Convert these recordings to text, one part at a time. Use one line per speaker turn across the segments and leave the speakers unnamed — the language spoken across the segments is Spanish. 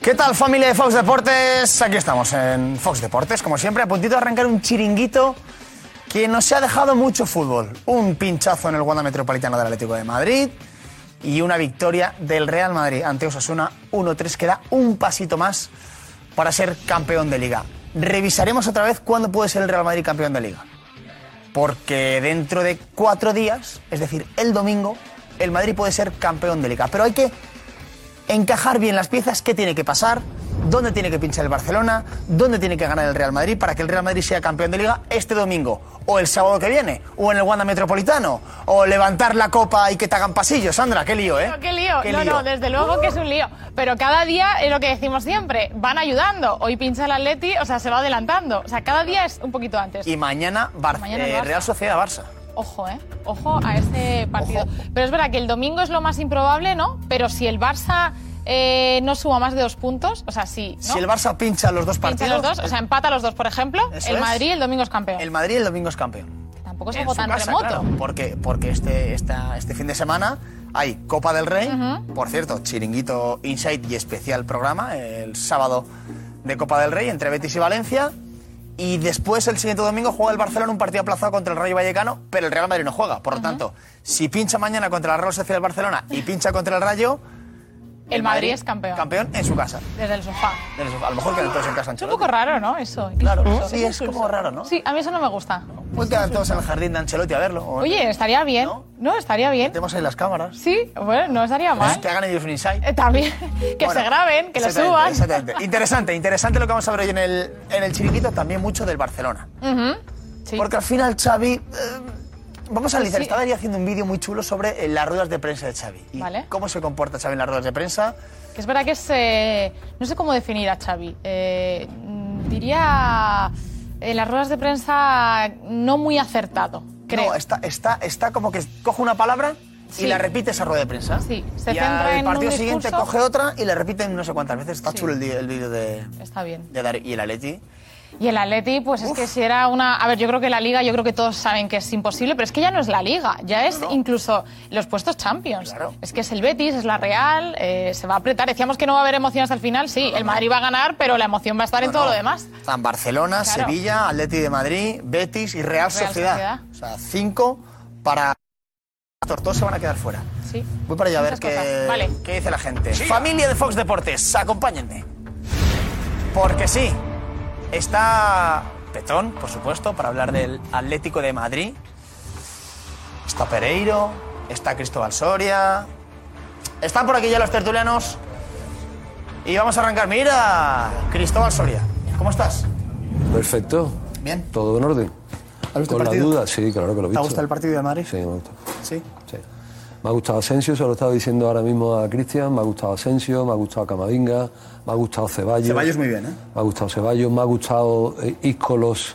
¿Qué tal familia de Fox Deportes? Aquí estamos en Fox Deportes, como siempre, a puntito de arrancar un chiringuito que nos ha dejado mucho fútbol. Un pinchazo en el Wanda Metropolitano del Atlético de Madrid y una victoria del Real Madrid ante Osasuna 1-3 que da un pasito más para ser campeón de liga. Revisaremos otra vez cuándo puede ser el Real Madrid campeón de liga. Porque dentro de cuatro días, es decir, el domingo, el Madrid puede ser campeón de liga. Pero hay que encajar bien las piezas, qué tiene que pasar, dónde tiene que pinchar el Barcelona, dónde tiene que ganar el Real Madrid para que el Real Madrid sea campeón de liga este domingo, o el sábado que viene, o en el Wanda Metropolitano, o levantar la copa y que te hagan pasillos. Sandra, qué lío, ¿eh?
Pero qué lío.
Qué
no,
lío.
no, desde luego que es un lío. Pero cada día es lo que decimos siempre, van ayudando. Hoy pincha el Atleti, o sea, se va adelantando. O sea, cada día es un poquito antes.
Y mañana, Bar-
Mañana el
eh,
Barça.
Real Sociedad Barça.
Ojo, ¿eh? Ojo a este partido. Pero es verdad que el domingo es lo más improbable, ¿no? Pero si el Barça eh, no suma más de dos puntos, o sea, sí, ¿no?
Si el Barça pincha los dos
Pincha
partidos,
los dos, o sea, empata los dos, por ejemplo,
Eso
el
es.
Madrid el domingo es campeón.
el Madrid el domingo es campeón.
Tampoco es
En
algo
su
tan
casa,
remoto.
claro, porque porque este, esta- este fin de semana hay Copa del Rey, por cierto, chiringuito Insight y especial programa el sábado de Copa del Rey entre Betis y Valencia. Y después el siguiente domingo juega el Barcelona un partido aplazado contra el Rayo Vallecano, pero el Real Madrid no juega. Por lo tanto, si pincha mañana contra la Real Sociedad del Barcelona y pincha contra el Rayo,
El, Madrid, es campeón.
campeón en su casa.
Desde el sofá.
Desde su- A lo mejor que todos en casa.
Es un poco raro, ¿no? Eso.
Claro,
Incluso.
sí, es como raro, ¿no?
Sí, a mí eso no me gusta.
Hoy quedan todos en el jardín de Ancelotti a verlo. o-
Oye, estaría bien.
¿No?
No, estaría bien.
Metemos ahí las cámaras.
Sí, bueno, no estaría
Pues
mal.
Que hagan ellos un insight.
Eh, también, que
Bueno,
se graben, que lo
exactamente,
suban.
exactamente. Interesante, interesante lo que vamos a ver hoy en el, en el chiringuito, también mucho del Barcelona.
Sí.
Porque al final Xavi... eh, vamos a analizar,
Pues sí.
estaba ahí haciendo un vídeo muy chulo sobre eh, las ruedas de prensa de Xavi. Y
Vale.
cómo se comporta Xavi en las ruedas de prensa.
Que es verdad que es. eh, no sé cómo definir a Xavi. Eh, mm, diría. En las ruedas de prensa, no muy acertado, creo.
No, está, está, está como que coge una palabra y
Sí.
la repite esa rueda de prensa.
Sí, se
y
centra
al
en un
partido siguiente
discurso.
coge otra y la repite no sé cuántas veces. Está chulo el, di- el vídeo de,
Está bien.
de Darío y el Atleti.
Y el Atleti, pues es que si era una... A ver, yo creo que la Liga, yo creo que todos saben que es imposible, pero es que ya no es la Liga, ya es incluso los puestos Champions.
Claro.
Es que es el Betis, es la Real, eh, se va a apretar. Decíamos que no va a haber emoción hasta el final, sí, el Madrid va a ganar, pero la emoción va a estar
No,
en todo
no.
lo demás.
Están Barcelona,
Claro.
Sevilla, Atleti de Madrid, Betis y Real, Sociedad.
Sociedad.
O sea, cinco para... Todos se van a quedar fuera.
Sí.
Voy para allá a ver
Muchas
qué,
cosas. Vale.
qué dice la gente. Familia de Fox Deportes, acompáñenme. Porque sí, está Petón, por supuesto, para hablar del Atlético de Madrid. Está Pereiro, está Cristóbal Soria. Están por aquí ya los tertulianos. Y vamos a arrancar. Mira, Cristóbal Soria, ¿cómo estás?
Perfecto.
Bien.
Todo en orden.
¿Has visto
Con
el
la
partido?
duda, sí, claro que lo he
¿Te
visto.
gusta el partido de Madrid?
Sí, me gusta.
Sí.
Sí. Me ha gustado Asensio, se lo estaba diciendo ahora mismo a Cristian, me ha gustado Asensio, me ha gustado Camavinga, me ha gustado Ceballos.
Ceballos muy bien, ¿eh?
Me ha gustado Ceballos, me ha gustado eh, Isco los,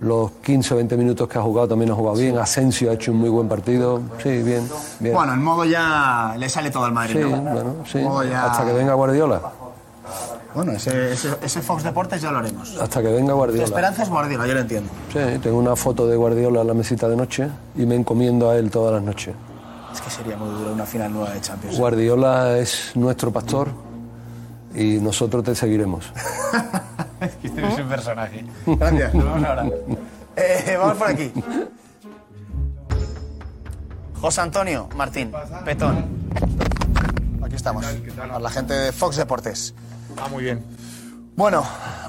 los 15 o 20 minutos que ha jugado, también ha jugado bien. Asensio ha hecho un muy buen partido. Sí, bien, bien.
Bueno, en modo ya le sale todo al Madrid.
sí,
¿no?
bueno, sí.
Modo ya-
Hasta que venga Guardiola.
Bueno, ese, ese- ese Fox Deportes ya lo haremos.
Hasta que venga
La
Guardiola.
esperanza es Guardiola, yo lo entiendo.
Sí, tengo una foto de Guardiola en la mesita de noche y me encomiendo a él todas las noches.
Es que sería muy duro una final nueva de Champions.
Guardiola es nuestro pastor y nosotros te seguiremos.
Este es un personaje. Gracias, nos vemos ahora. Eh, vamos por aquí. José Antonio Martín, Petón. Aquí estamos, para la gente de Fox Deportes.
Ah, muy bien.
Bueno,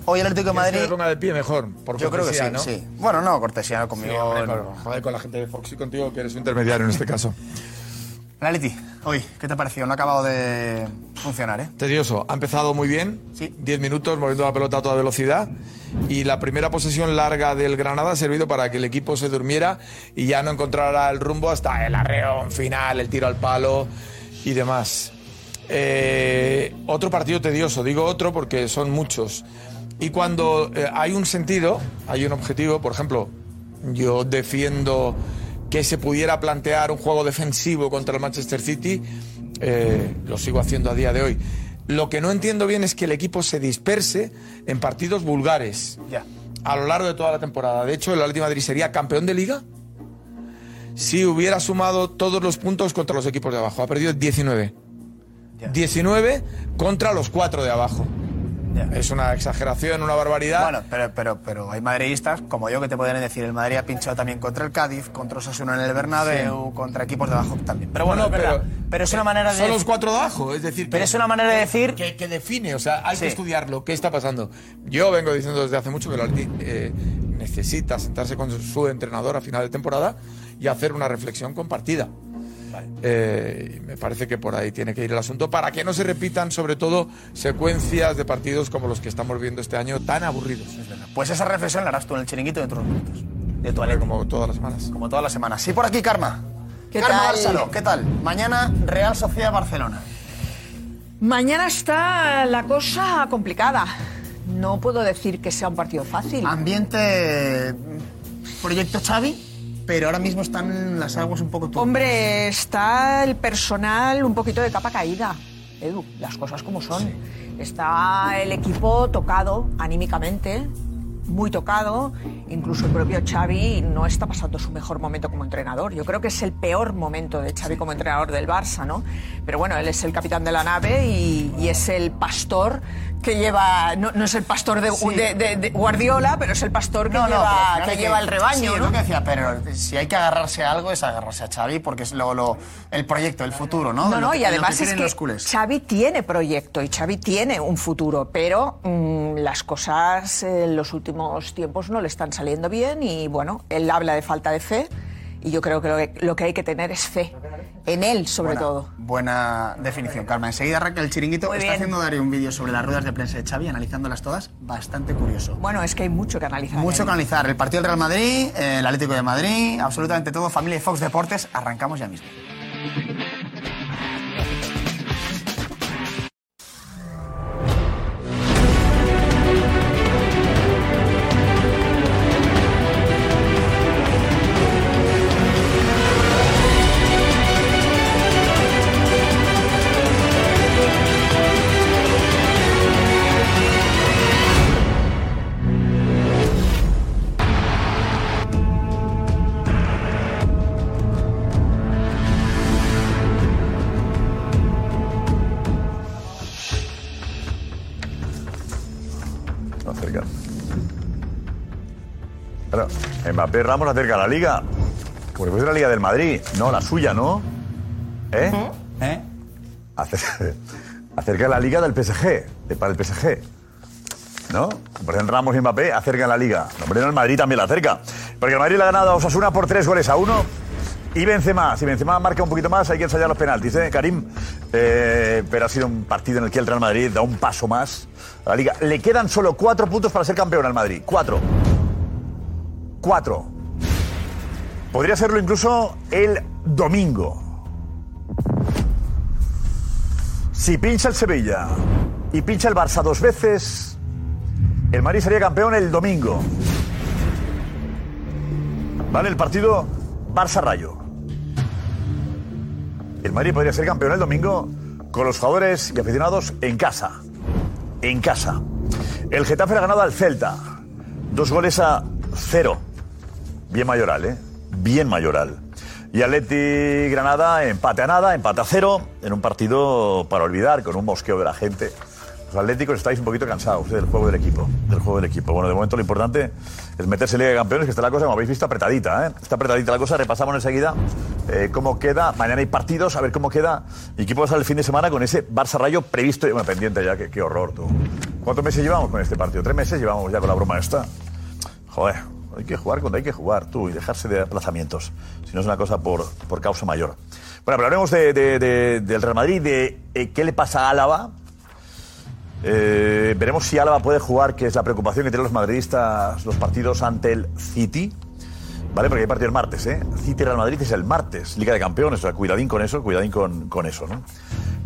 hoy el Atlético de
Madrid. Que me
Madrid.
ponga de pie mejor. Por
Yo creo que sí,
cortesía, ¿no?
sí. Bueno, no, cortesía no,
Sí,
conmigo.
hombre,
no.
con- joder, con la gente de Fox y contigo, que eres un intermediario en este caso.
La Leti, hoy, ¿qué te ha parecido? No ha acabado de funcionar, ¿eh?
Tedioso. Ha empezado muy bien.
Sí.
10 minutos moviendo la pelota a toda velocidad. Y la primera posesión larga del Granada ha servido para que el equipo se durmiera y ya no encontrara el rumbo hasta el arreón final, el tiro al palo y demás. Eh, otro partido tedioso. Digo otro porque son muchos. Y cuando eh, hay un sentido, hay un objetivo, por ejemplo, yo defiendo que se pudiera plantear un juego defensivo contra el Manchester City, eh, lo sigo haciendo a día de hoy. Lo que no entiendo bien es que el equipo se disperse en partidos vulgares
Ya.
a lo largo de toda la temporada. De hecho, el Atlético de Madrid sería campeón de liga si hubiera sumado todos los puntos contra los equipos de abajo. Ha perdido 19.
19 contra los 4 de abajo.
Ya.
Es una exageración, una barbaridad.
Bueno, pero, pero, pero hay madridistas como yo que te pueden decir, el Madrid ha pinchado también contra el Cádiz, contra Osasuna en el Bernabéu, contra equipos de abajo también. Pero bueno,
Bueno,
es verdad.
pero- eh,
pero, es una manera de...
Son los cuatro de abajo, es decir,
Pero
que-
es una manera de decir...
que, que define, o sea, hay que
Sí.
estudiarlo, qué está pasando. Yo vengo diciendo desde hace mucho que el Atleti eh, necesita sentarse con su entrenador a final de temporada y hacer una reflexión compartida. Eh, y me parece que por ahí tiene que ir el asunto para que no se repitan, sobre todo, secuencias de partidos como los que estamos viendo este año tan aburridos.
Pues esa reflexión la harás tú en el chiringuito dentro de unos minutos. De tu Atleti,
Como todas las semanas.
como todas las semanas. Sí, por aquí, Karma.
¿Qué
Karma
tal?
Arsalo, ¿qué tal? Mañana, Real Sociedad Barcelona.
Mañana está la cosa complicada. No puedo decir que sea un partido fácil.
Ambiente... Proyecto Xavi, pero ahora mismo están las aguas un poco turbias.
Hombre, está el personal un poquito de capa caída. Edu, las cosas como son. Está el equipo tocado anímicamente, muy tocado. Incluso el propio Xavi no está pasando su mejor momento como entrenador. Yo creo que es el peor momento de Xavi como entrenador del Barça, ¿no? Pero bueno, él es el capitán de la nave y, y es el pastor que lleva. No, no es el pastor de, de- de- de Guardiola, pero es el pastor que,
pero al
lleva,
final
que
hay
lleva el
Sí,
rebaño,
es
¿no?
lo que decía, pero si hay que agarrarse a algo es agarrarse a Xavi porque es lo, lo- el proyecto, el futuro, ¿no?
No,
De lo
no,
que-
y
de lo
además es
quieren
que
los culés.
Xavi tiene proyecto y Xavi tiene un futuro, pero mm, las cosas eh, en los últimos tiempos no le están saliendo bien y bueno, él habla de falta de fe y yo creo que lo que, lo que hay que tener es fe, en él sobre
Buena-
todo.
Buena definición, Carmen. Enseguida arranca el chiringuito.
Muy
Está
bien.
haciendo Darío un vídeo sobre las ruedas de prensa de Xavi, analizándolas todas. Bastante curioso.
Bueno, es que hay mucho que analizar. ¿eh?
Mucho
ahí.
que analizar. El partido del Real Madrid, eh, el Atlético de Madrid, absolutamente todo. Familia de Fox Deportes. Arrancamos ya mismo.
Acerca. Claro, Mbappé Ramos acerca a la liga. Como si fuese la liga del Madrid. No, la suya, ¿no? ¿Eh?
¿Eh?
Acer- Acerca la liga del PSG. de- para el PSG. ¿No? Por Ramos y Mbappé acercan la liga. No, hombre, no, el Madrid también la acerca. Porque el Madrid le ha ganado a Osasuna por tres goles a uno. Y Benzema, si Benzema marca un poquito más, hay que ensayar los penaltis, ¿eh, Karim? Eh, pero ha sido un partido en el que el Real Madrid da un paso más a la Liga. Le quedan solo cuatro puntos para ser campeón al Madrid. Cuatro. Cuatro. Podría serlo incluso el domingo. Si pincha el Sevilla y pincha el Barça dos veces, el Madrid sería campeón el domingo. ¿Vale? El partido Barça-Rayo. El Madrid podría ser campeón el domingo con los jugadores y aficionados en casa. En casa. El Getafe le ha ganado al Celta. Dos goles a cero. Bien mayoral, ¿eh? Bien mayoral. Y Atleti Granada, empate a nada, empate a cero, en un partido para olvidar, con un mosqueo de la gente. Los atléticos estáis un poquito cansados ¿eh? del juego del equipo. Del juego del equipo. Bueno, de momento lo importante es meterse en Liga de Campeones, que está la cosa, como habéis visto, apretadita. ¿eh? Está apretadita la cosa. Repasamos enseguida eh, cómo queda. Mañana hay partidos, a ver cómo queda y qué pasa el fin de semana con ese Barça Rayo previsto. y- Bueno, pendiente ya, qué, qué horror tú. ¿Cuántos meses llevamos con este partido? ¿Tres meses llevamos ya con la broma esta? Joder, hay que jugar cuando hay que jugar, tú, y dejarse de aplazamientos. Si no es una cosa por, por causa mayor. Bueno, hablaremos de, de- de- del Real Madrid, de eh, qué le pasa a Álava. Eh, veremos si Álava puede jugar, que es la preocupación que tienen los madridistas, los partidos ante el City. ¿Vale? Porque hay partido el martes, ¿eh? City Real Madrid es el martes, Liga de Campeones, o sea, cuidadín con eso, cuidadín con, con eso, ¿no?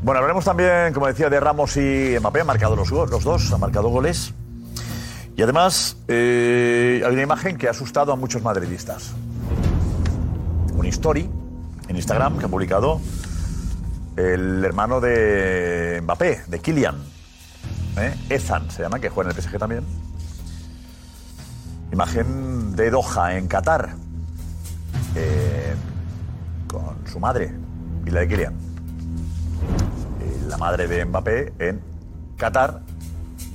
Bueno, hablaremos también, como decía, de Ramos y Mbappé, han marcado los, go- los dos, han marcado goles. Y además, eh, hay una imagen que ha asustado a muchos madridistas. Una story en Instagram que ha publicado el hermano de Mbappé, de Kylian. ¿eh? Ethan se llama, que juega en el PSG también. Imagen de Doha en Qatar. eh, con su madre y la de Kylian. Eh, la madre de Mbappé, en Qatar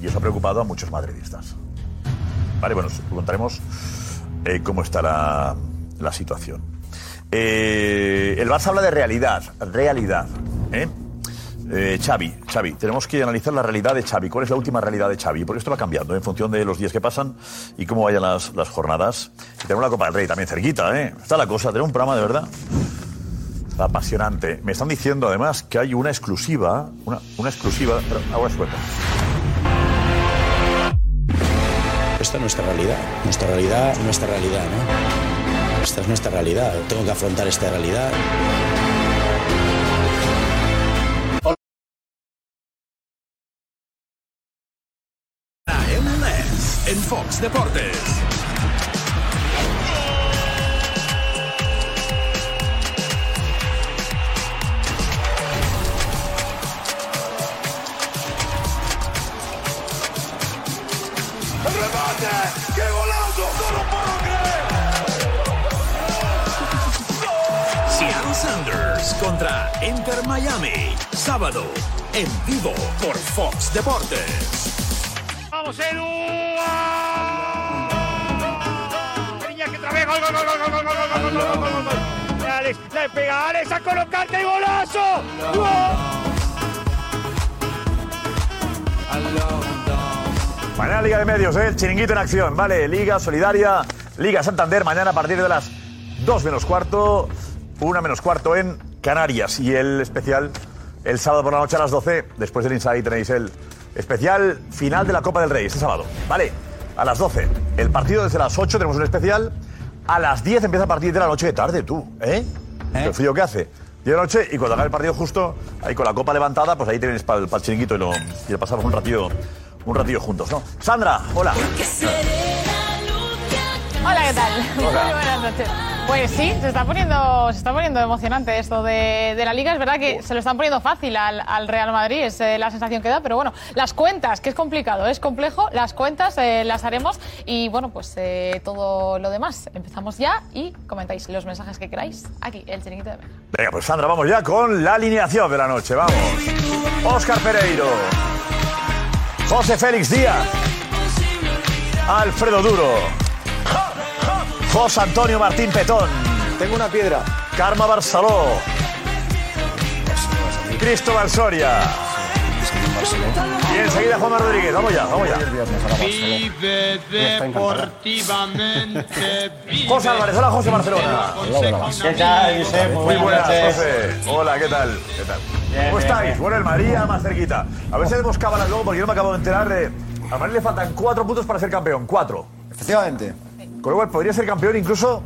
y eso ha preocupado a muchos madridistas. Vale, bueno, os contaremos eh, cómo está la, la situación. Eh, el Barça habla de realidad, realidad. ¿eh? Eh, Xavi, Xavi, tenemos que analizar la realidad de Xavi. ¿Cuál es la última realidad de Xavi? Porque esto va cambiando ¿eh? en función de los días que pasan y cómo vayan las, las jornadas. Y tenemos la Copa del Rey también cerquita, ¿eh? Está la cosa, tenemos un programa de verdad apasionante. Me están diciendo además que hay una exclusiva, una, una exclusiva. pero ahora suelta.
Esta es nuestra realidad. Nuestra realidad, nuestra realidad, ¿no? Esta es nuestra realidad. Tengo que afrontar esta realidad.
En Lens, en Fox Deportes.
¡Remate! ¡Qué golazo! ¡No lo puedo creer!
Seattle Sanders contra Inter Miami. Sábado, en vivo por Fox Deportes.
¡Vamos, Edu! Iñaki otra vez. ¡Gol, gol, gol, gol, gol, gol, gol, gol, gol, gol, gol, gol, gol! Alex, la pega Alex a colocarte y golazo. ¡Gol!
Mañana Liga de Medios, ¿eh? el chiringuito en acción, ¿vale? Liga Solidaria, Liga Santander, mañana a partir de las 2 menos cuarto, 1 menos cuarto en Canarias. Y el especial el sábado por la noche a las 12, después del Inside tenéis el especial final de la Copa del Rey, este sábado, ¿vale? A las 12, el partido desde las 8 tenemos un especial, a las 10 empieza a partir de la noche de tarde, tú, ¿eh? ¿El frío que hace? 10 de la noche y cuando acabe el partido justo, ahí con la copa levantada, pues ahí tenéis para el, chiringuito y lo, y lo pasamos un ratito, un ratito juntos, ¿no? Sandra, hola.
Hola, ¿qué tal? Muy
Hola.
buenas noches. Pues sí, se está poniendo, se está poniendo emocionante esto de, de la liga. Es verdad que se lo están poniendo fácil al, al Real Madrid, es eh, la sensación que da, pero bueno, las cuentas, que es complicado, es complejo, las cuentas eh, las haremos y bueno, pues eh, todo lo demás. Empezamos ya y comentáis los mensajes que queráis aquí, el chiringuito de Benja.
Venga, pues Sandra, vamos ya con la alineación de la noche, vamos. Óscar Pereiro. José Félix Díaz. Alfredo Duro. José Antonio Martín Petón. Tengo una piedra. Karma Barceló. Cristóbal Soria. Y enseguida Juan Rodríguez. Vamos ya, vamos ya.
Vive deportivamente.
José Álvarez, hola José Barcelona.
¿Qué tal, Josep? Muy
Muy buenas,
buenas
José. Hola, ¿qué tal? ¿Qué tal? ¿Cómo
bien,
estáis?
bien.
Bueno, el María más cerquita. A ver si hacemos cábalas luego porque yo no me acabo de enterar de... Al Madrid le faltan cuatro puntos para ser campeón. Cuatro. Efectivamente. Con lo cual podría ser campeón incluso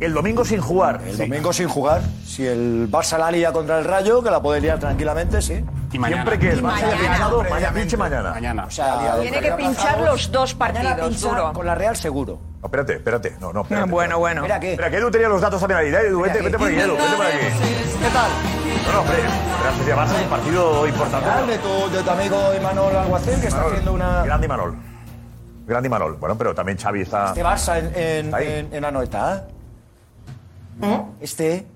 el domingo sin jugar.
El domingo sin jugar. Si el Barça la lía contra el Rayo, que la puede liar tranquilamente, sí.
Y mañana. Siempre que el Y Barça haya mañana. pinchado, mañana pinche mañana.
O sea,
Tiene que pinchar los dos
Mañana
partidos,
pincha
duro.
Con la Real seguro.
No, espérate, espérate. No, no, espérate.
Bueno, bueno.
Mira que... Mira que Edu tenía los datos también ahí. Edu, vete, vete por aquí, Edu, vete por aquí.
¿Qué tal?
No, no, hombre. Real Sociedad Barça es un partido importante.
Real de tu, de tu amigo Imanol Alguacil, que está haciendo una...
Grande Manol. Grande Manol. Bueno, pero también Xavi está...
Este Barça en, en, en, ¿eh? en Anoeta. Este...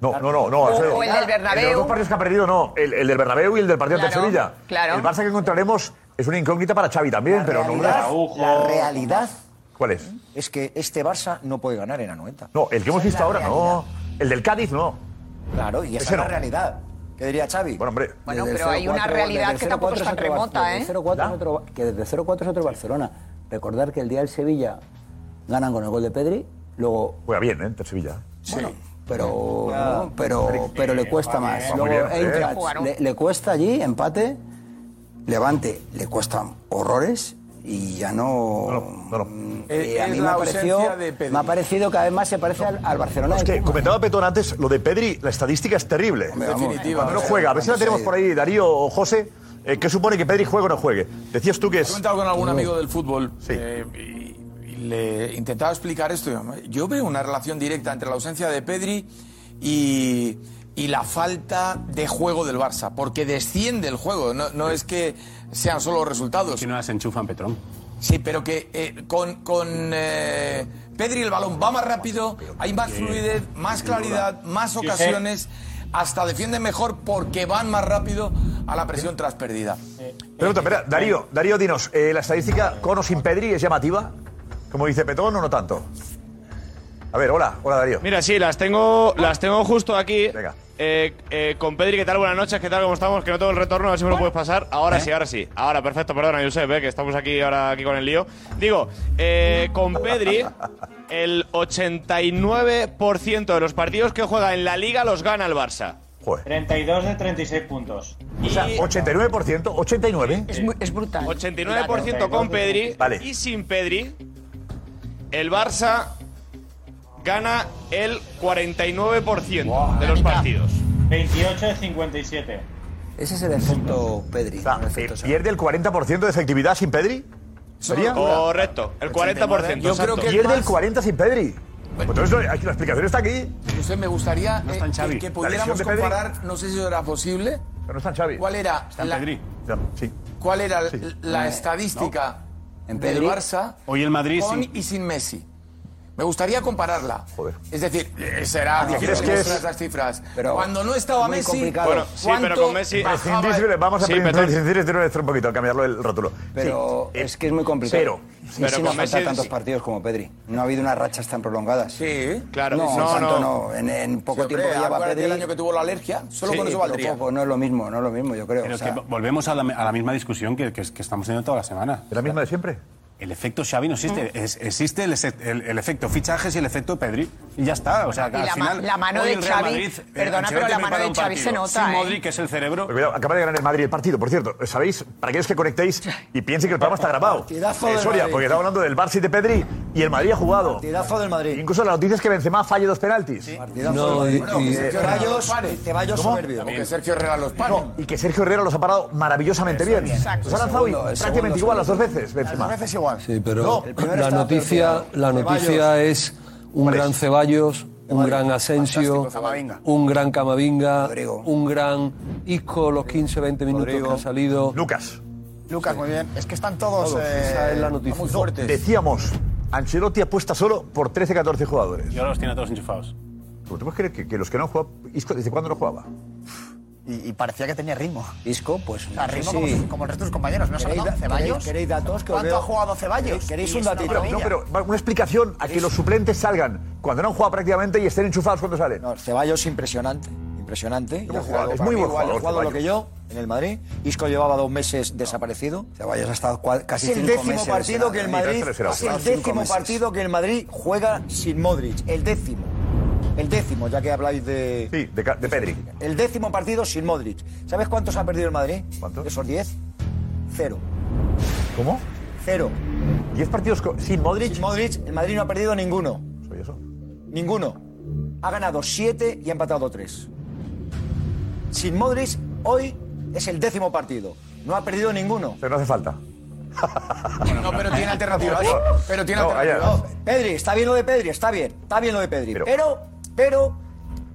No, no, no, no.
O-
Alfredo.
o el del Bernabéu.
El de los dos partidos que ha perdido, no. El, el del Bernabéu y el del partido ante
Claro,
el Sevilla.
claro.
El Barça que encontraremos es una incógnita para Xavi también, pero
realidad,
no.
la realidad
¿Cuál es?
es que este Barça no puede ganar en Anoeta.
No, el que hemos
Esa es
visto
la
ahora no. El del Cádiz no.
Claro, y esa
Ese
es la
no.
realidad. ¿Qué diría Xavi?
Bueno, hombre. eh,
Bueno, pero hay una realidad que tampoco es tan remota, ¿eh?
que desde 0-4 es otro Barcelona. Recordar que el día del Sevilla ganan con el gol de Pedri, luego...
Juega bien, ¿eh? El Sevilla.
Bueno, pero, pero, pero le cuesta más.
Juega muy
Luego
bien, ¿eh?
Eintracht,
Jugaron.
le, le cuesta allí, empate. Levante, le cuestan horrores y ya no... mm, Y a
Es
mí me
la
ha, parecido,
ausencia de Pedri.
me ha parecido cada vez más se parece al, al Barcelona.
Es
de
que
Koeman.
comentaba Petón antes, lo de Pedri, la estadística es terrible.
vamos. Definitiva.
Cuando no juega, a ver si la
Cuando
tenemos
se-
por ahí, Darío o José, eh, ¿qué supone que Pedri juegue o no juegue? Decías tú que
He
es...
comentado con algún amigo del fútbol eh, y, y le intentaba explicar esto. Yo veo una relación directa entre la ausencia de Pedri y, y la falta de juego del Barça, porque desciende el juego. No, no es que sean solo resultados. Si no las enchufan, Petrón. Sí, pero que eh, con, con eh, Pedri el balón va más rápido, hay más fluidez, más claridad, más
Sí, sí.
ocasiones. hasta defienden mejor porque van más rápido a la presión tras pérdida.
Pregunta, espera, Darío, Darío, dinos, eh, ¿la estadística con o sin Pedri es llamativa? Como dice Petón o no tanto. A ver, hola, hola Darío.
Mira, sí, las tengo, las tengo justo aquí. Eh, eh, con Pedri, ¿qué tal? Buenas noches, ¿qué tal? ¿Cómo estamos? Que no tengo el retorno, a ver si me lo puedes pasar.
¿Eh?
Ahora sí, ahora sí. Ahora, perfecto, perdona, Josep, eh, que estamos aquí ahora aquí con el lío. Digo, eh, con Pedri, el 89% de los partidos que juega en la Liga los gana el Barça.
32 de 36 puntos.
O sea, 89%, 89%.
Es, muy- es brutal.
89% con Pedri
Vale.
y sin Pedri, el Barça gana el 49% de los partidos.
28 de 57.
Ese es el efecto Pedri. el efecto Xavi.
¿Pierde el 40% de efectividad sin Pedri? ¿Sería?
Correcto, el 40%.
Yo creo que pierde el 40 sin Pedri. Pues entonces no, aquí la explicación está aquí.
Entonces me gustaría
No
eh,
está en
que-
Xavi.
que,
La lesión
pudiéramos
de Pedri.
comparar, no sé si eso era posible.
Pero no está en Xavi.
¿Cuál era la,
Ya, sí.
cuál era
Sí.
la
Eh,
estadística
En
del
Pedri.
Barça
Hoy el Madrid
con
sin-
y sin Messi? Me gustaría compararla.
Joder.
Es decir, eh, será
Ah, ¿crees
difícil
que es?
mostrar las cifras.
Pero
Cuando no estaba
muy
Messi,
complicado. Bueno, sí, pero
¿cuánto
con Messi-
bajaba-
Imprescindible, Vamos a
Sí,
prescindir-
perdón.
prescindir de nuestro un poquito, cambiarlo el rótulo.
Pero
Sí, eh,
es que es muy complicado.
Pero-
Sí,
Pero
sí,
con
no faltan
Messi-
tantos partidos como Pedri. No ha habido unas rachas tan prolongadas. Sí,
claro.
No,
No, no.
tanto no. En, en poco
Sí, hombre,
tiempo lleva
acuérdate
Pedri.
del año que tuvo la alergia. Solo
Sí,
con eso
pero
valdría.
poco, no es lo mismo, no es lo mismo, yo creo.
Pero
o
es
sea,
que volvemos a la, a la misma discusión que, que- que estamos teniendo toda la semana.
¿Es la misma de siempre?
El efecto Xavi no existe.
Mm.
Es- existe el, ese- el- el efecto fichajes y el efecto Pedri. Y ya está. O sea, que
Y
al
la ma-
final,
la mano
hoy
de
el Real
Xavi-
Madrid, eh,
perdona,
Ancelotti
pero la
prepara
mano de
un
Xavi se
partido
nota,
Sin
¿eh?
Modric, que es el cerebro.
Pues Cuidado, acaba de ganar el Madrid el partido, por cierto. ¿Sabéis? Para aquellos que conectéis y piensen que el programa está grabado.
Partidazo
Eh,
del
Soria,
Madrid.
porque estamos hablando del Barça y de Pedri y el Madrid ha jugado.
Partidazo del Madrid.
Incluso la noticia es que Benzema falle dos penaltis.
No, y- Bueno, y- que Sergio Herrera Ceballos- los pare. Ceballos
¿Cómo?
soberbio. También.
Que Sergio Herrera los pare.
No, y que Sergio Herrera los ha parado maravillosamente bien.
Exacto.
Los ha lanzado
El segundo, el
prácticamente
segundo,
igual las
segundo.
dos veces, Benzema.
Las dos veces igual.
Sí, pero
No, el primero
la
estaba
noticia,
peor,
la
tío.
noticia es un gran Ceballos, un gran Asensio,
Camavinga.
un gran Camavinga, un gran Isco, los 15-20 minutos
Rodrigo.
que ha salido.
Lucas.
Lucas, muy bien. Es que están todos.
Todos.
eh,
Esa es la
muy
No,
fuertes.
Decíamos, Ancelotti apuesta solo por 13-14 jugadores.
Yo los tiene a todos enchufados.
¿Tú puedes creer que, que los que no jugaban, Isco, ¿desde cuándo no jugaba?
Y, y parecía que tenía ritmo.
Isco, pues.
O sea, ritmo como, sus- eh, como el resto de sus compañeros. ¿No se ha
¿Queréis
notado?
da-
Ceballos?
queréis- queréis datos que os
¿Cuánto
veo?
ha jugado Ceballos?
¿Queréis- queréis
Y
un
es una
datito?
Pero, no,
maravilla.
pero va- una explicación a que los suplentes salgan cuando no han jugado prácticamente y estén enchufados cuando salen.
No, Ceballos impresionante, impresionante. Y ha
jugador, es
para
muy
mí igual,
buen jugador,
Ha jugado lo
Ceballos.
que yo en el Madrid. Isco llevaba dos meses desaparecido.
Ceballos ha estado cua- casi
es el
cinco
décimo
meses
partido
lesionado.
que el
Sí,
Madrid
tres lesionados.
es el
Cinco
décimo
meses.
partido que el Madrid juega sin Modric, el décimo. El décimo, ya que habláis de
Sí, de, Ca- de Pedri.
el décimo partido sin Modric. ¿Sabes cuántos ha perdido el Madrid? ¿Cuántos? Esos 10. Cero.
¿Cómo?
Cero.
¿10 partidos co- sin Modric?
Sin Modric, el Madrid no ha perdido ninguno.
Soy eso.
Ninguno. Ha ganado 7 y ha empatado 3. Sin Modric, hoy es el décimo partido. No ha perdido ninguno.
Pero no hace falta.
No, pero tiene alternativas. Pero tiene
No,
alternativas.
Pedri, está bien lo de Pedri, está bien. Está bien lo de Pedri. Pero, pero,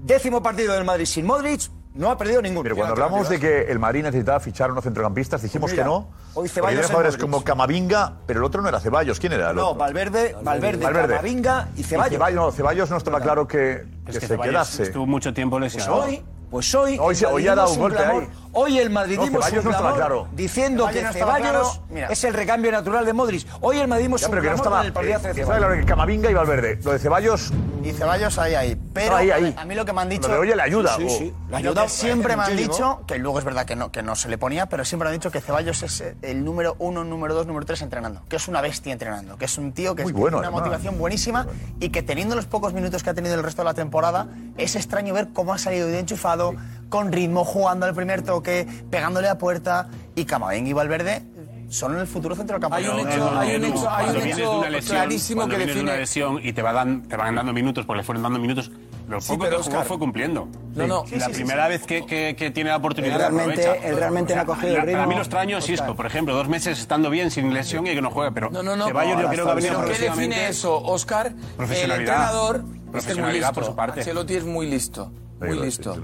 décimo partido del Madrid sin Modric, no ha perdido ninguno.
Pero cuando hablamos de que el Madrid necesitaba fichar unos centrocampistas, dijimos
Mira,
que no.
hoy
porque
Ceballos
tenía
es
jugadores
Modric.
como Camavinga, pero el otro no era Ceballos. ¿Quién era? el
No,
otro?
Valverde, Valverde, Camavinga y Ceballos.
no, Ceballos no estaba claro que, que
Es que
se
Ceballos
quedase.
estuvo mucho tiempo
Pues
lesionado.
hoy, pues hoy.
Hoy se-
el
hoy ha dado un
madridismo es
golpe
clamor. Hoy el madridismo
No,
es un
Ceballos no estaba
clamor
claro.
diciendo
Ceballos no
que
estaba
Ceballos
claro. Mira.
es el recambio natural de Modric. Hoy el madridismo es
Ya,
un
pero que no
clamor
estaba.
con el partidazo
eh,
de
que
Ceballos.
estaba claro que Camavinga y Valverde. Lo de Ceballos.
Y Ceballos ahí, ahí. Pero
No, ahí, ahí.
a mí lo que me han dicho.
Lo de hoy le ayuda, oh. Sí, sí, sí.
Lo
Le ayuda
que siempre me han
muchísimo.
dicho, que luego es verdad que no, que no se le ponía, pero siempre me han dicho que Ceballos es eh, el número uno, número dos, número tres entrenando. Que es una bestia entrenando. Que es un tío que
Muy
es-
bueno,
tiene una
además.
motivación buenísima y que teniendo los pocos minutos que ha tenido el resto de la temporada, es extraño ver cómo ha salido de enchufado, con ritmo, jugando al primer toque, pegándole a puerta. Y Camavinga y Valverde son el futuro centrocampista.
Hay un
No,
hecho,
no, no,
hay un
no.
hecho, hay
Cuando
un
vienes de
hecho
una lesión-
clarísimo
cuando
que
vienes de una
define.
lesión y te, va dan- te van dando minutos, porque le fueron dando minutos. Lo
Sí,
poco
pero,
que jugó
Óscar,
fue cumpliendo.
no, no.
Y
Sí,
la
sí, sí,
primera vez que, que- que tiene la oportunidad.
Él
la
realmente-
aprovecha.
él realmente no ha cogido el
para- Para
ritmo,
mí lo extraño es Isco, por ejemplo, dos meses estando bien, sin lesión y que no juega, pero
No, no, no.
Ceballos yo
Ahora
creo que
está
ha venido
bien. ¿Qué
progresivamente.
define eso, Oscar? El
Profesionalidad.
entrenador es que es muy
Profesionalidad,
listo.
por su parte.
Ancelotti es muy listo. Muy
lo es,
listo.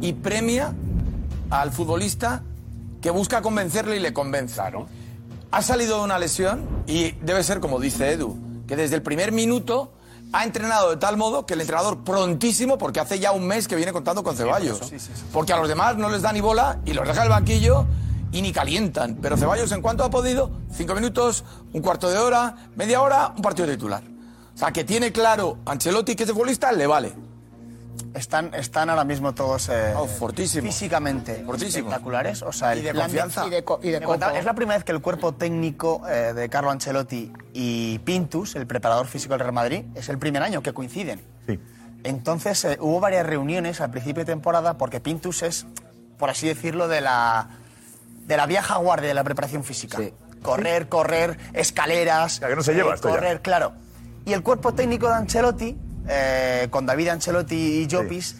Y premia al futbolista que busca convencerle y le convence. Ha salido de una lesión y debe ser como dice Edu, que desde el primer minuto ha entrenado de tal modo que el entrenador prontísimo, porque hace ya un mes que viene contando con Ceballos,
Sí, sí, sí.
porque a los demás no les da ni bola y los deja en el banquillo y ni calientan. Pero Ceballos, en cuanto ha podido, cinco minutos, un cuarto de hora, media hora, un partido titular. O sea, que tiene claro Ancelotti que ese futbolista le vale.
Están, están ahora mismo todos eh, físicamente
Fortísimo.
espectaculares. O sea, el
Y de
plan
confianza.
Y de co- y de
Me
copo.
contaba-
Es la primera vez que el cuerpo técnico eh, de Carlo Ancelotti y Pintus, el preparador físico del Real Madrid, es el primer año que coinciden. Entonces eh, hubo varias reuniones al principio de temporada porque Pintus es, por así decirlo, de la, de la vieja guardia de la preparación física. Correr, correr, escaleras. eh,
que no se lleva esto ya.
Correr, claro. Y el cuerpo técnico de Ancelotti, eh, con David Ancelotti y Llopis,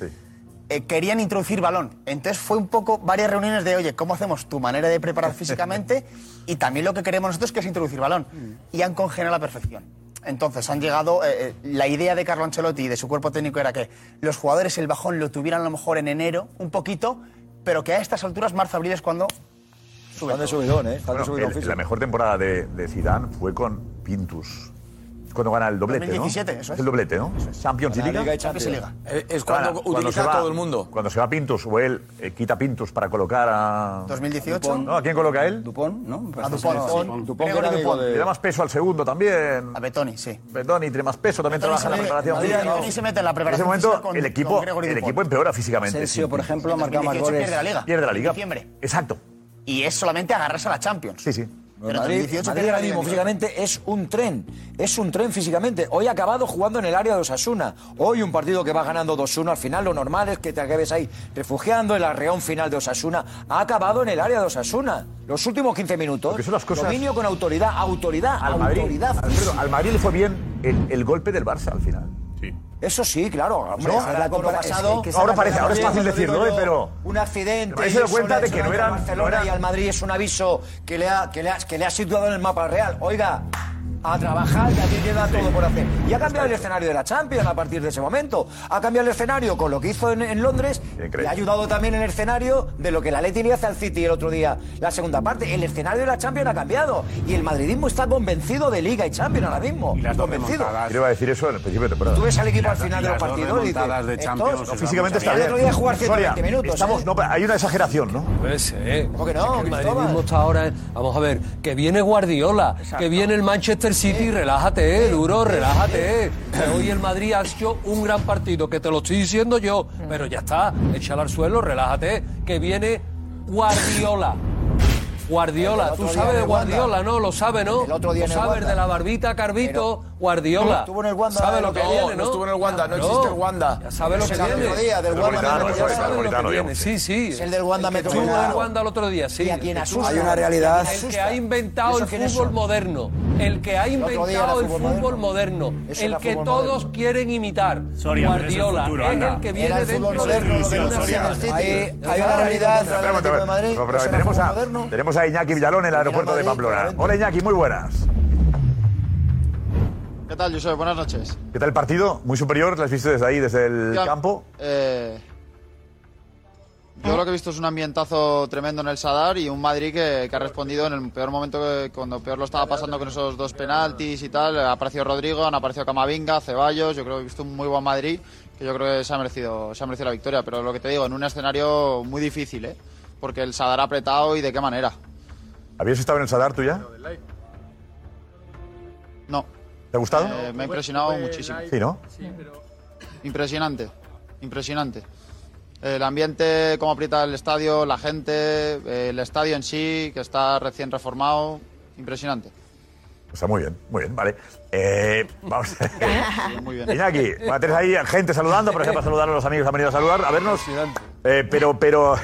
eh, querían introducir balón. Entonces fue un poco varias reuniones de, oye, ¿cómo hacemos tu manera de preparar físicamente? Y también lo que queremos nosotros que es introducir balón. Y han congenado a la perfección. Entonces han llegado, eh, eh, la idea de Carlo Ancelotti y de su cuerpo técnico era que los jugadores el bajón lo tuvieran a lo mejor en enero, un poquito, pero que a estas alturas, marzo-abril es cuando sube.
Están de
todo.
subidón, ¿eh? Están de
Bueno,
subidón
el-
físico.
la mejor temporada de, de Zidane fue con Pintus. Es Cuando gana el doblete, ¿no?
2017, eso es.
el doblete, ¿no? Champions y
Gana
Liga.
Liga y Champions y Liga.
Eh, es
Gana.
cuando utiliza
se va-
a todo el mundo.
Cuando se va Pintus o él eh, quita Pintus para colocar a...
2018.
¿No? ¿A quién coloca él?
Dupont, ¿no?
A
Dupont, sí. Dupont, Dupont, que era amigo de-
Le da más peso al segundo también.
A Betoni, sí.
Betoni tiene más peso, también
Betoni
trabaja en la
se mete-
preparación.
Madrid,
física.
Betoni se mete en la preparación
En ese
física
momento,
con-
el, equipo,
con Gregory
el
Dupont.
equipo empeora físicamente.
Asensio,
sí.
por ejemplo, ha marcado más 2018 goles. pierde la Liga.
Pierde la liga.
En diciembre.
Exacto.
Y es solamente agarrarse a la Champions.
Sí, sí.
Pero
Madrid,
2018
Madrid
que era
ahora mismo
Liga.
físicamente es un tren, es un tren físicamente. Hoy ha acabado jugando en el área de Osasuna. Hoy un partido que va ganando 2-1, al final lo normal es que te acabes ahí refugiando en la reón final de Osasuna. Ha acabado en el área de Osasuna. Los últimos 15 minutos.
Porque son las cosas-
Dominio con autoridad, autoridad,
Al Madrid,
autoridad.
Alfredo, al Madrid le fue bien el, el golpe del Barça al final. Sí.
Eso sí, claro. hombre,
¿No?
ahora
La
con lo
compara-
pasado-
es que ahora parece- ahora es
Cuando
fácil
digo
decirlo,
yo,
¿eh? pero-
Un accidente.
Pero ahí se dio
eso
cuenta
le ha
de
hecho
que no
daño al
eran-
Barcelona
no eran-
y al Madrid es un aviso que le ha, que le ha, que le ha situado en el mapa real. Oiga, a trabajar, que aquí queda todo por hacer. Y ha cambiado el escenario de la Champions a partir de ese momento. Ha cambiado el escenario con lo que hizo en, en Londres y ha ayudado también en el escenario de lo que la Leti le hace al City el otro día, la segunda parte. El escenario de la Champions ha cambiado y el madridismo está convencido de Liga y Champions ahora mismo. convencido.
Yo iba a decir eso en el principio de temporada.
Tú ves al equipo al
Y
final de los
las dos
partidos y dices,
remontadas
"Estos,
Champions,
no,
no, físicamente está
el
bien.
otro día jugar 120
Soria,
minutos.
Estamos,
¿eh?
no, hay una exageración, ¿no?
Pues, eh,
¿Cómo que no,
El
Cristóbal?
madridismo está ahora. en- Vamos a ver, que viene Guardiola, que viene el Manchester City, relájate, eh, duro, relájate. eh. Que hoy el Madrid ha hecho un gran partido, que te lo estoy diciendo yo, pero ya está, échala al suelo, relájate, que viene Guardiola.
El
Guardiola,
otro
tú
día
sabes
en
de
el Wanda.
Guardiola, ¿no? Lo sabes, ¿no?
El otro día en
Lo
el
sabes
Wanda.
de la barbita, Carvito, Guardiola.
Estuvo en el Wanda
¿Sabe
el
lo que
otro día.
viene,
No
no?
estuvo en el Wanda, no existe el Wanda.
Ya sabe lo que
Es el
viene.
otro día del Wanda,
Metropolitano,
no existe.
sabe lo que
Metropolitano,
viene. Sí, sí.
Es el del Wanda
El que estuvo en
Metropolitano.
el Wanda el otro día, sí.
Y a quien
El que estuvo-
asusta. Hay una realidad.
El que ha inventado
¿Eso
el
quiénes
fútbol
son?
moderno. El que ha
El otro día era
inventado el
fútbol
fútbol moderno.
Eso
El
era
que
fútbol
todos quieren imitar.
Soria, pero es el
Guardiola.
futuro,
Es
anda.
el que
Era
viene
el fútbol
dentro
moderno,
de
lo que
una
no hacía el City.
Hay-
Hay una realidad
Espera, espera,
del Atlético de Madrid.
espera, espera,
Eso era
tenemos, a-
fútbol moderno.
tenemos a Iñaki Villalón en el aeropuerto de Pamplona. Hola Iñaki, muy buenas.
¿Qué tal, Josep? Buenas noches.
¿Qué tal el partido? Muy superior, ¿lo has visto desde ahí, desde el
Ya,
campo?
eh, yo lo que he visto es un ambientazo tremendo en el Sadar y un Madrid que, que ha respondido en el peor momento, que- cuando peor lo estaba pasando con esos dos penaltis y tal. Ha aparecido Rodrigo, han aparecido Camavinga, Ceballos. Yo creo que he visto un muy buen Madrid que yo creo que se ha merecido, se ha merecido la victoria. Pero lo que te digo, en un escenario muy difícil, ¿eh? Porque el Sadar ha apretado y de qué manera.
¿Habías estado en el Sadar tú ya?
No.
¿Te ha gustado?
Eh, me ha impresionado muchísimo.
Sí, ¿no?
Impresionante, impresionante. El ambiente, cómo aprieta el estadio, la gente, eh, el estadio en sí, que está recién reformado, impresionante.
Está muy bien, muy bien, vale. Eh, vamos.
Muy bien.
Iñaki, va a tener ahí gente saludando, por ejemplo, a saludar a los amigos que han venido a saludar, a vernos. Eh, pero, pero.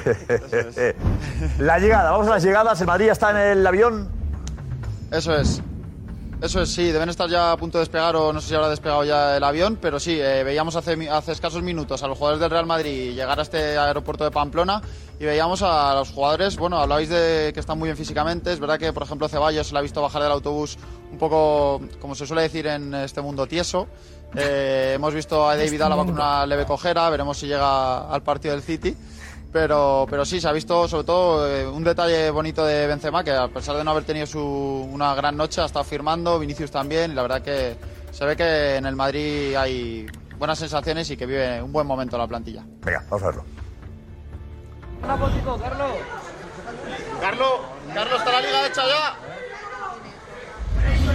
la llegada, vamos a las llegadas. El Madrid ya está en el avión.
Eso es. Eso es, sí, deben estar ya a punto de despegar o no sé si habrá despegado ya el avión, pero sí, eh, veíamos hace, mi- hace escasos minutos a los jugadores del Real Madrid llegar a este aeropuerto de Pamplona y veíamos a los jugadores, bueno, hablabais de que están muy bien físicamente, es verdad que por ejemplo Ceballos se le ha visto bajar del autobús un poco, como se suele decir en este mundo, tieso. Eh, hemos visto a David Alaba con una leve cojera, veremos si llega al partido del City. Pero, pero sí, se ha visto sobre todo eh, un detalle bonito de Benzema, que a pesar de no haber tenido su, una gran noche, ha estado firmando, Vinicius también, y la verdad que, se ve que en el Madrid hay buenas sensaciones y que vive un buen momento la plantilla.
Venga, vamos a verlo.
Carlos. Carlos, Carlos está la liga hecha ya. Aquí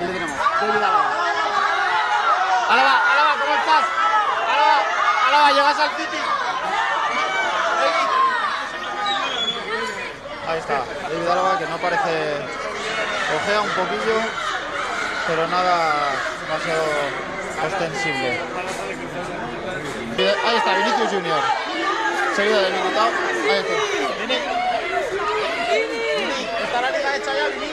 le tenemos. David Alaba. Alaba, Alaba, ¿cómo estás? Alaba, Alaba, llegas al City. Ahí está, David Alaba que no parece ojea un poquillo, pero nada demasiado ostensible. Ahí está, Vinicius Junior. Seguido del Militao. Ahí está. Vini. Vini. Está la liga hecha ya, Vini.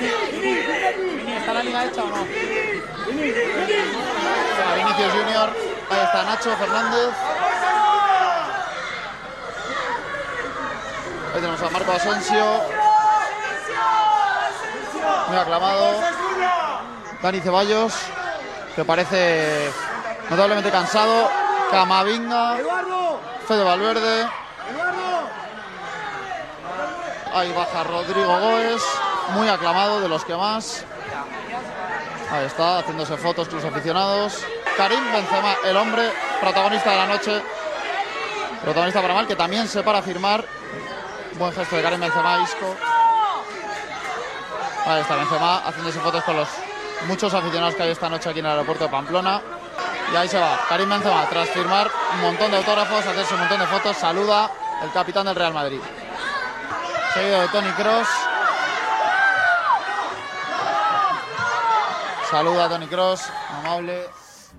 Vini, ¿Está la liga hecha o no? Está Vinicius Junior. Ahí está Nacho Fernández. Ahí tenemos a Marco Asensio. Muy aclamado. Dani Ceballos, que parece notablemente cansado. Camavinga. Fede Valverde. Ahí baja Rodrigo Goes. Muy aclamado, de los que más. Ahí está, haciéndose fotos con los aficionados. Karim Benzema, el hombre protagonista de la noche. Protagonista para mal, que también se para a firmar. Buen gesto de Karim Benzema, Isco. Ahí está Benzema haciéndose fotos con los muchos aficionados que hay esta noche aquí en el aeropuerto de Pamplona. Y ahí se va, Karim Benzema, tras firmar un montón de autógrafos, hacerse un montón de fotos, saluda el capitán del Real Madrid. Seguido de Tony Cross. Saluda a Tony Cross, amable.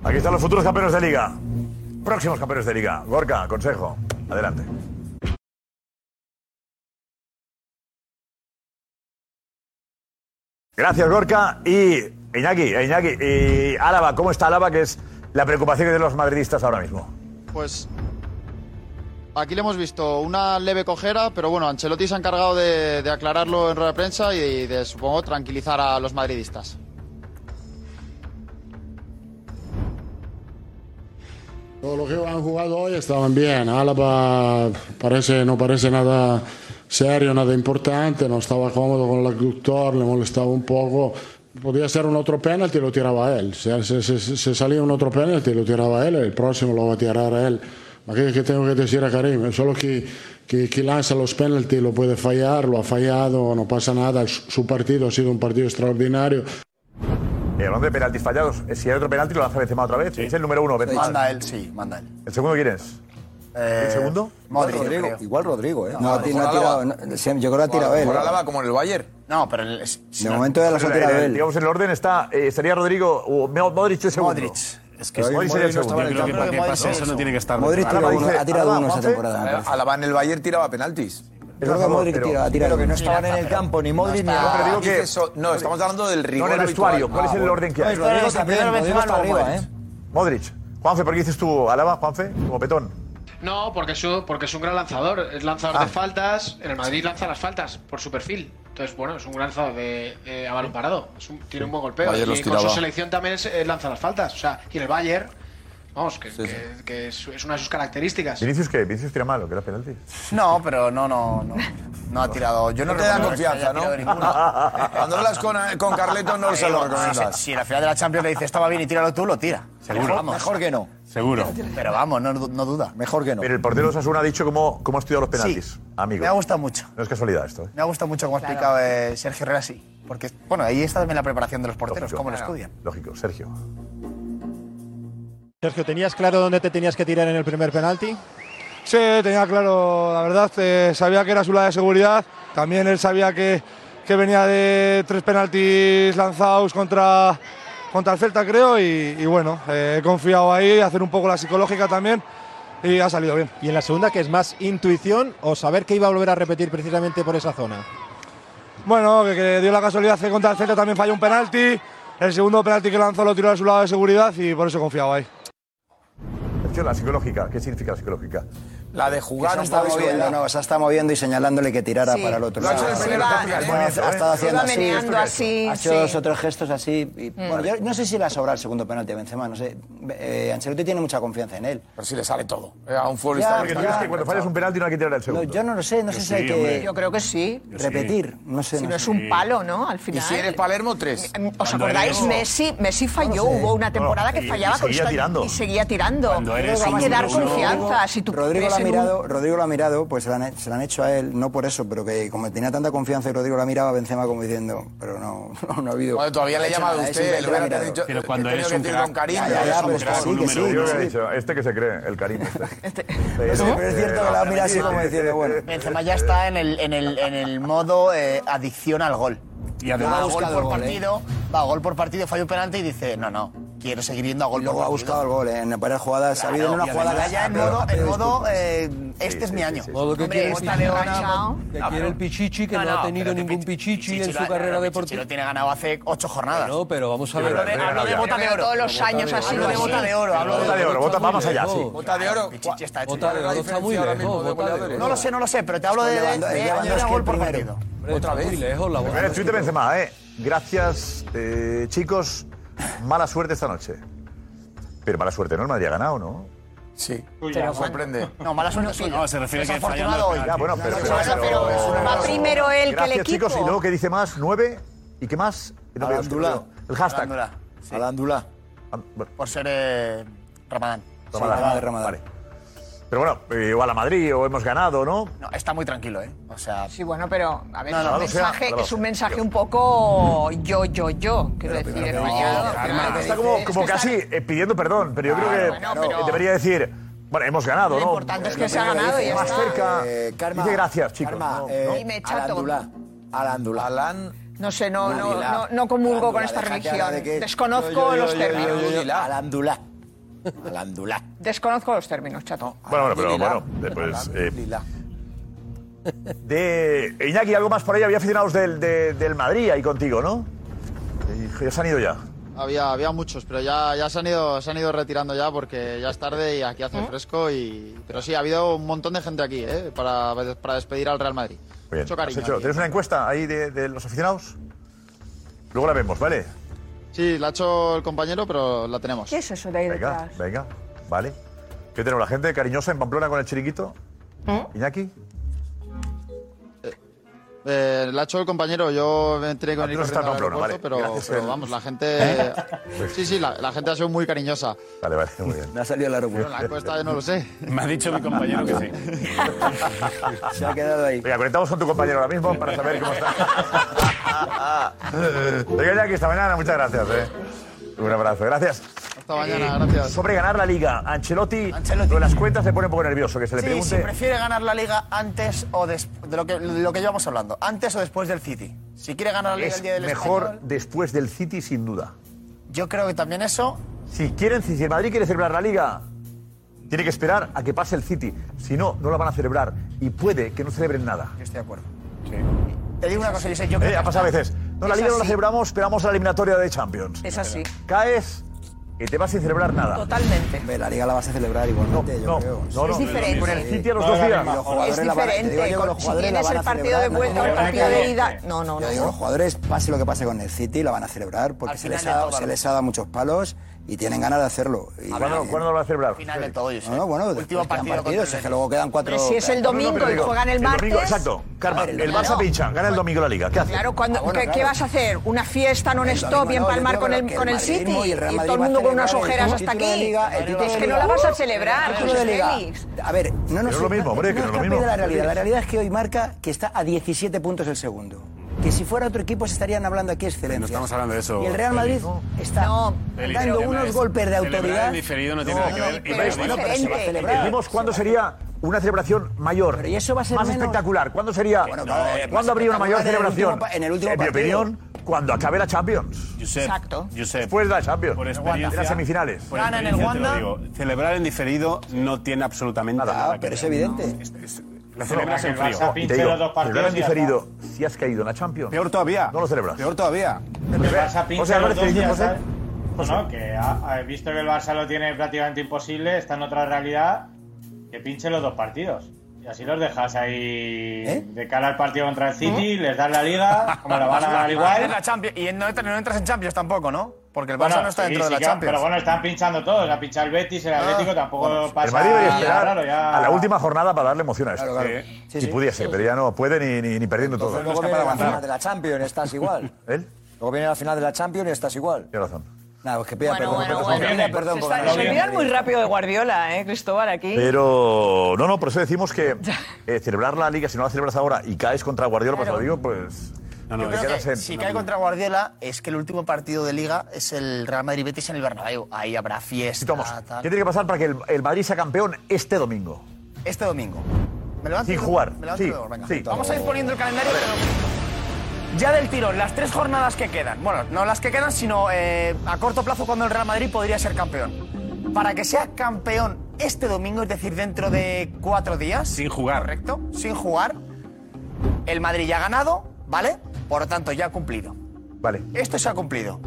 Aquí están los futuros campeones de liga. Próximos campeones de liga. Ah, Gorka, consejo. Adelante. Gracias, Gorka. Y Iñaki, eh, Iñaki. Y Álava, ¿cómo está Álava? Que es la preocupación de los madridistas ahora mismo.
Pues aquí le hemos visto una leve cojera, pero bueno, Ancelotti se ha encargado de, de aclararlo en rueda de prensa y de, supongo, tranquilizar a los madridistas.
Todos los que han jugado hoy estaban bien. Álava parece, no parece nada serio, nada importante. No estaba cómodo con el conductor, le molestaba un poco. Podía ser un otro penalti y lo tiraba él. Se, se, se, se salía un otro penalti y lo tiraba él. El próximo lo va a tirar a él. Ma che, che tengo que decir a Karim? Solo que, que, que lanza los penaltis lo puede fallar, lo ha fallado, no pasa nada. Su, su partido ha sido un partido extraordinario.
Eh, hablando de penaltis fallados, eh, si hay otro penalti lo lanza Benzema otra vez. Es el número uno, Benzema.
Manda él, sí, manda él.
¿El segundo quién es? ¿El segundo?
Modric, yo
Rodrigo,
creo.
igual Rodrigo, ¿eh?
No,
No,
Rodrigo.
no ha tirado. no, sí, yo creo que ha tirado él. ¿eh?
como en el Bayern.
No, pero el, si
De
no-
momento ya las ha
El-
tirado
el-
él.
Digamos, en el orden está, eh, estaría Rodrigo o Mo- Modric el segundo. Modric.
Es
que Modric
sería el
no estaba
segundo.
en el Yo creo que campo, para que Modric pase es eso no segundo. tiene que estar. Modric
Alaba
tiró uno-
dice-
ha tirado
Alaba,
uno esta
Juanfe.
temporada, me parece.
Alaba en el Bayern tiraba penaltis.
Yo creo que Modric tira- tira
Pero que no
bien.
estaban en el campo ni Modric ni Alaba.
pero digo que-
Dice eso- no, estamos hablando del rigor
No, en el
habitual.
vestuario. ¿Cuál
Ah,
es el
bueno.
orden que hay?
No, Rodrigo también, Rodrigo está arriba, ¿eh?
Modric. Juanfe, ¿por qué dices tú Alaba, Juanfe? Como petón.
No, porque es, un, porque es un gran lanzador. Es lanzador
Ah.
de faltas. En el Madrid lanza las faltas por su perfil. Entonces, bueno, es un gran lanzador de, eh, a balón parado. Es un- tiene un buen golpeo.
Ayer los
Y con su
tiraba.
selección también es, eh, lanza las faltas. O sea, y en el Bayern, vamos, que, que- que es, es una de sus características.
¿Vinicius qué? ¿Vinicius tira mal o que era penalti?
No, pero no, no, no. No ha tirado. Yo no,
No te da
recuerdo que
confianza,
haya
¿no?
tirado ninguno.
Cuando hablas con- con Carleto no se lo
Digo, si-
recomiendas.
Si, en la final de la Champions le dice estaba bien y tíralo tú, lo tira.
Seguro. Mejor
que no.
Seguro.
Pero vamos, no, no duda.
Mejor que no. Pero el portero de Osasuna ha dicho cómo, cómo ha estudiado los penaltis, amigo.
Me ha gustado mucho.
No es casualidad esto, ¿eh?
Me ha gustado mucho cómo ha explicado eh, Sergio Herrera, sí. Porque, bueno, ahí está también la preparación de los porteros,
Lógico.
cómo lo estudian.
Lógico, Sergio.
Sergio, ¿tenías claro dónde te tenías que tirar en el primer penalti?
Sí, tenía claro, la verdad, eh, sabía que era su lado de seguridad, también él sabía que, que venía de tres penaltis lanzados contra, contra el Celta, creo, y, y bueno, eh, he confiado ahí, hacer un poco la psicológica también, y ha salido bien.
Y en la segunda, que es más intuición o saber que iba a volver a repetir precisamente por esa zona.
Bueno, que, que dio la casualidad que contra el Celta también falló un penalti, el segundo penalti que lanzó lo tiró a su lado de seguridad y por eso he confiado ahí.
Sergio, la psicológica. ¿Qué significa la psicológica?
La de jugar
se
un
está
poco
moviendo,
bien.
no, se está moviendo y señalándole que tirara
Sí.
para el otro
Lo ha hecho
lado.
el primero,
Ha-
el primero.
ha-
Bonito,
ha
¿eh?
estado haciendo
Iba
así,
meneando así,
ha hecho
sí.
dos o tres gestos así. y, Bueno,
Mm.
yo no sé si le ha sobrado el segundo penalti a Benzema, no sé. Eh, Ancelotti tiene mucha confianza en él. Eh, Pero
si le sale todo. a un
futbolista Porque tú crees que cuando fallas un penalti no hay que tirar el segundo.
No, yo no lo sé, no
Yo
sé
sí,
si hay que...
hombre.
Yo creo que sí.
Yo sí. Repetir, no sé,
Si
no
no es
sé.
un palo, ¿no? Al final.
si eres Palermo, tres.
¿Os
Cuando
acordáis?
eres-
Messi, Messi falló.
No lo sé.
Hubo una temporada
No,
que
y-
fallaba
y seguía
constant-
tirando.
Y seguía tirando.
Cuando eres
Hay que dar
Rodrigo-
confianza. Si tú
Rodrigo lo
crees
ha
en un-
mirado, Rodrigo lo ha mirado, pues se lo, han, se lo han hecho a él, no por eso, pero que como tenía tanta confianza y Rodrigo la miraba, Benzema como diciendo, pero no, no, no ha habido...
Cuando todavía
no
le
ha hecho
llamaba a
nada,
usted,
simplemente
le
lo ha
hubiera
mirado.
dicho- Pero cuando he eres tenido un que decir crack. con cariño,
Ya, ya,
eres
ya,
un ¿eh?
pero está
crack,
así, que sí,
Yo
que
creo que
sí.
he dicho, este que se cree, el cariño este.
Pero
Este,
es cierto que la mira así
sí,
como
sí.
diciendo, bueno...
Benzema ya está en el, en el, en el modo eh, adicción al gol.
Y además
va
ha
a gol
buscado
por
el gol, ¿eh?
partido, va a gol por partido, falla un penalti y dice, no, no, quiero seguir yendo a gol
Luego
por
ha
partido.
buscado el gol, ¿eh? en varias jugadas, ha habido
Claro,
una
y
jugada...
además ya en modo, en modo eh, este es mi año.
Modo que
Hombre,
quiere
esta
Pichichi,
leona,
Pichichi,
mo-
que
No,
quiere el Pichichi, que
no,
no,
no,
ha tenido
pero que
ningún Pichichi, en
lo
su
ha-
carrera
Pichichi
deportiva.
lo tiene ganado hace ocho jornadas.
No, pero vamos a ver.
Hablo de- hablo de bota de oro.
Todos los años ha sido
Hablo de bota
así.
de oro. hablo
Bota de oro, bota, vamos allá, sí.
Bota de oro. Pichichi está hecho.
Bota de oro está muy lejos. bota de oro.
No lo sé, no lo sé, pero te hablo de, de, de, de gol por partido.
Hombre, está muy lejos la
El
bota.
primer tuit de Benzema, ¿eh? Gracias, eh, chicos. Mala suerte esta noche. Pero mala suerte, ¿no? El Madrid ha ganado, ¿no?
Sí.
Pero,
sorprende.
No, mala suerte suya.
No, se refiere que
Desafortunado hoy.
Ya, bueno, pero...
Desafortunado
Va primero él que el
Gracias,
equipo.
chicos. Y luego, ¿qué dice más? ¿Nueve? ¿Y qué más? No, pero-
Alándula.
El hashtag.
Alándula,
Alándula.
Por ser eh, Ramadán.
Ramadán.
Sí,
Vale. Pero bueno, eh, igual a Madrid o hemos ganado, ¿no?
No, está muy tranquilo, ¿eh? O sea,
Sí, bueno, pero a ver,
No,
es,
no,
un
no, sea,
mensaje,
no, no.
es un mensaje un poco yo, yo, yo. Quiero decir, el mañana.
Está como, como casi eh, pidiendo perdón, pero yo creo que eh, debería decir, bueno, hemos ganado, ¿no? Lo importante
es que se ha ganado y ya
Más
está.
cerca.
Eh, Karma,
Dice gracias, chicos.
Karma,
¿no?
eh,
¿no?
Dime, chato. Alándula.
Alándula. Alán.
No sé, no, no,
Nadie la-
no, no comulgo con
Alándula, deja
esta
que
religión.
habla de que-
Desconozco
Yo, yo, yo,
los
yo,
términos.
yo, yo, yo.
Alándula. Alándula. Desconozco los términos, chato.
Bueno, bueno, pero bueno, después. Pues, eh, de Iñaki, algo más por ahí. Había aficionados del, de- del Madrid ahí contigo, ¿no? Y ya se han ido ya.
Había, había muchos, pero ya, ya se, han ido, se han ido retirando ya porque ya es tarde y aquí hace fresco. Y, pero sí, ha habido un montón de gente aquí ¿eh? para, para despedir al Real Madrid.
Muy bien.
Mucho
Has
cariño.
hecho-
aquí. ¿eh?
¿Tienes una encuesta ahí de, de los aficionados? Luego la vemos, ¿vale?
Sí, la ha hecho el compañero, pero la tenemos.
¿Qué es eso de ahí
Venga,
detrás?
venga, vale. ¿Qué tenemos? ¿La gente cariñosa en Pamplona con el chiringuito? ¿Iñaki?
Eh, la ha hecho el compañero, yo me entré
Ah,
con
tú
el
no estás en Pamplona, vale.
pero,
Gracias, ¿Eh?
pero
el-
vamos, la gente... Sí, sí, la, la gente ha sido muy cariñosa.
Vale, vale, muy bien.
Me ha salido el
Pero la
aeropuerto.
encuesta yo no lo sé.
Me ha dicho mi compañero que sí.
Se ha quedado ahí.
Venga, conectamos con tu compañero ahora mismo para saber cómo está. Venga, Iñaki, hasta mañana. Muchas gracias, ¿eh? Un abrazo. Gracias.
Hasta mañana, gracias.
Sobre ganar la liga, Ancelotti, lo de las cuentas se pone un poco nervioso, que se le
Sí,
pregunte...
si prefiere ganar la liga antes o después de lo que, lo que llevamos hablando, antes o después del City. Si quiere ganar la liga el
es
día del
mejor
Español,
después del City, sin duda.
yo creo que también eso.
Si quieren, si el Madrid quiere celebrar la liga, tiene que esperar a que pase el City. Si no, no la van a celebrar. Y puede que no celebren nada.
Yo estoy de acuerdo. Te digo una cosa, yo sé, yo creo
Eh,
que
ha pasado a
hasta-
veces. No, la
Es
liga no la
así.
celebramos, esperamos a la eliminatoria de Champions.
Es así.
Caes y te vas sin celebrar nada.
Totalmente.
Ve, La liga la vas a celebrar igualmente, yo creo.
No, no,
Es
no, Con el
diferente.
City a los dos días.
Los jugadores
Es
la van a- te digo
diferente.
yo que los
Si
jugadores la
tienes
van
el
a
partido
celebrar,
de
¿no?
vuelta o el
Yo
partido
digo-
de ida. No, no,
Yo digo, los
no.
jugadores, pase lo que pase con el City, la van a celebrar porque se
final
les,
de
ha dado,
todo,
se
¿no?
les ha dado muchos palos y tienen ganas de hacerlo. Y-
¿Cuándo, ¿Cuándo lo van a celebrar?
Final de todo, yo sé.
No, no, bueno, después
Último
quedan
partido contra
partidos,
el
es que luego quedan cuatro...
Pero si es el domingo
pero
y
digo,
juegan el
domingo,
martes.
exacto. Karma,
Claro.
el Barça pincha, gana el domingo la liga. ¿Qué hace?
Claro, cuando,
Ah, bueno,
¿qué, qué
claro.
vas a hacer? ¿Una fiesta en un stop y
en
empalmar con el, con el City? Y, todo el mundo con unas ojeras hasta aquí. es que no la vas a celebrar,
título de liga.
Félix.
A ver, no
Pero
nos
es lo mismo, hombre,
no
que no es lo
escape
mismo.
de la realidad. La realidad es que hoy marca que está a 17 puntos el segundo. Que si fuera otro equipo se estarían hablando aquí excelencia.
No estamos hablando de eso,
Y el Real Madrid
Félix.
está
Félix,
dando
el tema
unos
es
golpes de
celebrar
autoridad.
el diferido no tiene nada que ver. Y
pero
la
es
liga.
diferente.
Bueno, pero se va a celebrar.
Decimos cuándo sería una celebración mayor,
Pero y eso va a ser
más
menos-
espectacular. ¿Cuándo sería?
claro, eh, más
¿Cuándo habría una mayor
espectacular en el
celebración?
último pa- en el último
en mi
partido.
opinión, cuando acabe la Champions.
Exacto.
Después de la Champions.
Por
de
experiencia,
las semifinales.
por experiencia te lo digo. Celebrar en diferido no tiene absolutamente nada, que
pero es
ver.
evidente.
Lo celebras en frío.
Y te digo, celebrar en diferido, si has caído en la Champions.
Peor todavía.
No lo celebras.
Peor todavía.
O sea, Álvarez, ¿te dices, José?
¿eh? No, no, que ha, ha visto que el Barça lo tiene prácticamente imposible, está en otra realidad Que pinche los dos partidos. Y así los dejas ahí de cara al partido contra el City, les das la liga, como la van a dar igual.
En la Champions- Y no entras, no entras en Champions tampoco, ¿no? Porque el Barça
Bueno,
no está
sí,
dentro
sí
de la
que-
Champions.
Pero bueno, están pinchando todos. Ha pinchado el Betis, el Atlético, tampoco pasa.
el Madrid debería
nada
esperar
raro, ya.
a la última jornada para darle emoción a esto.
Claro, claro.
Sí,
Sí,
si
sí.
pudiese, pero ya no puede ni, ni, ni perdiendo todo.
Luego viene la final de la Champions, estás igual.
¿Él?
Luego viene la final de la Champions y estás igual.
Tienes razón.
Nada, pues que pida
Bueno,
perdón.
bueno,
Pepe,
bueno.
que pida perdón
Se
por
está-
ganar.
se olvidan
muy rápido de Guardiola, ¿eh, Cristóbal, aquí?
Pero no, no, por eso decimos que eh, celebrar la liga, si no la celebras ahora y caes contra Guardiola, pues lo digo, pues.
Yo
te
creo
quedas
que
en-
si cae contra Guardiola, es que el último partido de Liga es el Real Madrid-Betis en el Bernabéu. Ahí habrá fiesta, tal.
¿Qué tiene que pasar para que el, el Madrid sea campeón este domingo?
Este domingo. Me levanto
Sin
y-
jugar.
me levanto
Sí,
y luego, venga.
sí.
Vamos a ir poniendo el calendario, pero ya del tirón, las tres jornadas que quedan. Bueno, no las que quedan, sino eh, a corto plazo cuando el Real Madrid podría ser campeón. Para que sea campeón este domingo, es decir, dentro de cuatro días. Sin jugar. Correcto, sin jugar. El Madrid ya ha ganado, ¿vale? Por lo tanto, ya ha cumplido.
Vale.
Esto se ha cumplido.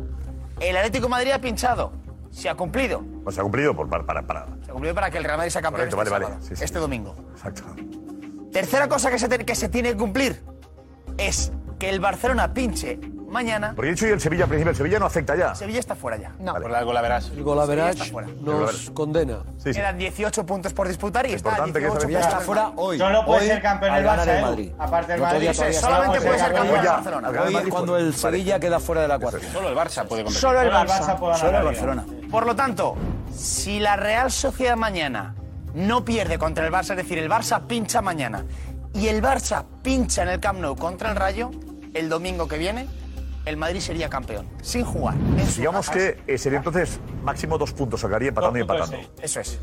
El Atlético de Madrid ha pinchado. Se ha cumplido.
Pues se ha cumplido por, para, para, para.
Se ha cumplido para que el Real Madrid sea campeón
Correcto,
este,
vale,
sábado,
vale. Sí, sí.
este domingo.
Exacto.
Tercera cosa que se, te- que se tiene que cumplir es que el Barcelona pinche mañana.
Porque he dicho yo el Sevilla al principio, el Sevilla no afecta ya.
Sevilla está fuera ya.
No.
Vale.
el golaveras.
El golaverage
Sí, está fuera.
nos condena.
Sí, sí.
Quedan 18 puntos por disputar y está a
importante que esa
18 puntos.
victoria está
fuera
hoy.
Solo puede
Hoy,
ser campeón
al
el
ganar
Barça,
¿eh?
el
Edu.
Madrid.
Aparte el
No,
Madrid.
todavía, todavía
Dice, solamente
estamos
puede
en
ser
la
campeón el
campaña.
Barcelona.
Hoy es cuando el Sevilla queda fuera de la cuarta.
Solo
el Barça puede
competir. Solo el Barça.
Solo el Barcelona.
Por lo tanto, si la Real Sociedad mañana no pierde contra el Barça, es decir, el Barça pincha mañana y el Barça pincha en el Camp Nou contra el Rayo, el domingo que viene, el Madrid sería campeón, sin jugar. en su
Digamos
casa.
que eh, sería entonces máximo dos puntos, sacaría empatando y empatando.
Eso es.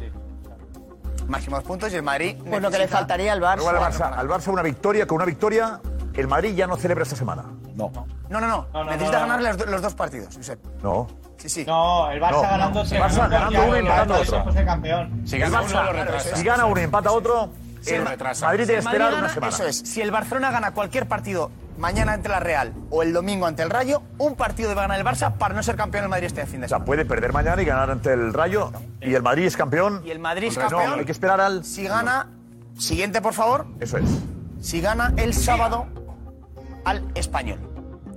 Máximos puntos y el Madrid.
Pues lo que le faltaría al Barça.
Luego al Barça, al Barça una victoria, con una victoria el Madrid ya no celebra esta semana. No.
No, no, no.
no,
Necesita
no, no.
ganar los, do- los dos partidos, Josep.
No.
Sí, sí. No, el
Barça No. ganando se El Barça ganó, ganando ya uno y lo empatando ganó, otro. eso
el campeón.
Si gana uno, lo retrasa. Si gana uno y empata otro, el Madrid tiene que esperar una semana.
Eso es. Si el Barcelona gana cualquier partido mañana ante la Real o el domingo ante el Rayo, un partido debe ganar el Barça para no ser campeón el Madrid este fin de
O sea, puede perder mañana y ganar ante el Rayo. Y el Madrid es campeón.
Y el Madrid es
No,
campeón.
hay que esperar al.
Si gana, siguiente por favor,
Eso es.
si gana el sábado al español.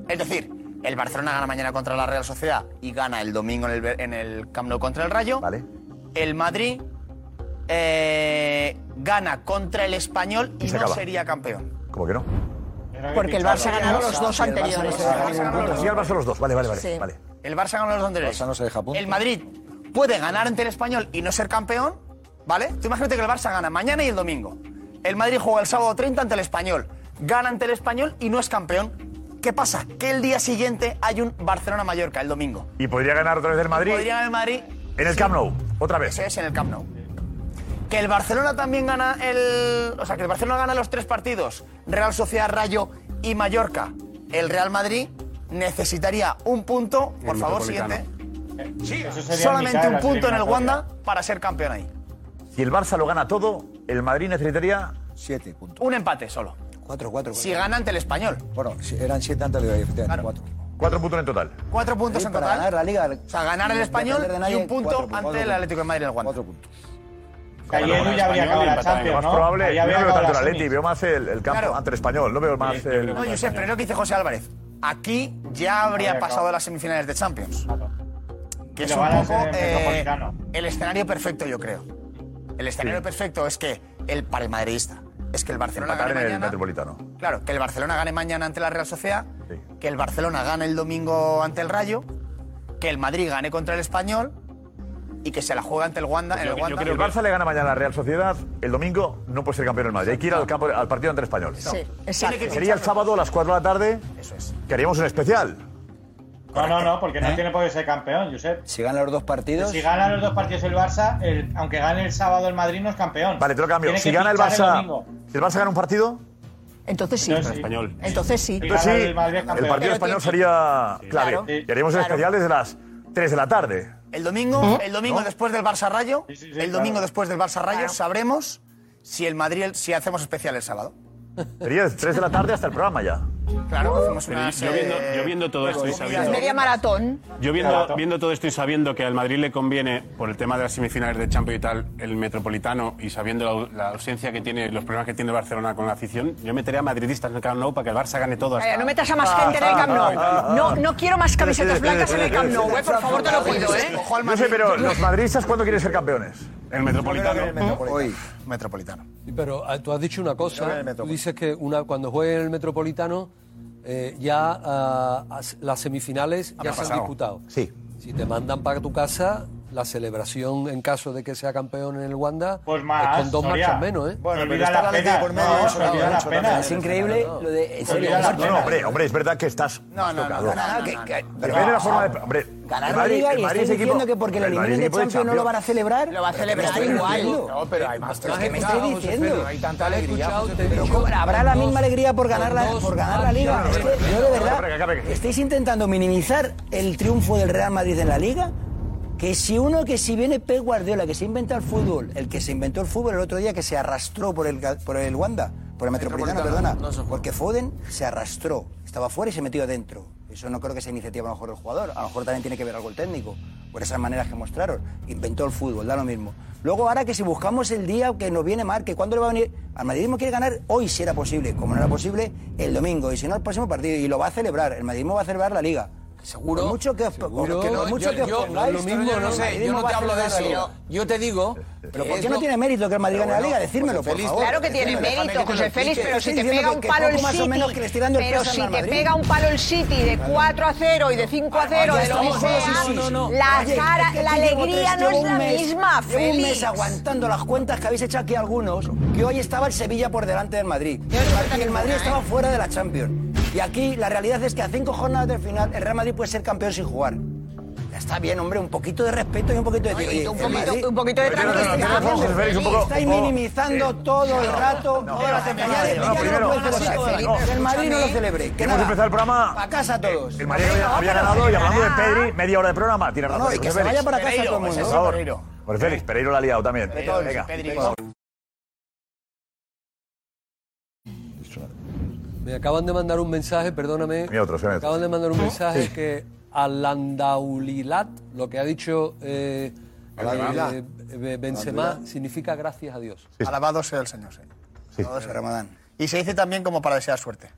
Es decir, el Barcelona gana mañana contra la Real Sociedad y gana el domingo en el, Be- en el Camp Nou contra el Rayo. Vale. El Madrid eh, gana contra el español y,
se
no
acaba.
sería campeón.
¿Cómo que no?
Porque el Barça ganó los dos anteriores.
Sí, al Barça los dos. Vale, vale, vale.
Sí.
vale.
El Barça gana los dos anteriores.
Barça no se deja puntos.
El Madrid puede ganar ante el español y no ser campeón, ¿vale? Tú imagínate que el Barça gana mañana y el domingo. El Madrid juega el sábado 30 ante el español. Gana ante el español y no es campeón. ¿Qué pasa? Que el día siguiente hay un Barcelona-Mallorca, el domingo.
Y podría ganar otra vez el Madrid
Podría ganar el Madrid,
en el Camp Nou. Otra vez.
eso es, en el Camp Nou. Que el Barcelona también gana el... O sea, que el Barcelona gana los tres partidos. Real Sociedad, Rayo y Mallorca. El Real Madrid necesitaría un punto. Por
El
favor,
Metropolitano.
siguiente.
Eso sería mitad
Solamente
de
un
las
punto en el
eliminatorias.
Wanda para ser campeón ahí.
Si el Barça lo gana todo, el Madrid necesitaría.
Siete puntos.
Un empate solo.
Cuatro, cuatro.
Si gana ante el español.
Bueno, si eran siete antes de hoy, efectivamente. Cuatro.
Cuatro puntos en total.
Cuatro puntos
Sí,
en
para
total.
ganar la Liga.
O sea, ganar el
Sin
español
depender de
y
nadie,
un punto
cuatro
ante
puntos, cuatro
el
puntos.
Atlético de Madrid en el Wanda. Cuatro
puntos.
Ahí Edu ya habría acabado la
Lo
Champions,
más
¿no?
probable,
Ahí
yo
habría
no veo
acabado
tanto el
las
Atleti,
semis.
veo más el, el campo ante el español, no veo más el...
No, Josep, pero es lo que dice José Álvarez. Aquí ya habría pasado a las semifinales de Champions. Que es
lo
un
ganas
poco
en el
eh,
Metropolitano.
el escenario perfecto, yo creo. El escenario perfecto es que el para el madridista es que el Barcelona
Empatar
gane
en el
mañana.
Metropolitano.
Claro, que el Barcelona gane mañana ante la Real Sociedad, que el Barcelona gane el domingo ante el Rayo, que el Madrid gane contra el Español y que se la juegue ante el Wanda. en el Wanda.
Si el Barça le gana mañana a la Real Sociedad, el domingo no puede ser campeón el Madrid. Hay que ir al, campo, al partido ante el español.
Sí,
exacto.
Que Sería el sábado a las 4 de la tarde.
Eso es.
Que haríamos un especial.
No, no, no, porque no
¿Eh?
tiene por qué ser campeón, Josep.
Si gana los dos partidos.
Si gana los dos partidos el Barça, el- aunque gane el sábado el Madrid no es campeón.
Vale, te lo cambio.
Tiene
Si
que
gana el
pinchar
Barça.
domingo.
si el Barça gana un partido,
Entonces sí.
Entonces sí. Español.
Entonces sí.
entonces Pues sí, el partido español sería clave.
Claro.
Y haríamos un
Claro.
especial desde las 3 de la tarde.
El domingo, el domingo después del Barça Rayo, el domingo
claro.
después del Barça Rayo sabremos si el Madrid, si hacemos especial el sábado.
Sería desde 3 de la tarde hasta el programa ya.
Claro, hicimos
Pero
una.
yo, viendo, yo viendo todo esto y sabiendo.
Pues, Media maratón.
Yo viendo, viendo todo esto y sabiendo que al Madrid le conviene, por el tema de las semifinales de Champions y tal, el Metropolitano, y sabiendo la, la ausencia que tiene, los problemas que tiene el Barcelona con la afición, yo meteré a madridistas en el Camp Nou para que el Barça gane todo. hasta-
Calla, no metas a más gente
Ah,
en el Camp Nou. No, no quiero más camisetas blancas en el Camp Nou, eh, por favor, te lo pido, ¿eh?
No sé, pero los madridistas, ¿cuándo quieren ser campeones?
El Metropolitano.
Hoy.
Metropolitano.
Pero ah, tú has dicho una
Yo creo
cosa.
en el
Tú dices que una, cuando juegue en el Metropolitano, eh, ya ah, as- las semifinales ya
Habrá
se han
pasado.
disputado. Sí. Si te mandan para tu casa, la celebración en caso de que sea campeón en el Wanda
Pues más,
es con dos
Soria.
marchas menos, ¿eh?
Bueno, pero Olvida está las la Leti penas. por medio, No, eso no, olvida las penas.
Es increíble
lo de...
No, no, hombre, hombre, es verdad que estás.
No, no, no, no,
tocado.
no, no, que- que-
Te viene la forma de. Hombre,
Ganar
el
la
Madrid-
liga
el
y
Madrid
estáis
es equipo-
diciendo que porque lo
el Madrid
eliminan
es
de
equipo de
Champions no lo van a
Champions.
celebrar.
Lo va a
Pero
celebrar
me estáis
igual.
mintiendo.
No,
pero hay más
Pero
que me estáis diciendo.
hay
tanta
alegría,
Pero ¿cómo? habrá la misma alegría por ganar la,
dos
por ganar la liga.
marchas.
Es que yo de
Venga,
verdad estáis intentando minimizar el triunfo del Real Madrid en la liga. Que si uno, que si viene Pep Guardiola, que se inventa el fútbol, el que se inventó el fútbol el otro día, que se arrastró por el, Ga- por el Wanda, por el Metropolitano, perdona, porque Foden se arrastró, estaba fuera y se metió adentro. Eso no creo que sea iniciativa a lo mejor del jugador, a lo mejor también tiene que ver algo el técnico, por esas maneras que mostraron. Inventó el fútbol, da lo mismo. Luego ahora que si buscamos el día que nos viene mal, que cuándo le va a venir... Al madridismo quiere ganar hoy si era posible, como no era posible, el domingo, y si no el próximo partido, y lo va a celebrar, el madridismo va a celebrar la Liga. Seguro. mucho que os, que por mucho que os
yo,
pongáis,
lo mismo,
el
no sé, yo
madridismo
no
va
te
a
hablo de
celebrar
eso.
la Liga.
Yo te digo.
Pero ¿por
es
qué no
lo-
tiene mérito que el Madrid gane la
Pero
liga?
bueno,
Decírmelo,
José
por
Félix,
favor.
Claro que tiene
Déjame
mérito,
que te lo
José
explique.
Félix, pero
Estoy
si te
diciendo
pega
que-
un
que
palo el
poco más o
City,
menos que le esté dando el
pero
peso al
si
Real
te
Madrid.
pega un palo el City de 4 a 0 y de 5 a 0,
Ah, Ya
de lo que
estamos
sea,
todos así.
la
Oye, es
cara,
que
la
yo llevo
alegría
tres-
no
llevo
es
un
la
mes-
misma,
Llevo un mes
Félix.
aguantando las cuentas que habéis hecho aquí algunos, que hoy estaba el Sevilla por delante del Madrid. El Madrid, el Madrid estaba fuera de la Champions. Y aquí la realidad es que a cinco jornadas del final el Real Madrid puede ser campeón sin jugar. Ya está bien, hombre, un poquito de respeto y un poquito de...
Oye,
oye,
un
el
poquito-
Madrid-
un poquito de
Pero, pero, pero,
tranquilidad,
pero, pero,
José
pero,
Félix, un poco-
Estáis
un poco-
minimizando todo el rato, todas las temporadas.
no,
Ya
primero-
no puede celebrar.
no,
Que El Madrid no lo
escúchame.
celebre. Que
Hemos
nada.
empezado el programa. Eh,
A casa todos.
El Madrid había, había ganado y hablando de Pedri, media hora de programa. Tiene razón.
No, y que
José
se vaya
Félix.
para casa Pereiro, todo el mundo. ¿eh?
Por
ese
favor.
Pereiro.
Por Félix, Pereiro la ha liado también.
Pereiro,
Venga.
Pedri.
Me acaban de mandar un mensaje, perdóname.
Y otros, y
me
otros.
acaban de mandar un
¿No?
mensaje
Sí.
que Alandaulilat, lo que ha dicho eh,
Alaulilat.
eh, eh, Benzema,
Alaulilat.
significa gracias a Dios.
Alabado sea el Señor, sí. Alabado sea Ramadán. Y se dice también como para desear suerte.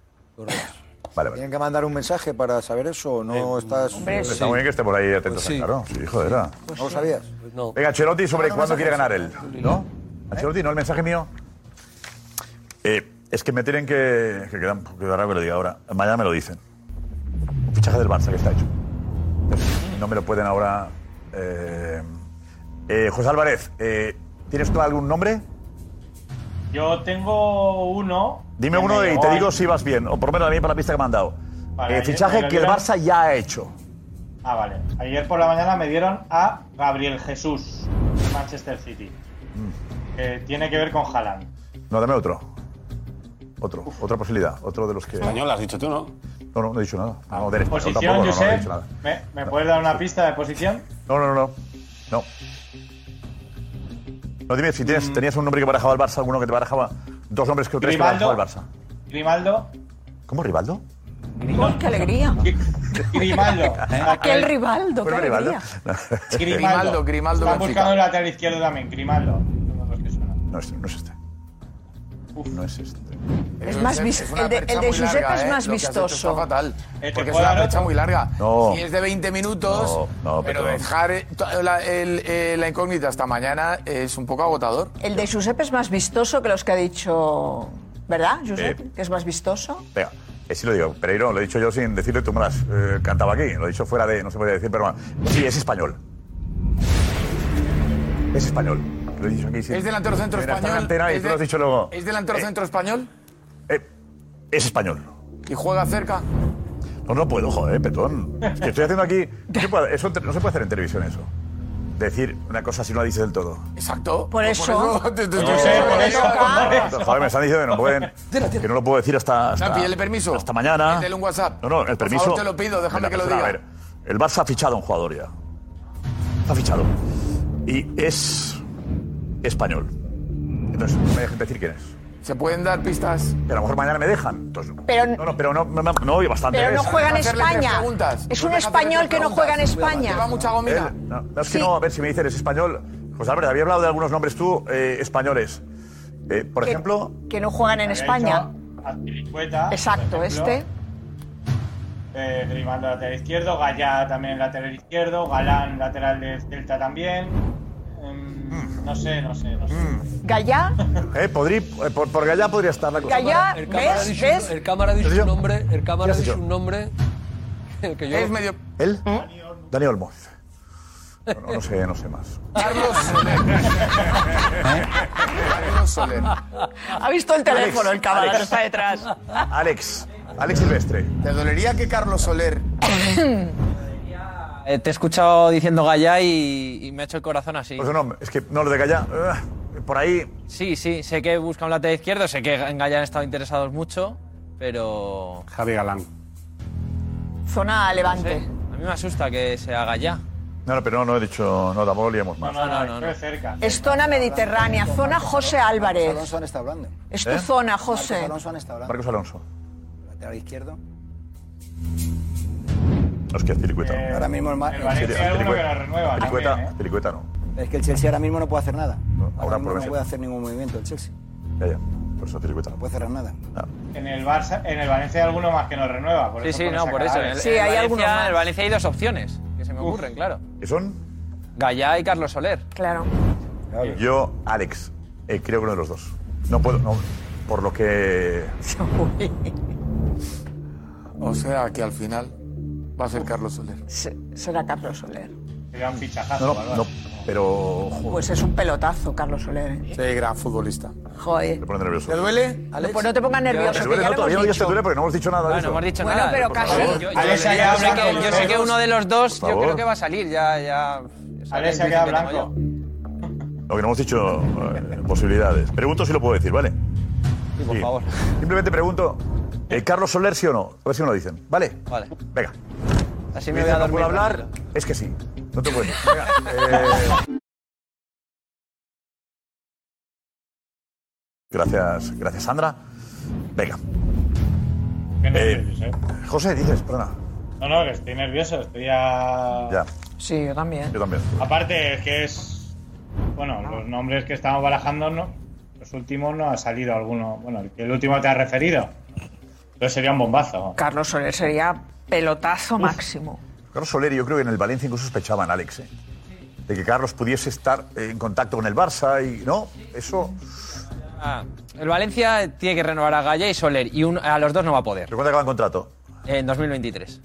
¿Tienen que mandar un mensaje para saber eso o no estás...?
Eh, Hombre, Está muy bien que esté por ahí atento, claro. Sí, joder. era.
¿No lo sabías?
Pues No.
Venga, Ancelotti, sobre
Pues No, no,
cuándo
no,
quiere
no,
ganar
no,
él. ¿No? Ancelotti, ¿no? El mensaje mío. Eh, es que me tienen que. que quedan, queda raro que lo diga ahora. Mañana me lo dicen. Fichaje del Barça que está hecho. No me lo pueden ahora. eh, eh, José Álvarez, eh, ¿tienes tú algún nombre?
Yo tengo uno.
Dime
que
uno
me
y
llegó
te
al-
digo si vas bien, o por lo menos a mí por la pista que me han dado.
Vale,
Eh,
ayer me
fichaje
lo
que el
dieron.
Barça ya ha hecho.
Ah, vale. Ayer por la mañana me dieron a Gabriel Jesús, de Manchester City. Que tiene que ver con Haaland.
No, dame otro. Otro, otra posibilidad, otro de los que.
Español,
has dicho tú, ¿no? No, no, no he dicho nada. No, del español
Posición,
Ah, tampoco, no, no, no he
Josep.
dicho nada.
¿Me, me puedes dar una pista de posición?
No, no, no, no. No. No, dime si
Mm.
tienes, tenías un nombre que barajaba el Barça, alguno que te barajaba. Dos nombres que o tres
Grimaldo.
que barajaba el
Grimaldo.
Barça. ¿Cómo Rivaldo?
¡Qué alegría!
Grimaldo.
Aquel Rivaldo, qué
¿Fue Rivaldo?
alegría.
Pues Grimaldo.
Grimaldo, Grimaldo
Están
Benfica.
buscando el lateral izquierdo también. Grimaldo.
No, este, no es este. No es este.
Es más vis-
una
el de-
percha
el de
muy
Giuseppe
larga,
es
¿eh?
más
Lo que has hecho
vistoso.
Está fatal.
te
Porque es
puedo
una
dar
percha
otro.
muy larga.
No.
Si es de 20 minutos,
No, no,
pero
Petro.
dejar eh, to- la, el- eh, la incógnita hasta mañana es un poco agotador.
El de Giuseppe es más vistoso que los que ha dicho. ¿Verdad, Giuseppe?
Eh.
Que es más vistoso.
Venga, eh, sí lo digo. Pereiro, lo he dicho yo sin decirle, tú me las eh, cantaba aquí. Lo he dicho fuera de, no se podía decir, pero bueno. Sí, es español. Es español. Lo he dicho aquí, sí.
¿Es delantero centro
Mira, está en
español?
antena y
¿Es
tú
de-
lo has dicho luego. Eh.
¿Es delantero centro español?
Es español.
¿Y juega cerca?
No, no puedo, joder, petón. Es que estoy haciendo aquí. ¿qué puedo- eso te- no se puede hacer en televisión eso. Decir una cosa si no la dices del todo.
Exacto.
Por eso.
No, Joder, me están diciendo que no pueden. Que no lo puedo decir hasta. hasta
Santi, dale permiso.
Hasta mañana.
Métele un WhatsApp.
No, no, el
Por
permiso.
favor, te lo pido, déjame
Venga,
que lo
perdona,
diga.
A ver, el Barça ha fichado a un jugador ya. Ha fichado. Y es. español. Entonces, no me dejen decir quién es.
¿Se pueden dar pistas?
Que a lo mejor mañana me dejan. Entonces,
Pero-
no, no, pero no, no, no, oye, bastante.
Pero no
¿eh?
juega en España. Es un español que no juega en España.
Oh,
Eh, No, no, es que no, a ver si me dices, es español. José Álvarez, había hablado de algunos nombres tú, eh, españoles. Eh, por
Que-
ejemplo,
Que no juegan en
Había
España.
dicho Azpilicueta,
Exacto,
por ejemplo.
este.
Eh, Grimaldo lateral izquierdo, Gallá también lateral izquierdo, Galán lateral del Celta también. Em,
Mm.
no sé, no sé, no sé.
Gallá.
eh, podrí- eh, por, por Gallá podría estar la cosa.
Gallá,
El cámara ha dicho- El cámara ha dicho un nombre. El cámara ha dicho un nombre. Que yo.
Es medio- ¿Él?
¿Eh?
Dani Olmo. No, no, no sé, no sé más.
Carlos
Carlos Soler.
Ha visto el teléfono, el cabrón
Alex.
que está detrás.
Alex. Alex Silvestre.
¿Te dolería que Carlos Soler
Eh, te he escuchado diciendo Gallá y, y me ha hecho el corazón así.
Pues no, es que no lo de Gallá. eh, por ahí.
Sí, sí, sé que busca un lateral izquierdo, sé que en Gallá han estado interesados mucho, pero.
Javi Galán.
Zona Levante.
A mí me asusta que sea Gallá.
No, no, pero no, no he dicho, no, tampoco liemos más.
No, no, no, no.
Es zona mediterránea, zona José Álvarez.
Alonso han estado hablando.
Es tu
¿Eh?
zona, José.
Alonso han estado hablando.
Marcos Alonso.
Lateral izquierdo.
No, es que Azpilicueta.
Eh,
no.
Ahora mismo el ma- el
Azpili-
Valencia es uno que
Azpilicueta-
lo renueva
Azpilicueta-
también, ¿eh?
Azpilicueta no.
Es que el Chelsea ahora mismo no puede hacer nada.
Ahora
Ahora mismo
por
no puede hacer ningún movimiento el Chelsea.
Ya, ya. Por eso Azpilicueta.
No puede cerrar nada.
En el Barça, en el Valencia hay alguno más que nos renueva. Por
Sí,
eso
sí,
pones
no,
a
por eso.
Canales.
El, el Valencia- el Valencia hay dos opciones que se me ocurren, claro.
¿Qué son?
Gallá y Carlos Soler.
Claro.
Yo, Alex. eh, creo que uno de los dos. No puedo, no. Por lo que.
O sea que al final va a ser Carlos Soler.
Será Carlos Soler.
Sería un fichajazo.
No,
¿verdad?
no, no. Pero.
Pues es un pelotazo, Carlos Soler. ¿eh?
Sí, gran futbolista.
Joder.
Me pone nervioso.
¿Te
duele?
No, pues no te pongas nervioso.
¿Te
que
duele?
ya
No,
lo
todavía no digas
hemos
que
dicho.
duele porque no hemos dicho nada de
Bueno,
eso.
hemos dicho
Bueno,
nada.
pero
Por
casi.
favor. Yo, yo- yo sé que, yo sé que uno de los dos,
Por
yo creo
favor.
que va a salir. Ya, ya.
Alex se ha
que
quedado
tengo
blanco.
Lo que no hemos dicho, eh, posibilidades. Pregunto si lo puedo decir, ¿vale? Sí, por favor. Simplemente pregunto, eh, ¿Carlos Soler sí o no? A ver si me lo dicen, ¿vale? Vale. Venga.
Así
me
voy a
dicen, ¿no
dormir
puedo hablar? Es que sí. No te puedo. Venga, eh, Gracias, gracias, Sandra. Venga. Eh, José, dices, perdona.
No, no, que estoy nervioso, estoy a...
Ya,
Sí, yo también.
yo también.
Aparte, es que es. Bueno,
Ah.
los nombres que estamos barajando, no, los últimos no ha salido alguno. Bueno, el que el último te ha referido. Entonces sería un bombazo.
Carlos Soler sería pelotazo máximo.
Carlos Soler, yo creo que en el Valencia incluso sospechaban, Alex, ¿eh? de que Carlos pudiese estar eh, en contacto con el Barça y no, eso.
Ah, el Valencia tiene que renovar a Gallá y Soler y un- a los dos no va a poder.
¿Cuándo acaban contrato?
En 2023.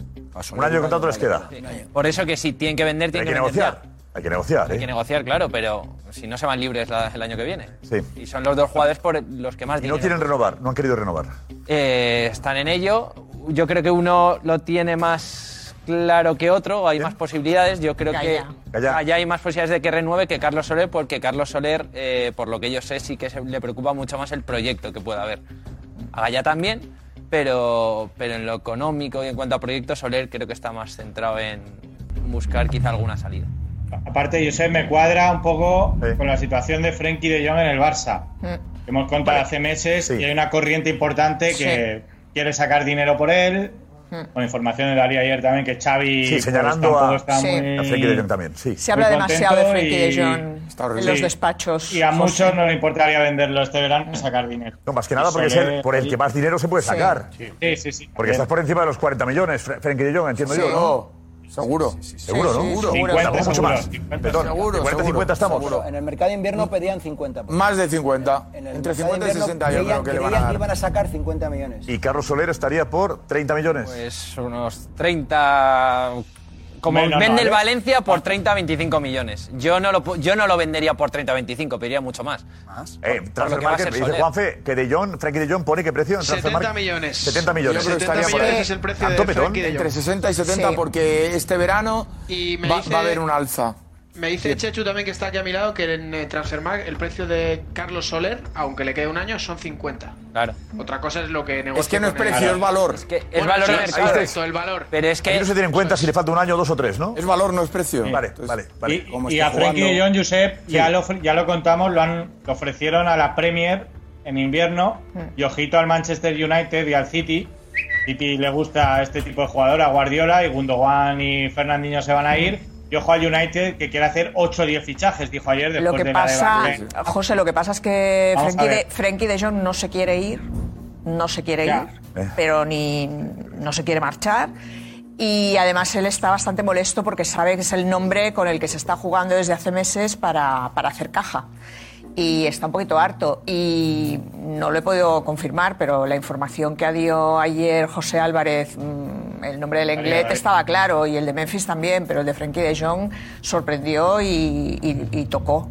Un año de contrato les queda.
Por eso que si tienen que vender,
Hay
tienen
que
vender ya.
negociar. Hay que negociar,
Hay que
¿eh?
negociar, claro, pero si no se van libres la- el año que viene.
Sí.
Y son los dos jugadores por los que más
Y no
dinero.
quieren renovar, no han querido renovar.
Eh, están en ello. Yo creo que uno lo tiene más claro que otro, hay más posibilidades. Yo creo
Gaya.
que allá hay más posibilidades de que renueve que Carlos Soler, porque Carlos Soler, eh, por lo que yo sé, sí que se, le preocupa mucho más el proyecto que pueda haber. A Gaya también, pero, pero en lo económico y en cuanto a proyectos, Soler creo que está más centrado en buscar quizá alguna salida.
Aparte, Josep me cuadra un poco con la situación de Frenkie de Jong en el Barça. que Hemos contado hace meses y hay una corriente importante que quiere sacar dinero por él.
Mm.
Con información de Daría ayer también que Xavi
Sí,
pues,
señalando
tampoco
a,
está
a
muy-
Frenkie de Jong también, sí.
Se habla
Muy
demasiado de
contento
Frenkie de
y-
Jong
Está
en
horrible.
los
Sí.
despachos.
Y a
José.
muchos no le importaría venderlo este verano y sacar dinero.
No, más que nada porque es el, por el que más dinero se puede sacar.
Sí, sí, sí.
Porque estás por encima de los 40 millones, Fre- Frenkie de Jong, entiendo
Sí.
yo,
Oh,
¿no? Seguro. Seguro, ¿no?
sí, sí,
Seguro.
seguro.
Tampoco mucho más.
50,
Perdón,
seguro,
de 40
seguro,
50 estamos.
seguro.
En el mercado de invierno pedían 50.
Más de 50.
En el
Entre
mercado de
50 y
invierno
60 yo creo
creían-
que le van
creían
a
que
dar.
iban a sacar 50 millones.
Y Carlos Soler estaría por 30 millones.
Pues unos 30. Como
Menos, ¿eh?
vende
¿vale?
el Valencia por 30-25 millones. Yo no, lo, pu- yo no lo vendería por 30-25, pediría mucho más. ¿Más?
Eh, Transfer Market, dice
Soler.
Juanfe que De Jong, Frankie De Jong pone qué precio en Transfer
70
Market.
millones.
70 millones.
Yo creo que estaría por ahí.
A tope, Tom.
Entre 60 y 70
Sí.
porque este verano
Y me
va,
dice-
va a haber un alza.
Me dice Chechu también que está aquí a mi lado que en eh, Transfermarkt el precio de Carlos Soler, aunque le quede un año, son 50.
Claro.
Otra cosa es lo que negocia.
Es que no es
con el-
precio, es valor.
Es que es
Bueno,
valor
sí,
de
sí,
mercado.
correcto, el valor.
Pero es
Aquí
que.
no se tiene en cuenta si le falta un año, dos o tres, ¿no?
Es valor, no es precio.
Vale, vale, vale.
Y a Frenkie de Jong, Josep, ya, lo, ofre- ya lo contamos, lo, han, lo ofrecieron a la Premier en invierno.
Mm.
Y ojito al Manchester United y al City. City le gusta a este tipo de jugador, a Guardiola, y Gundogan y Fernandinho se van a ir. Y ojo al United que quiere hacer 8 o 10 fichajes, dijo ayer después
Mm. Lo que
de
pasa, Ah,
la debacle.
José, lo que pasa es que
Vamos
Frenkie
a
de,
ver.
Frenkie de Jong no se quiere ir, no se quiere
Ya.
ir, pero ni no se quiere marchar. Y además él está bastante molesto porque sabe que es el nombre con el que se está jugando desde hace meses para, para hacer caja. Y está un poquito harto. Y no lo he podido confirmar, pero la información que dio ayer José Álvarez, mm, el nombre del
Vale,
inglés
vale.
estaba claro, y el de Memphis también, pero el de Frenkie de Jong sorprendió y, y- y tocó.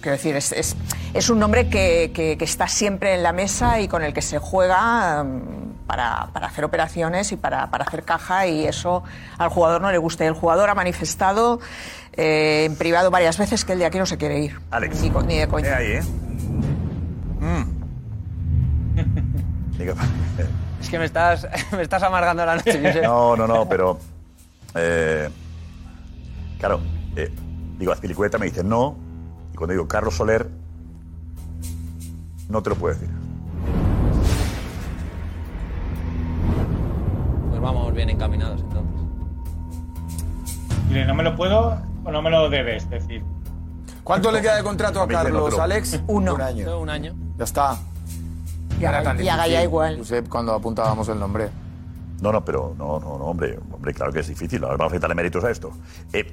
Quiero decir, es, es, es un nombre que, que- que está siempre en la mesa y con el que se juega mm, para, para hacer operaciones y para, para hacer caja y eso al jugador no le gusta. Y El jugador ha manifestado eh, en privado varias veces que el de aquí no se quiere ir.
Alex.
Ni, co- ni de coña.
Diga,
Es que me estás, me estás amargando la noche, Josep.
No, no, no, pero. eh, claro, eh, digo, Azpilicueta me dice no. Y cuando digo Carlos Soler, no te lo puedo decir.
Pues vamos bien encaminados entonces.
Dile, no me lo puedo o no me lo debes decir.
¿Cuánto le queda de contrato a
Me dicen
Carlos,
otro.
Alex?
Uno.
Un
Eh,
año.
Un año.
Ya está.
Y a
Era
Ga-
tan
y a Gaia
difícil,
igual.
Josep, cuando apuntábamos el nombre.
No, no, pero no, no, no, hombre, hombre, claro que es difícil. Ahora vamos a quitarle méritos a esto. Eh,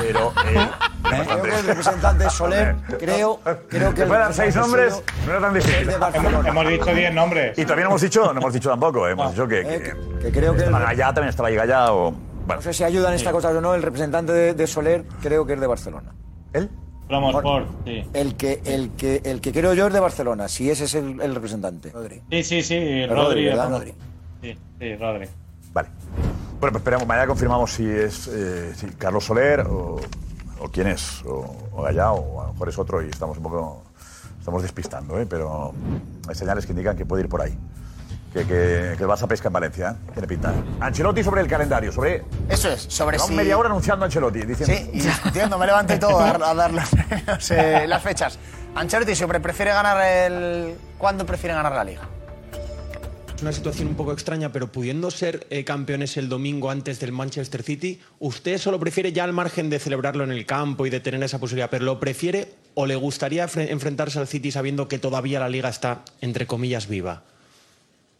pero eh,
Creo que el representante de Soler, creo, creo que.
Te
el
puede dar seis
representante
nombres,
suyo-
no era tan difícil.
Hemos- hemos dicho diez
nombres.
Y también hemos dicho, no hemos dicho tampoco, eh, hemos dicho que, que, creo que estaba Gallá, también estaba ahí Gallá o bueno.
No sé si ayudan estas cosas o no. El representante de, de Soler creo que es de Barcelona.
¿Él?
Promosport, sí.
El que, el que, el que creo yo es de Barcelona, si ese es el, el representante.
Sí, sí, sí,
Rodri,
Rodri.
¿verdad,
Rodri.
Rodri?
Sí, sí, Rodri.
Bueno, pues esperamos, mañana confirmamos si es eh, si Carlos Soler o, o quién es, o, o Gallá, o a lo mejor es otro y estamos un poco estamos despistando, ¿eh? pero hay señales que indican que puede ir por ahí. Que, que, que el Barça pesca en Valencia, ¿eh? tiene pinta. Ancelotti sobre el calendario, sobre...
Eso es, sobre
Llevamos
si-
media hora anunciando a Ancelotti, diciendo...
Sí, y discutiendo, me levanté y todo a, a dar los premios, eh, las fechas. Ancelotti siempre prefiere ganar el... ¿Cuándo prefiere ganar la liga?
Es una situación un poco extraña, pero pudiendo ser eh, campeones el domingo antes del Manchester City, ¿usted solo prefiere ya al margen de celebrarlo en el campo y de tener esa posibilidad, pero lo prefiere o le gustaría fre- enfrentarse al City sabiendo que todavía la liga está, entre comillas, viva?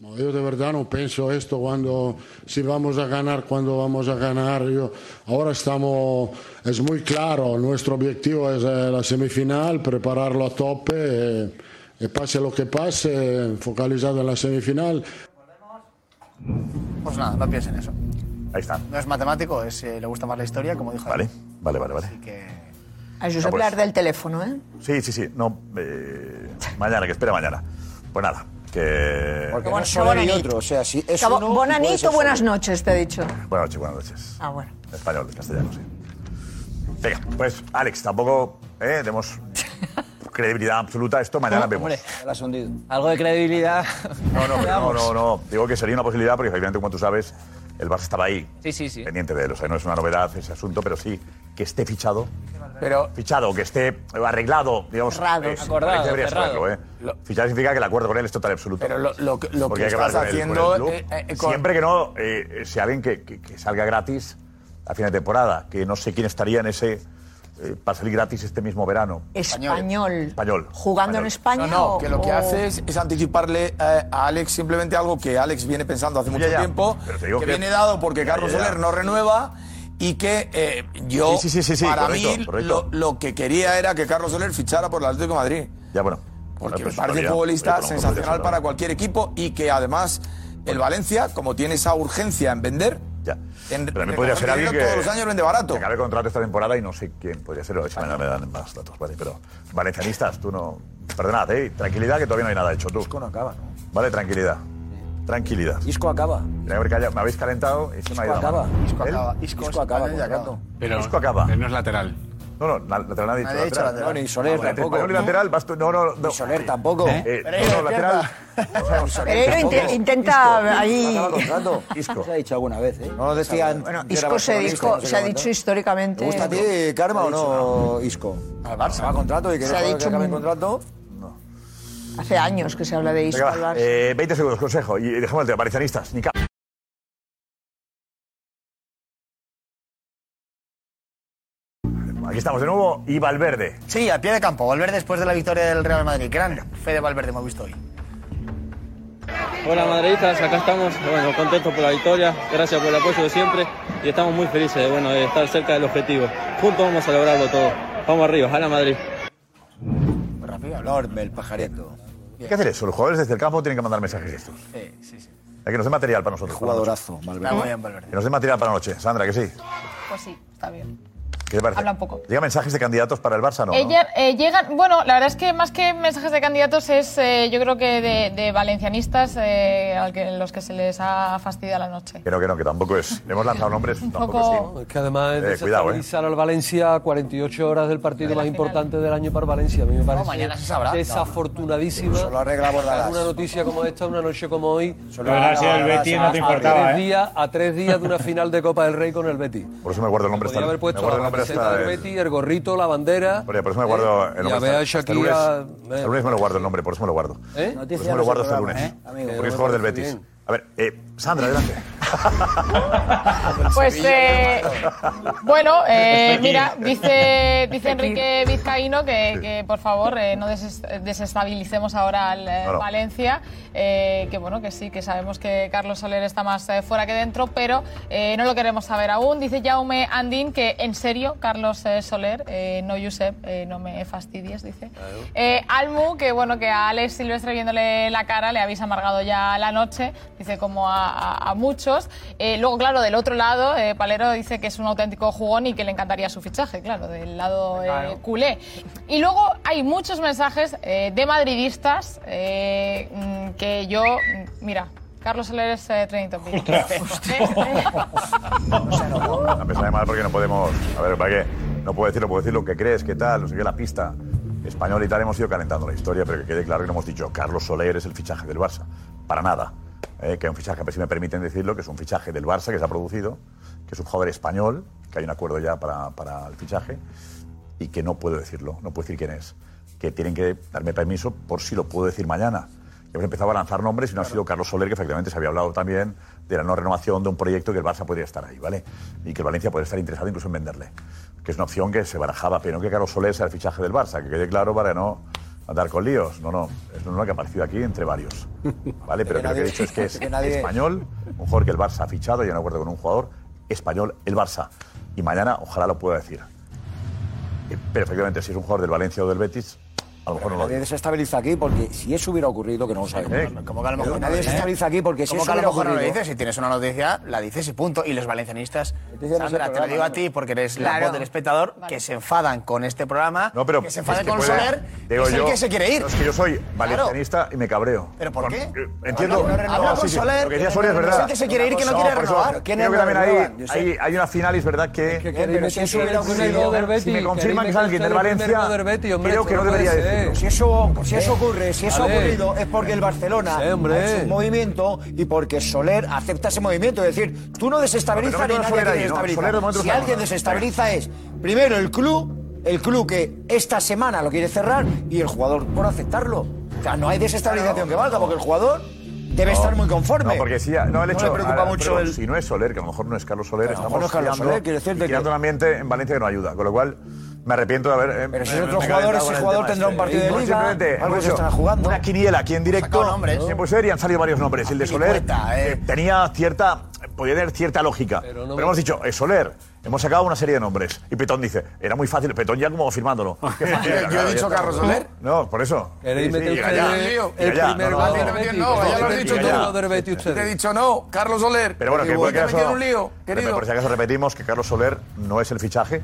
No, yo de verdad no pienso esto cuando, si vamos a ganar, cuando vamos a ganar. Yo, ahora estamos, es muy claro, nuestro objetivo es eh, la semifinal, prepararlo a tope, eh, y pase lo que pase, focalizado en la semifinal.
Pues nada, no piensen en eso.
Ahí está.
No es matemático, es, eh, le gusta más la historia, como dijo. Vale.
Vale, vale, vale.
A Josep
No, pues-
le arde el teléfono, ¿eh?
Sí, sí, sí, no... eh, mañana, que espera mañana. Pues nada, que...
Porque no es Soler y otro. O sea, si es
Cabo-
uno, y
Bonanit
puede ser
o buenas
Soler.
noches, te he dicho.
Buenas noches, buenas noches.
Ah, bueno.
Español, castellano, sí. Venga, pues Alex, tampoco eh, demos credibilidad absoluta a esto. Mañana vemos.
Hombre, algo de credibilidad.
pues. No, no, pero no, no, no. Digo que sería una posibilidad porque efectivamente, como tú sabes, el Barça estaba ahí.
Sí, sí, sí.
Pendiente de él. O sea, no es una novedad ese asunto, pero sí que esté fichado. Pero fichado, que esté arreglado, digamos.
Cerrado.
eh,
Acordado,
Alex debería
cerrado.
saberlo, ¿eh? Fichar significa que el acuerdo con él es total y absoluto. Pero
lo, lo que- lo
Porque
que
hay que
estás
hablar con el-
haciendo,
con el club.
eh, eh, con-
Siempre que no, eh, si alguien que, que- que salga gratis a fin de temporada, que no sé quién estaría en ese eh, para salir gratis este mismo verano.
Español.
Español.
¿Jugando en España?
No,
o-
no, que lo que
o-
hace es, es anticiparle eh, a Alex simplemente algo que Alex viene pensando hace mucho
ya.
tiempo,
Pero te
que,
digo que-
viene dado porque
Ya, ya,
Carlos
ya.
Soler no renueva y que eh, yo,
Sí, sí, sí, sí, sí,
para
correcto,
mí,
correcto.
Lo, lo que quería era que Carlos Soler fichara por el Atlético de Madrid.
Ya, bueno.
Porque
Bueno,
me
pues,
parece
podría-
un futbolista
podría poner un poco de eso,
sensacional
¿no?
para cualquier equipo y que además el Valencia, como tiene esa urgencia en vender,
Ya.
en
Pero también
recoger
podría ser alguien que.
dinero todos los años vende barato.
que acabe contrato esta temporada y no sé quién podría ser. Esa mañana me dan más datos, vale. Pero valencianistas, tú no. Perdonad, eh. Tranquilidad, que todavía no hay nada hecho tú. Isco no acaba, ¿no? Vale, tranquilidad. Tranquilidad. Isco acaba. Me habéis calentado y se me ha ido. la mano.
Isco acaba. Isco, acaba.
Español ya acaba.
Pero
Isco acaba.
Él no es lateral.
No, no, la- Ah, lateral nadie
Nadie ha dicho lateral.
No,
No, ni Soler
bueno, entre
tampoco.
español y
¿No?
lateral, vas tú- No, no, no. Ni Soler
tampoco.
Eh, no, no, lateral. o sea, Soler
Pereiro
tampoco.
inte- intenta ahí...
Isco. Se ha dicho alguna vez, ¿eh? No lo decía
Bueno, Isco se, dijo, se ha dicho históricamente...
¿Te gusta a ti, Karma, o no, Isco? Al Barça. Va a contrato y que
Se ha
no
dicho
que acabe
un-
contrato.
Hace años que se habla de
Venga,
Isco
va,
al Barça.
eh, 20 segundos, consejo. Y dejamos el tema, valencianistas. Ni ca- Aquí estamos de nuevo y Valverde.
Sí, al pie de campo. Valverde después de la victoria del Real Madrid. Gran fe de Valverde hemos visto hoy.
Hola madridistas, acá estamos, bueno, contentos por la victoria, gracias por el apoyo de siempre y estamos muy felices de, bueno, de estar cerca del objetivo. Juntos vamos a lograrlo todo. Vamos arriba, a la Madrid.
Enorme el pajareto.
Hay que Eh, hacer eso. Los jugadores desde el campo tienen que mandar mensajes estos.
Sí, sí, sí.
Hay que nos dé material para nosotros.
Jugadorazo, Valverde. Está muy bien, Valverde.
Que nos dé material para la noche. Sandra, que sí.
Pues sí, está bien.
¿Qué te parece?
Habla un poco.
¿Llega mensajes de candidatos para el Barça? No. ¿no?
Ella- eh, llegan, bueno, la verdad es que más que mensajes de candidatos es, eh, yo creo que de, de valencianistas eh, al que, los que se les ha fastidiado la noche.
Que no, que no, que tampoco es. Hemos lanzado nombres. tampoco es-
poco-
Es que además es
Eh, cuidado, eh.
desestabilizar al Valencia a 48 horas del partido más importante del año para Valencia. A mí me parece
mañana se sabrá.
desafortunadísima.
Eso lo arregla Bordalás.
Una noticia como esta, una noche como hoy.
Eso lo Pero arregla si el Bordalás. Betis no te
a
importaba,
tres
¿eh?
días- a tres días de una final de Copa del Rey con el Betis.
Por eso me guardo el nombre.
Podría
hasta-
haber
me
puesto
guardo el
la
nombre
camiseta
hasta
del
el-
Betis, el gorrito, la bandera.
Por eso me guardo el
Y
nombre.
a ver a
hasta- hasta el
Shakira,
lunes. Hasta el lunes me lo guardo el nombre, por eso me lo guardo.
¿Eh?
Por eso me lo guardo hasta el lunes. Porque es jugador del Betis. A ver, eh, Sandra, adelante.
Pues eh, bueno, eh, mira, dice, dice Enrique Vizcaíno que, que, por favor eh, no deses- desestabilicemos ahora al eh,
Claro.
Valencia, eh, que bueno, que sí, que sabemos que Carlos Soler está más eh, fuera que dentro, pero eh, no lo queremos saber aún. Dice Jaume Andín que en serio, Carlos eh, Soler, eh, no Josep, eh, no me fastidies, dice. Eh, Almu, que bueno, que a Alex Silvestre viéndole la cara le habéis amargado ya la noche, dice como a, a- a muchos. Eh, luego, claro, del otro lado, eh, Palero dice que es un auténtico jugón y que le encantaría su fichaje, claro, del lado eh,
Claro.
culé. Y luego hay muchos mensajes eh, de madridistas eh, mm, que yo, mm, mira, Carlos Soler es eh, trending topic. Eh,
A pesar de mal, porque no podemos. A ver, ¿para qué? No puedo decirlo, puedo decir lo que crees, qué tal, no sé qué, la pista. Español y tal, hemos ido calentando la historia, pero que quede claro que no hemos dicho Carlos Soler es el fichaje del Barça. Para nada. Eh, que es un fichaje, si me permiten decirlo, que es un fichaje del Barça que se ha producido, que es un jugador español, que hay un acuerdo ya para, para el fichaje, y que no puedo decirlo, no puedo decir quién es. Que tienen que darme permiso por si lo puedo decir mañana. Yo he empezado a lanzar nombres y no ha sido Carlos Soler, que efectivamente se había hablado también de la no renovación de un proyecto que el Barça podría estar ahí, ¿vale? Y que el Valencia podría estar interesado incluso en venderle. Que es una opción que se barajaba, pero no que Carlos Soler sea el fichaje del Barça, que quede claro para no andar con líos. No, no, es una que ha aparecido aquí entre varios, ¿vale?
Que
Pero que lo que he
nadie-
dicho es que es
que nadie-
español, un jugador que el Barça ha fichado, y en acuerdo con un jugador español, el Barça. Y mañana ojalá lo pueda decir. Eh, Pero efectivamente, si es un jugador del Valencia o del Betis, a lo mejor no lo
Nadie desestabiliza aquí porque si eso hubiera ocurrido, que no lo sabemos.
Como que a lo mejor no
nadie
lo dice.
desestabiliza aquí porque si
Como
eso
que a lo
hubiera
mejor no lo
ocurrido.
dices, si tienes una noticia, la dices y punto. Y los valencianistas, Sandra, Sandra, te lo programa, digo a ¿no? ti porque eres Claro. la voz del espectador, que se enfadan con este programa,
No, pero
que se enfadan
es que
con
puede-
Soler,
digo
que es el
yo-
que se quiere ir.
no, es que yo soy valencianista y me cabreo. eh,
¿Pero por qué?
Entiendo.
Habla- habla
No, sí,
con
sí,
Soler,
Lo que decía Soler es verdad.
Es el que se quiere ir, que no
No,
quiere
por eso,
renovar.
Creo que también hay, hay, hay una final y es verdad que.
Eh,
queréis
Pero
meter
si
el
hubiera
primer
ocurrido-
gol del
Si me
Betis,
confirman que es
queréis
alguien del
meter el primer
Valencia,
gol del Betis, hombre,
creo
eso
que no
no
debería
puede ser.
decirlo.
Si eso, si eso
Eh.
ocurre, si eso
A
ha
ver.
ocurrido, es porque el Barcelona
Sí, hombre.
ha hecho un movimiento y porque Soler acepta ese movimiento. Es decir, tú no desestabilizas
No, pero
ni
no
nadie
Soler
te
ahí, no.
desestabiliza.
Soler de momento
si
está-
alguien desestabiliza es, primero, el club, el club que esta semana lo quiere cerrar y el jugador por aceptarlo. O sea, no hay desestabilización que valga porque el jugador debe
No.
estar muy conforme.
No, porque si ya- no, el hecho,
le preocupa
ahora,
mucho
pero
el-
Si no es Soler, que a lo mejor no es Carlos Soler,
Pero a lo mejor
estamos
no es Carlos
creando-
Soler, quiero decirte
y creando un ambiente en Valencia que no ayuda. Con lo cual, me arrepiento de haber.
Pero si es otro jugador, ese jugador tendrá
este.
un partido de liga, algo se Pues estará
jugando. Una quiniela aquí en
Sacado
directo.
nombres.
Se puede ser y han salido varios nombres.
Ah,
El de Soler eh, tenía cierta. Podía tener cierta lógica. Pero, hemos dicho, es Soler. Hemos sacado una serie de nombres. Y Petón dice, era muy fácil. Petón ya como firmándolo. Qué fácil era,
Yo he
claro, ya
dicho
está.
Carlos Soler.
No, por eso.
¿Queréis
Sí, sí,
meter
y
ustedes
Gallá, y
el
Gallá, no,
primer
no,
gol
no.
del
No,
Betis?
No, ya lo has
Y
dicho
Gallá.
tú. Te he dicho no, Carlos Soler.
Pero bueno, que
Digo,
por, si
te he metido
acaso,
en un lío, querido.
por si acaso repetimos que Carlos Soler no es el fichaje,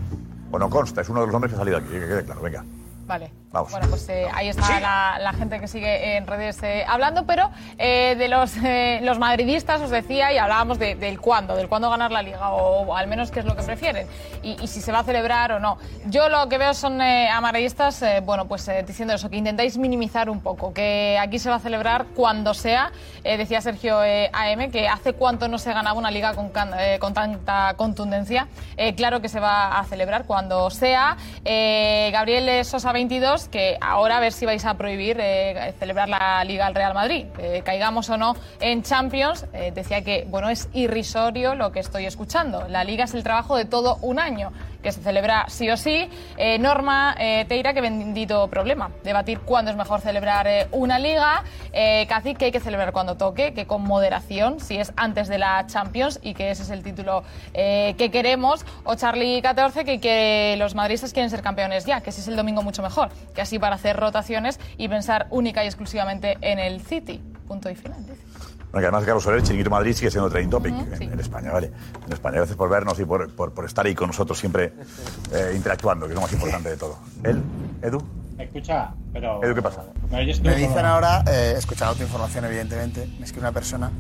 o no consta, es uno de los nombres que ha salido aquí, que quede claro, venga,
Vale.
vamos.
Bueno, pues eh, ahí está la, la gente que sigue en redes eh, hablando, pero eh, de los, eh, los madridistas os decía y hablábamos de- del cuándo, del cuándo ganar la liga o, o al menos qué es lo que prefieren y, y si se va a celebrar o no. Yo lo que veo son eh, a madridistas, eh, bueno, pues eh, diciendo eso, que intentáis minimizar un poco, que aquí se va a celebrar cuando sea. Eh, decía Sergio eh, AM que hace cuánto no se ganaba una liga con, can- eh, con tanta contundencia. Eh, claro que se va a celebrar cuando sea. Eh, Gabriel eh, Sosa 22 vosotros que ahora a ver si vais a prohibir eh, celebrar la Liga al Real Madrid. Eh, caigamos o no en Champions, eh, decía que bueno es irrisorio lo que estoy escuchando. La Liga es el trabajo de todo un año que se celebra sí o sí. Eh, Norma eh, Teira, qué bendito problema. Debatir cuándo es mejor celebrar eh, una liga. Eh, casi que hay que celebrar cuando toque, que con moderación, si es antes de la Champions y que ese es el título eh, que queremos. O Charlie 14, que, que los madridistas quieren ser campeones ya, que si es el domingo mucho mejor. Que así para hacer rotaciones y pensar única y exclusivamente en el City. Punto y final. dice.
Bueno, que además Carlos Soler, Chiringuito Madrid sigue siendo trending topic en, en España, ¿vale? En España. Gracias por vernos y por, por- por estar ahí con nosotros siempre eh, interactuando, que es lo más importante de todo. ¿Él? ¿Edu?
Escucha, pero.
¿Edu qué pasa?
No, yo estoy
Me dicen
con-
ahora, eh, he escuchado tu información, evidentemente. Me escribe una persona.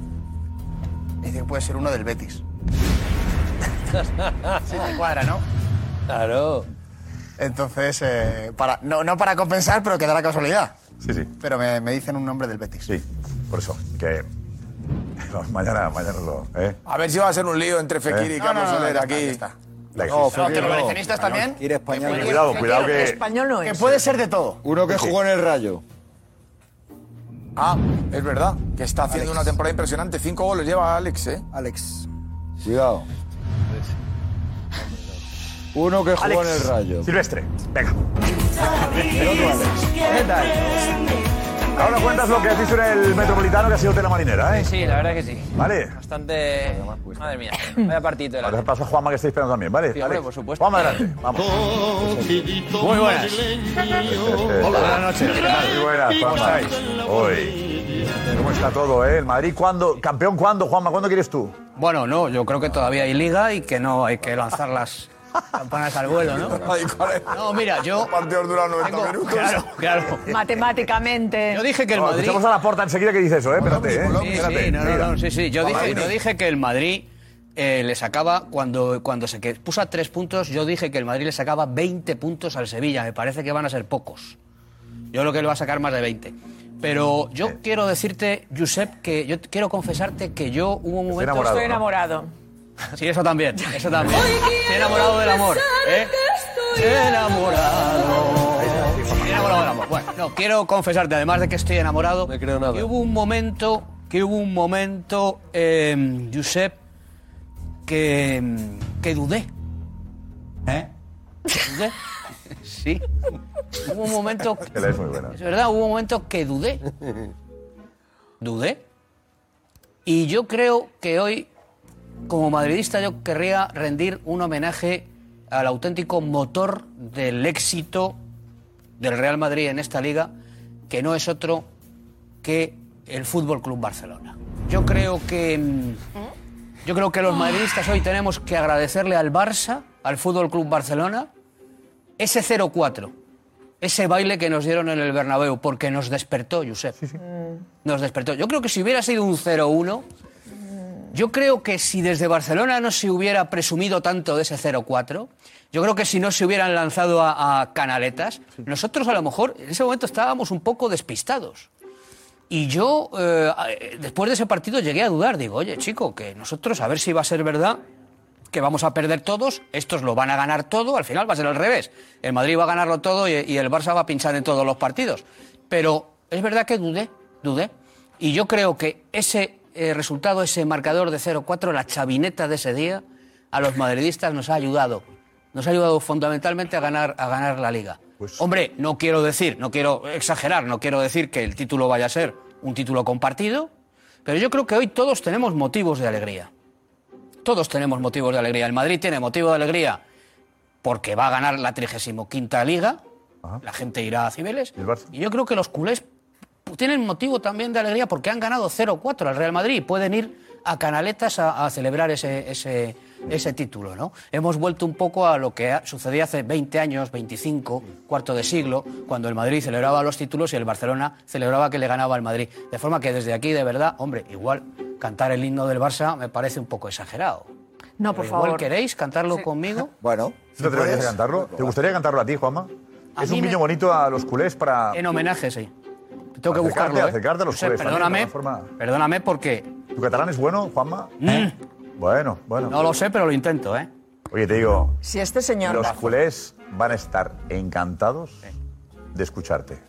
Dice que puede ser uno del Betis. sí, te cuadra, ¿no?
Claro.
Entonces, eh, para, no, no para compensar, pero que da la casualidad.
Sí, sí.
Pero me, me dicen un nombre del Betis.
Sí, por eso. Que. mañana, mañana lo. ¿eh?
A ver si va a ser un lío entre Fekir y
No,
Carlos
no, no,
Soler
ya está,
aquí.
ya está. La
No,
exigencia.
que los
valencianistas también.
Quiere español.
Que-
Cuidado, cuidado que-
español no es. Que puede ser de todo.
Uno
que
jugó en el Rayo. Ah, es verdad, que está haciendo una temporada impresionante. Cinco goles lleva Alex, ¿eh? Alex.
Cuidado. Uno que jugó
Alex.
en el Rayo.
Silvestre, venga. Ahora cuentas lo que has visto en el Metropolitano, que ha sido tela marinera, ¿eh?
Sí, la verdad que sí.
Vale.
Bastante.
pues.
Madre mía, vaya partido. de la-
Ahora pasa Juanma, que está esperando también, ¿vale?
Sí, hombre,
Alex,
por supuesto.
Juanma, adelante, vamos.
Muy buenas.
Hola, buenas noches. Muy buenas, ¿cómo estáis? Hoy. ¿Cómo está todo, eh? El Madrid, ¿cuándo? ¿Campeón cuándo, Juanma? ¿Cuándo quieres tú?
Bueno, no, yo creo que todavía hay liga y que no hay que lanzar las campanas al vuelo, ¿no? No, mira, yo.
dura 90
minutos. Claro, claro.
Matemáticamente.
Yo dije que el
No,
Madrid.
Escuchamos a la puerta enseguida que dice eso, ¿eh? Espérate, ¿eh?
Sí,
Espérate.
sí, no, no,
Mira.
no, sí, sí. Yo
Juanma,
dije,
dime.
yo dije que el Madrid eh, le sacaba, cuando, cuando se que- puso a tres puntos, yo dije que el Madrid le sacaba 20 puntos al Sevilla. Me parece que van a ser pocos. Yo creo que le va a sacar más de 20. Pero yo quiero decirte, Josep, que yo t- quiero confesarte que yo hubo un momento.
Estoy enamorado.
Sí, eso también, eso también. Estoy enamorado del amor, ¿eh? enamorado. Estoy enamorado del amor. Bueno, no, quiero confesarte, además de que estoy enamorado, que hubo un momento, que hubo un momento, eh, Josep, que, em, que dudé. ¿Eh? ¿Dudé? Sí. Hubo un momento,
Tela es muy buena.
es verdad, hubo un momento que dudé. Dudé. Y yo creo que hoy, como madridista, yo querría rendir un homenaje al auténtico motor del éxito del Real Madrid en esta liga, que no es otro que el Fútbol Club Barcelona. Yo creo que mm, yo creo que los madridistas hoy tenemos que agradecerle al Barça, al Fútbol Club Barcelona, ese 0-4, ese baile que nos dieron en el Bernabéu, porque nos despertó, Josep.
Mm.
Nos despertó. Yo creo que si hubiera sido un 0-1, yo creo que si desde Barcelona no se hubiera presumido tanto de ese 0-4, yo creo que si no se hubieran lanzado a, a canaletas, nosotros a lo mejor en ese momento estábamos un poco despistados. Y yo, eh, después de ese partido, llegué a dudar. Digo, oye, chico, que nosotros, a ver si va a ser verdad que vamos a perder todos, estos lo van a ganar todo, al final va a ser al revés. El Madrid va a ganarlo todo y, y el Barça va a pinchar en todos los partidos. Pero es verdad que dudé, dudé. Y yo creo que ese eh, resultado, ese marcador de 0-4, la chavineta de ese día, a los madridistas nos ha ayudado. Nos ha ayudado fundamentalmente a ganar, a ganar la liga. Hombre, no quiero decir, no quiero exagerar, no quiero decir que el título vaya a ser un título compartido, pero yo creo que hoy todos tenemos motivos de alegría. Todos tenemos motivos de alegría. El Madrid tiene motivo de alegría porque va a ganar la 35 Liga. La gente irá a Cibeles. Y yo creo que los culés pu- tienen motivo también de alegría porque han ganado 0-4 al Real Madrid y pueden ir a Canaletas a, a celebrar ese, ese, ese título. ¿no? Hemos vuelto un poco a lo que ha- sucedía hace 20 años, 25, cuarto de siglo, cuando el Madrid celebraba los títulos y el Barcelona celebraba que le ganaba al Madrid. De forma que desde aquí, de verdad, hombre, igual cantar el himno del Barça me parece un poco exagerado.
No, por
Pero igual
favor.
queréis cantarlo conmigo?
Bueno. ¿Te atreverías a cantarlo? ¿Te gustaría cantarlo a ti, Juanma?
A
es
mí
un
me-
guiño bonito a los culés para.
En homenaje, sí. Tengo
Acercarte,
que buscarlo. ¿eh?
acercarte a los
Josep,
culés, también, de
Perdóname,
alguna
perdóname porque. Mm.
¿Tu catalán es bueno, Juanma? ¿Eh? Bueno, bueno.
No lo sé, pero lo intento, ¿eh?
Oye, te digo,
Si este señor.
los culés van a estar encantados de escucharte.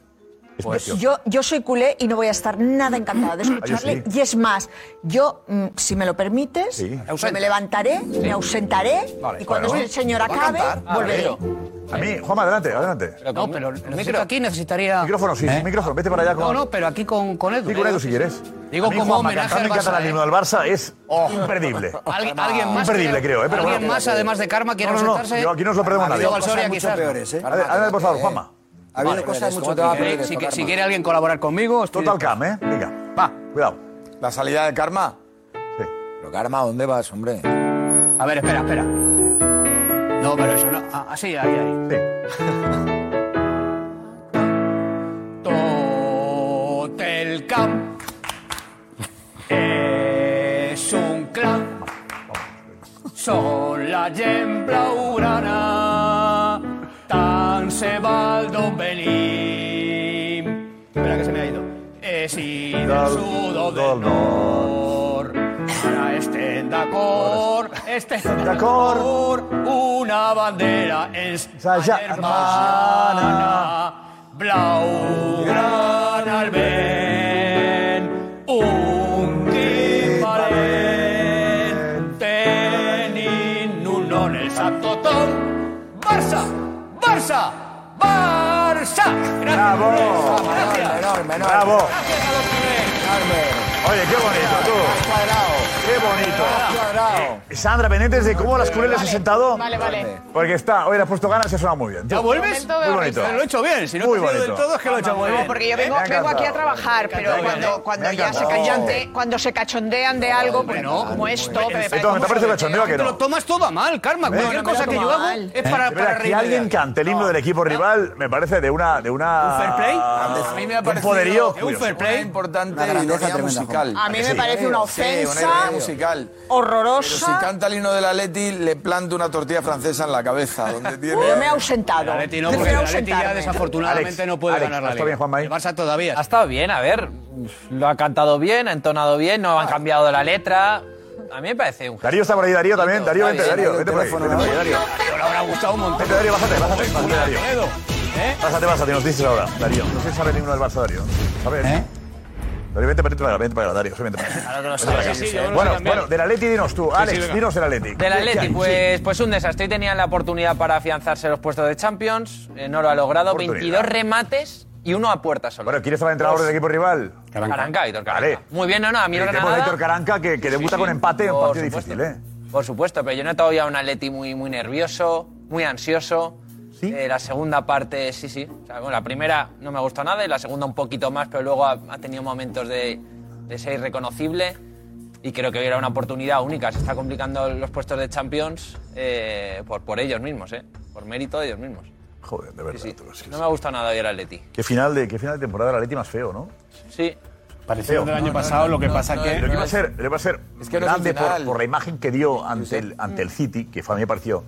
Es
Pues
Yo,
precioso.
yo- yo soy culé y no voy a estar nada encantada de escucharle.
Ay, yo sí.
Y es más, yo, mm, si me lo permites,
Sí.
yo me levantaré, me ausentaré
Vale,
y cuando
bueno.
el señor
Va a
acabe,
cantar. Ah,
volveré.
pero- A mí, Juanma, adelante, adelante.
No, pero el micro aquí necesitaría.
Micrófono, sí, sí, micrófono. Vete para allá con.
No, no, pero aquí con, con Edu.
Sí, con Edu, si quieres.
Digo,
A mí,
como
Juanma,
homenaje al
cantando en
Barça.
catalán el
¿eh? Oh.
himno del Barça es imperdible.
Alguien- alguien más
Imperdible,
quiere-
creo, ¿eh? Pero
alguien
bueno.
más, además de Karma, quiere
no, no,
ausentarse.
No, yo aquí no os lo perdemos
Ha
nadie.
habido Igual Soria, cosas mucho quizás, ¿no? peores, ¿eh?
Adel- Adelante, por favor, Juanma.
Ha habido cosas mucho peores, Si- si- si quiere alguien colaborar conmigo.
Total Cam, ¿eh? Venga.
Va.
Cuidado.
La salida de Karma.
Pero Karma, ¿dónde vas, hombre?
A ver, espera, espera. No, pero eso no. Ah, Así, ahí, ahí. Totel Camp es un clan. Son la gent blaugrana, tan se va el Don Belim. Espera, que se me ha ido. Es i del sud o del nord. Ara estem d'acord, estem d'acord. Una bandera ens agermana, blaugrana al vent. Un equip valent, tenint un nom, el sap tothom. Barça, Barça, Barça! Gràcies. Bravo! Gràcies.
Enorme, enorme.
Bravo.
Enorme.
Oye, qué bonito, tú.
Cuadrado.
Qué bonito.
Cuadrado.
Sandra, pendientes de cómo a las curelas
Vale,
he sentado.
vale, vale.
Porque está, hoy le has puesto ganas y ha sonado muy bien.
¿Ya
Tú.
vuelves?
Muy bonito.
Lo he hecho bien, si no
muy
te has ido
bonito.
del todo, es que lo he hecho muy
No,
bien.
porque yo vengo,
Me ha
vengo aquí a
encantado.
trabajar, pero
encantado,
cuando,
¿eh?
cuando
Me ha
ya se
encantado.
cachonde- cuando se cachondean de algo, pues no, como esto, que me parece
Entonces, ¿te
muy
parece
fuerte.
cachondeo que
Te
no?
lo tomas todo a mal, Karma. Cualquier cosa que yo hago es
Eh,
para,
de
para
verdad, que
reírme de
alguien cante el himno del equipo rival me parece de una de una
¿Un fair play?
Ah,
A mí me
un
ha parecido
poderío
un fair play
curioso.
importante
Una
y una
grandeza
idea
tremenda,
musical.
Juan. A mí me parece
Sí,
una
una
ofensa
idea musical.
horrorosa.
Pero si canta el himno del Atleti, le planto una tortilla francesa en la cabeza. Donde tiene...
Yo me he ausentado.
Atleti no,
Prefiero
porque el Atleti
ausentarme.
ya desafortunadamente no puede ganar la liga. El Barça todavía.
Ha estado bien, a ver. Lo ha cantado bien, ha entonado bien, no han cambiado la letra. A mí me parece un.
Darío está por ahí, Darío también. Darío,
Está
vente,
bien,
Darío,
el
vete por ahí. Vete por ahí, Darío.
Pero le habrá gustado un montón.
Vente, Darío, bájate, bájate, bájate, Darío.
¿eh?
Pásate, pásate, nos dices ahora, Darío. No sé si sabe el himno del Barça, Darío. A ver. Darío, vente para acá, vente para acá, Darío. sí, Vente para acá.
Ahora que lo
Vente
sabes,
para
sí,
acá.
sí, yo lo sé
Bueno,
cambiar.
bueno, del Atleti dinos tú.
sí,
Alex,
venga.
dinos del Atleti.
Del
¿Qué- qué
Atleti,
hay?
pues, pues un desastre. Y Tenían la oportunidad para afianzarse los puestos de Champions. eh, no lo ha logrado.
Oportunidad.
22 remates y uno a puerta solo.
Bueno, ¿quién estaba el entrenador del equipo rival?
Caranca. Caranca, Aitor Caranca.
Vale.
Muy bien, no, no. A mí el
Felicitemos a
Granada-
Héctor Caranca que, que debuta
sí,
con empate en un
por
partido
supuesto.
difícil, ¿eh?
Por supuesto, pero yo he notado ya un Atleti muy, muy nervioso, muy ansioso. Eh, la segunda parte, sí, sí. O sea, bueno, la primera no me gustó nada y la segunda un poquito más, pero luego ha, ha tenido momentos de, de ser irreconocible y creo que hoy era una oportunidad única. Se está complicando los puestos de Champions eh, por, por ellos mismos, ¿eh? por mérito de ellos mismos.
Joder, de verdad. tú, sí, sí.
No me ha gustado nada hoy el Atleti.
Qué final de, qué final de temporada del Atleti más feo, ¿no?
Sí.
Parecido
del año pasado, lo que pasa que-
Lo que va a ser, lo que va a ser
que no es
grande
el final.
por, por la imagen que dio ante el, ante el City, que fue, a mí me pareció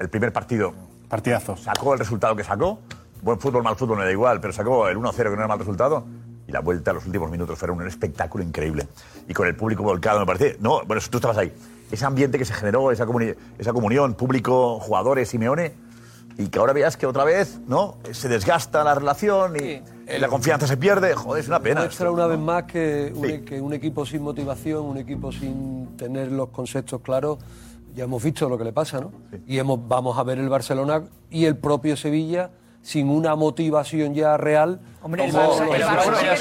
el primer partido.
Partidazo.
Sacó el resultado que sacó. Buen fútbol, mal fútbol, me da igual, pero sacó el 1-0, que no era mal resultado. Y la vuelta a los últimos minutos fueron un espectáculo increíble. Y con el público volcado, me parece. No, bueno, tú estabas ahí. Ese ambiente que se generó, esa, comuni- esa comunión, público, jugadores, Simeone. Y que ahora veas que otra vez, ¿no? Se desgasta la relación y la confianza se pierde. Joder, es una pena.
Muestra una vez más que un, e-, que un equipo sin motivación, un equipo sin tener los conceptos claros, ya hemos visto lo que le pasa, ¿no? Y hemos, vamos a ver el Barcelona y el propio Sevilla sin una motivación ya real.
Hombre, el
Como
Barça-
los
el Barça
otros.
tiene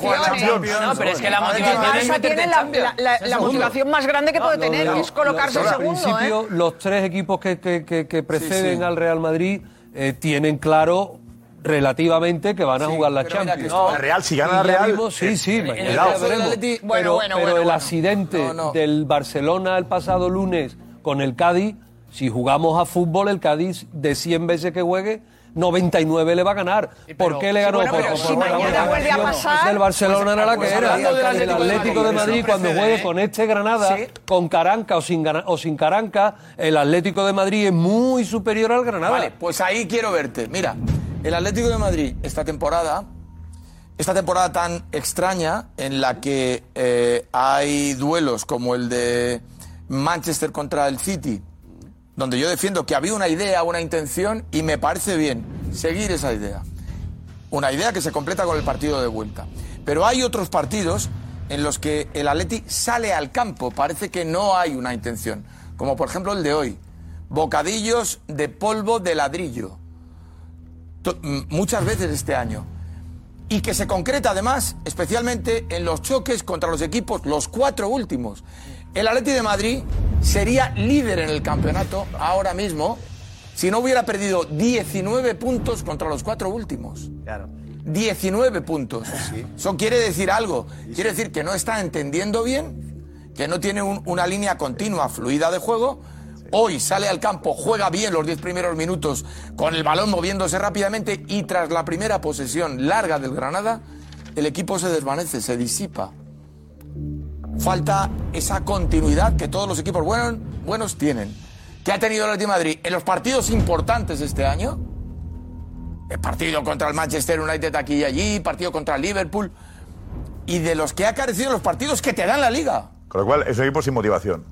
motivaciones.
No, pero es que la
El
motivación es
Barça
meterte
tiene
en
la,
Champions.
la- la- la
Segundo.
motivación más grande que puede
No,
tener,
no,
que es colocarse
no,
en
no,
segundo.
Al
¿eh?
principio, los tres equipos que, que- que- que preceden
sí.
al Real Madrid eh, tienen claro relativamente que van a jugar la
mira
Champions.
que esto- La Real, si gana la
Y ya
Real,
vimos- sí, sí,
el- el
cuidado.
Real Madrid-
veremos.
Bueno,
pero,
bueno,
pero
bueno,
el
bueno.
accidente
No, no.
del Barcelona el pasado lunes con el Cádiz, si jugamos a fútbol, el Cádiz de 100 veces que juegue, 99 le va a ganar. ¿Por qué le ganó?
bueno, pero
Porque-
si
porque la
mañana
motivación
vuelve a pasar,
del Barcelona
pues,
era la que
pues,
era.
hablando del
El
Atlético de
Atlético de
Madrid,
Madrid,
eso
cuando
precede,
juegue
¿eh?
con este Granada, con Caranca o sin, gana- o sin Caranca, el Atlético de Madrid es muy superior al Granada.
Vale, pues ahí quiero verte. Mira, el Atlético de Madrid esta temporada, esta temporada tan extraña en la que eh, hay duelos como el de Manchester contra el City, donde yo defiendo que había una idea, una intención y me parece bien seguir esa idea. una idea que se completa con el partido de vuelta. Pero hay otros partidos en los que el Atleti sale al campo, parece que no hay una intención, como por ejemplo el de hoy, bocadillos de polvo de ladrillo, To- m- muchas veces este año, y que se concreta además especialmente en los choques contra los equipos, los cuatro últimos. El Atleti de Madrid sería líder en el campeonato ahora mismo si no hubiera perdido 19 puntos contra los cuatro últimos.
Claro.
19 puntos. Eso quiere decir algo. Quiere decir que no está entendiendo bien, que no tiene un- una línea continua, fluida de juego. Hoy sale al campo, juega bien los 10 primeros minutos con el balón moviéndose rápidamente y tras la primera posesión larga del Granada, el equipo se desvanece, se disipa. Falta esa continuidad que todos los equipos buenos, buenos tienen. Que ha tenido el Atlético de Madrid en los partidos importantes este año, el partido contra el Manchester United aquí y allí, partido contra el Liverpool, y de los que ha carecido los partidos que te dan la liga.
Con lo cual es un equipo sin motivación.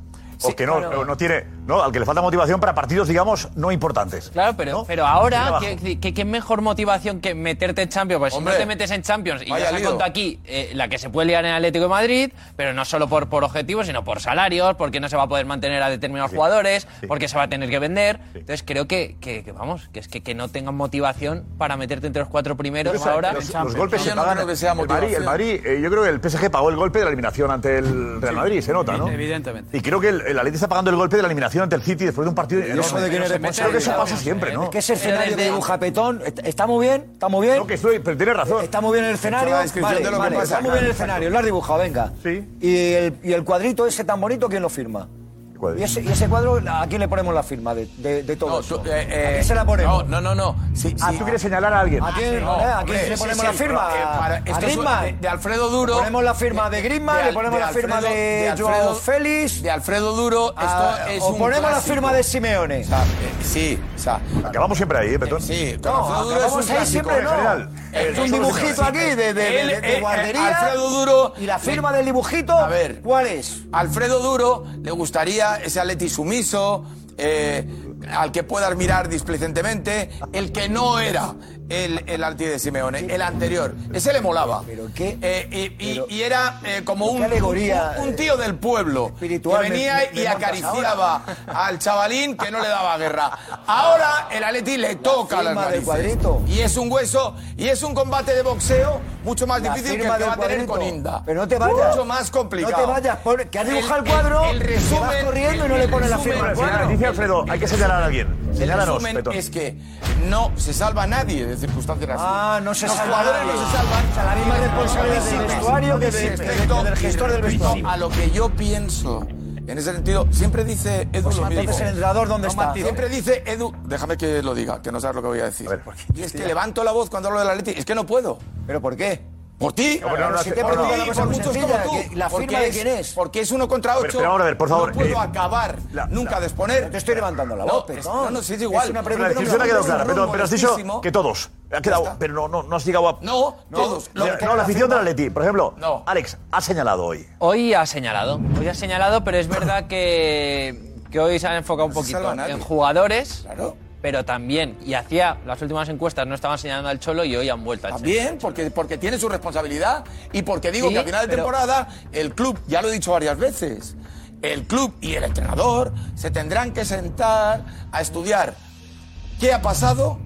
o que no,
claro.
no tiene. No, al que le falta motivación para partidos, digamos, no importantes.
Claro, pero, pero
Tiene
ahora,
abajo.
¿qué, qué, qué mejor motivación que meterte en Champions? Pues
Hombre,
si no te metes en Champions, y
vaya
ya se ha
lío.
contado aquí eh, la que se puede liar en Atlético de Madrid, pero no solo por, por objetivos, sino por salarios, porque no se va a poder mantener a determinados jugadores, porque se va a tener que vender. Entonces creo que, que- que vamos, que es que, que no tengan motivación para meterte entre los cuatro primeros
Yo creo que
ahora.
los, los golpes se pagan. el Madrid, el Madrid, eh, yo creo que el PSG pagó el golpe de la eliminación ante el Real Madrid, se nota, ¿no?
Evidentemente.
Y creo que el, el Atleti está pagando el golpe de la eliminación ante el City después de un partido. enorme.
eso de quién es
Creo
responsable.
que eso pasa siempre, ¿no?
Es ¿eh? que ese escenario que dibuja Petón est- está muy bien, está muy bien. No,
que estoy, pero tienes razón.
Está muy bien el escenario.
He hecho la descripción
vale,
de lo que
vale,
pasa
está muy
acá,
bien el
exacto.
escenario, lo has dibujado, venga.
Sí.
Y el, y el cuadrito ese tan bonito, ¿quién lo firma? Y ese, y ese cuadro, ¿a quién le ponemos la firma de, de- de todo eso? ¿A quién se la ponemos?
eh, No, no, no. Sí,
Ah,
sí.
¿tú quieres señalar a alguien? ¿A quién,
No,
eh, a
hombre,
quién le
sí,
ponemos
sí,
la firma?
pero, eh, para-
¿A
esto es-
Griezman?
de- de Alfredo Duro.
Le ponemos la firma de Griezmann,
de
le
Al-
ponemos
de
la firma
Alfredo-
de,
de
Joao
Alfredo-
Félix.
De Alfredo Duro, esto
Ah,
es
o
un
ponemos la
clásico. eh,
firma de Simeone.
sí, o sea.
Acabamos siempre ahí, ¿eh, Petón?
Sí,
No, acabamos ahí siempre, no. Es un dibujito aquí de, de, de- de guardería.
Eh, Alfredo Duro. eh,
Y la firma del dibujito.
A ver.
¿Cuál es?
Alfredo Duro le gustaría ese Atleti sumiso, eh, al que puedas mirar displicentemente, el que no era el, el Atleti de Simeone, el anterior. Ese le molaba. Eh, y, y- y era eh, como
pero
un,
qué alegoría,
un, un tío del pueblo
espiritual
que
me-
venía
me- me
y
montas
acariciaba al chavalín que no le daba guerra. Ahora el Atleti le toca las
firma del
narices.
cuadrito.
Y es un hueso, y es un combate de boxeo mucho más
La
difícil que
firma
el que
del
va a tener con
cuadrito.
Inda.
Pero no te vayas.
Mucho más complicado.
No te vayas, pobre, que has dibujado el,
El-
cuadro,
el- el resumen-
te vas corriendo y no le
el
pones la
resumen-
firma. al
bueno,
cuadro.
Dice Alfredo, hay que señalar a alguien.
El
Señálanos,
resumen
Petón.
es que no se salva nadie de circunstancias así.
Ah, no se
Los
salva
jugadores
nadie.
no se salvan.
O sea, la misma responsabilidad del vestuario que siempre,
respecto
del gestor del
respecto
vestuario.
A lo que yo pienso. En ese sentido, siempre dice Edu
Pues
lo
entonces
mismo.
el entrenador, ¿dónde
No
está?
matices. Siempre dice Edu, déjame que lo diga, que no sabes lo que voy a decir. y es que levanto la voz cuando hablo de la Leti, es que no puedo.
¿Pero por qué?
Por ti,
No, pero no, no,
por ti,
no, no,
por
no,
mí,
no,
por
no,
muchos
no,
como
no,
tú.
que la
Porque
firma de quién es.
Porque es uno contra
A ver,
ocho.
pero vamos a ver, por favor,
No puedo
eh,
acabar nunca de exponer.
Te estoy levantando la voz,
No, es-
Petón.
no, no, sí, es igual.
una
Pero la
pregunta que no
descripción
me
ha quedado
hagas.
clara, Petón, pero has dicho
molestísimo.
que todos. eh, Ha quedado, pero no, no, no has llegado a.
No, todos.
O sea, no, la afición del Atleti, por ejemplo. Alex, ha señalado hoy.
Hoy ha señalado, hoy ha señalado, pero es verdad que, que hoy se han enfocado un
No se
poquito
salva nadie.
en jugadores, pero también, y hacía las últimas encuestas, no estaban señalando al Cholo y hoy han vuelto al Cholo.
Bien, porque, porque tiene su responsabilidad y porque digo
Sí,
que a final de
pero-
temporada el club, ya lo he dicho varias veces, el club y el entrenador se tendrán que sentar a estudiar qué ha pasado,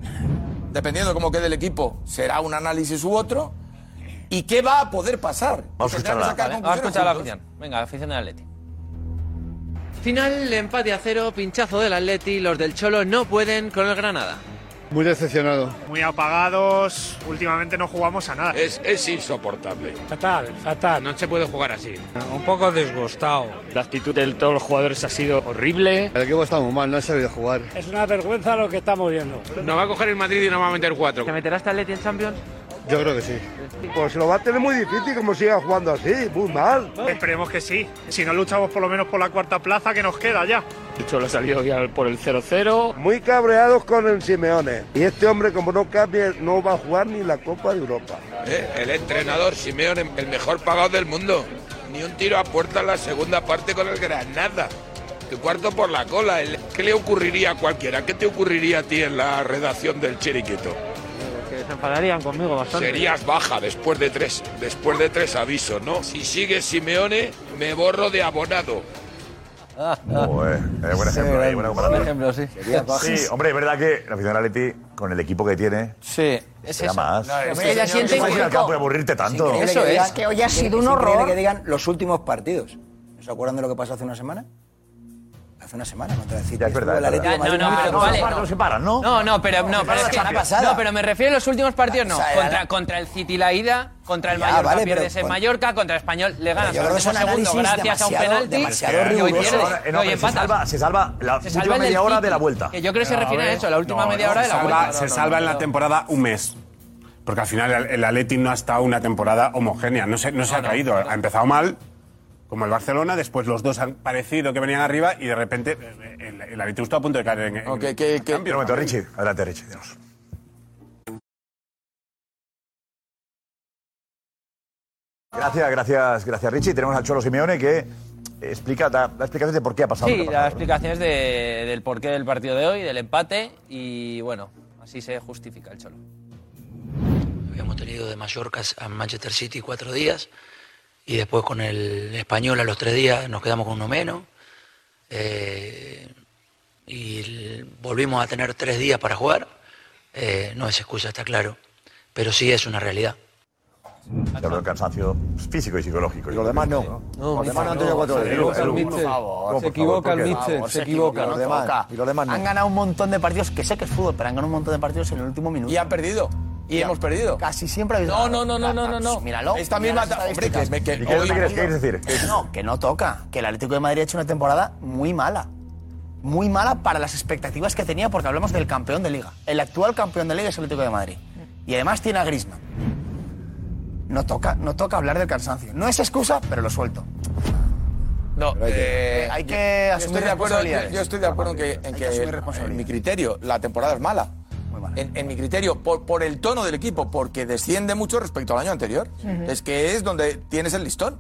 dependiendo de cómo quede el equipo, será un análisis u otro, y qué va a poder pasar.
Vamos
Tendrán
a
que
escucharla.
sacar
Vale,
Vamos a
conclusiones
escuchar a la
juntos.
afición. Venga, la afición del Atleti.
Final, empate a cero, pinchazo del Atleti, los del Cholo no pueden con el Granada.
Muy decepcionado.
Muy apagados, últimamente no jugamos a nada. Es, insoportable. Fatal, fatal, no se puede jugar así.
Un poco desgostado. La actitud de todos los jugadores ha sido horrible.
El equipo está muy mal, no ha sabido jugar.
Es una vergüenza lo que estamos viendo.
Nos va a coger el Madrid y nos va a meter cuatro. ¿Te meterás al Atleti en Champions?
Yo creo que sí. Pues lo va a tener muy difícil como siga jugando así, muy mal.
Esperemos que sí. Si no luchamos por lo menos por la cuarta plaza que nos queda ya.
El Cholo ha salido ya por el 0-0.
Muy cabreados con el Simeone. Y este hombre, como no cambie, no va a jugar ni la Copa de Europa.
Eh, El entrenador Simeone, el mejor pagado del mundo. Ni un tiro a puerta en la segunda parte con el Granada. Tu cuarto por la cola. El- ¿Qué le ocurriría a cualquiera? ¿Qué te ocurriría a ti en la redacción del Chiriquito?
Que
se enfadarían conmigo bastante.
Serías baja después de tres, después de tres avisos, ¿no? Si sigue Simeone, me borro de abonado.
Oh, eh, eh, buen ejemplo, eh, buena comparación.
ejemplo, sí.
Sí, hombre, es verdad que la afición Aleti, con el equipo que tiene,
sí,
es más.
No, es
que
que ya siente
no puedes ir al
injusto.
campo y aburrirte tanto.
Increíble que digan-
que hoy ha sido un
increíble
horror.
que digan los últimos partidos. ¿No se acuerdan de lo que pasó hace una semana? Hace una semana contra el City.
Ya, es verdad,
Estuvo el
es
Atlético
verdad.
de
Ah,
Madrid.
no, los partidos se paran, ¿no?
No, no, pero, no, pero
la
es que-
semana pasada.
no, pero me refiero a los últimos partidos, no.
O sea,
Contra,
era-
contra el City la ida, contra el
Ya,
Mallorca
vale,
pierdes
pero
en
con-
Mallorca, contra el Español le ganas
yo
al
creo que son
último segundo
análisis
gracias a un
demasiado-
penalti
demasiado
y hoy
rigurosos.
pierdes,
Ahora,
Eh, no,
y hoy
pero se
empatas.
salva, se salva la
Se
última
salva el
media
del
hora
City,
de la vuelta.
que yo creo que se refiere a eso, la última media hora de la
salva-
vuelta.
Se salva en la temporada un mes. Porque al final el, el Atleti no ha estado una temporada homogénea. No se, no se ha caído. Ha empezado mal, como el Barcelona. Después los dos han parecido que venían arriba y de repente eh, el, el Atleti estuvo a punto de caer en. en
Un momento, Richie. Adelante, Richie. dinos. Gracias, gracias, gracias, Richie. Tenemos al Cholo Simeone que explica, da, da explicaciones de por qué ha pasado. lo
Sí,
que ha
las explicaciones de- del porqué del partido de hoy, del empate y bueno, así se justifica el cholo.
Habíamos tenido de Mallorca a Manchester City cuatro días y después con el español a los tres días nos quedamos con uno menos. Eh, y l- volvimos a tener tres días para jugar. Eh, no es excusa, está claro, pero sí es una realidad.
pasado. Te hablo del cansancio físico y psicológico.
los demás no.
No,
Los demás no han tenido cuatro eh,
se
días.
equivoca el
Edu,
míster.
por favor.
No, por Se equivoca favor, el ¿por qué? míster,
Por favor,
se equivoca.
Los
No
demás-
toca.
Y los demás no.
Han
ganado un montón de partidos, que sé que es fútbol, pero han ganado un montón de partidos en el último minuto. Y han perdido.
Y hemos perdido.
Casi siempre ha
No, no, no, no, no, no, no.
Míralo.
Esta
mira
misma
las
ta- hombre, que me-
estadísticas.
que- ¿Y qué es lo que quieres-
qué quieres decir?
No, que no toca. Que el Atlético de Madrid ha hecho una temporada muy mala. Muy mala para las expectativas que tenía, porque hablamos del campeón de liga. El actual campeón de liga es el Atlético de Madrid. Y además tiene a Griezmann. No toca, no toca hablar del cansancio. No es excusa, pero lo suelto.
No, eh,
hay que
yo- yo
asumir
estoy de acuerdo-
responsabilidades.
Yo estoy de acuerdo en que, en que, en mi criterio, la temporada es mala. En, en mi criterio, por, por el tono del equipo, porque desciende mucho respecto al año anterior.
Ujú.
Es que es donde tienes el listón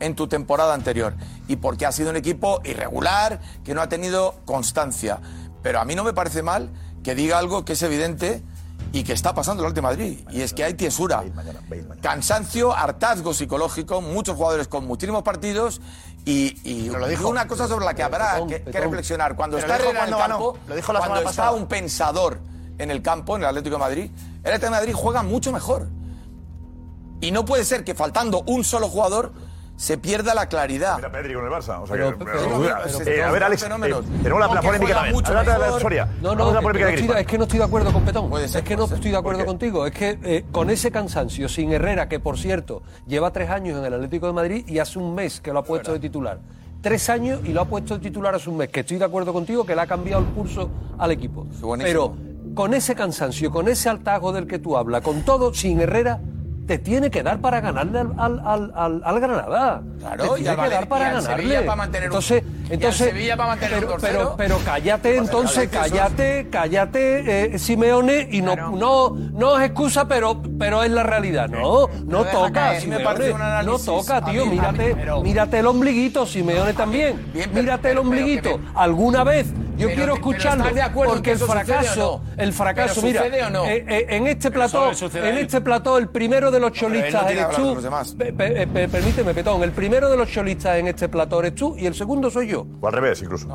en tu temporada anterior. Y porque ha sido un equipo irregular, que no ha tenido constancia. Pero a mí no me parece mal que diga algo que es evidente y que está pasando el Atleti de Madrid. Y es que hay tiesura. Cansancio, hartazgo psicológico, muchos jugadores con muchísimos partidos y, y
lo dijo.
y una cosa sobre la que
Pero
habrá
Petón,
que, que
Petón.
reflexionar. Cuando
Pero
está
lo dijo
Herrera en el
cuando ganó.
campo,
Lo dijo la
cuando
semana
está
pasada.
un pensador en el campo, en el Atlético de Madrid, el Atlético de Madrid juega mucho mejor. Y no puede ser que faltando un solo jugador se pierda la claridad. Mira
Pedri con el Barça. O sea,
Pero,
que-
pero,
eh,
pero, pero,
a ver, Alex, eh,
fenómenos.
tenemos la, la
Porque
polémica
juega
también.
mucho
Adelante,
mejor.
Alex Soria.
No,
Vamos
no,
a la
que-
polémica
no,
de
tira,
Griezmann.
es que no estoy de acuerdo con Petón. es que no estoy de acuerdo contigo. Es que eh, con ese cansancio, sin Herrera, que por cierto lleva tres años en el Atlético de Madrid y hace un mes que lo ha puesto de titular. Tres años y lo ha puesto de titular hace un mes. Que estoy de acuerdo contigo que le ha cambiado el curso al equipo.
Buenísimo.
Pero con ese cansancio, con ese altajo del que tú hablas, con todo, sin Herrera. Te tiene que dar para ganarle al, al- al- al- al Granada.
Claro,
Te
y
tiene
al
que
Valencia,
dar para
y al
ganarle.
Sevilla para mantener un-
entonces,
y al
entonces,
Sevilla para mantener un
pero-
tercero.
pero, pero cállate, entonces, cállate, cállate, eh, Simeone, y no, no, no es excusa, pero, pero es la realidad. No, no
deja
toca,
caer. Me parece
Simeone,
un
no
análisis.
toca,
A mí- a
tío,
mí-
mírate,
pero-
mírate el ombliguito, Simeone también, mírate el ombliguito, alguna vez, yo quiero escucharlo,
¿estás de acuerdo
porque
en
el
que eso sucede
fracaso,
o no?
el fracaso,
¿Pero
mira,
sucede o no?
eh, eh, en este
Pero eso
plató,
le sucede a
en
él.
este plató, el primero de los
él no tiene
cholistas
que
eres
hablar
tú,
con los demás.
Pe- pe- eh, pe- permíteme, Petón, el primero de los cholistas en este plató eres tú y el segundo soy yo.
O al revés, incluso.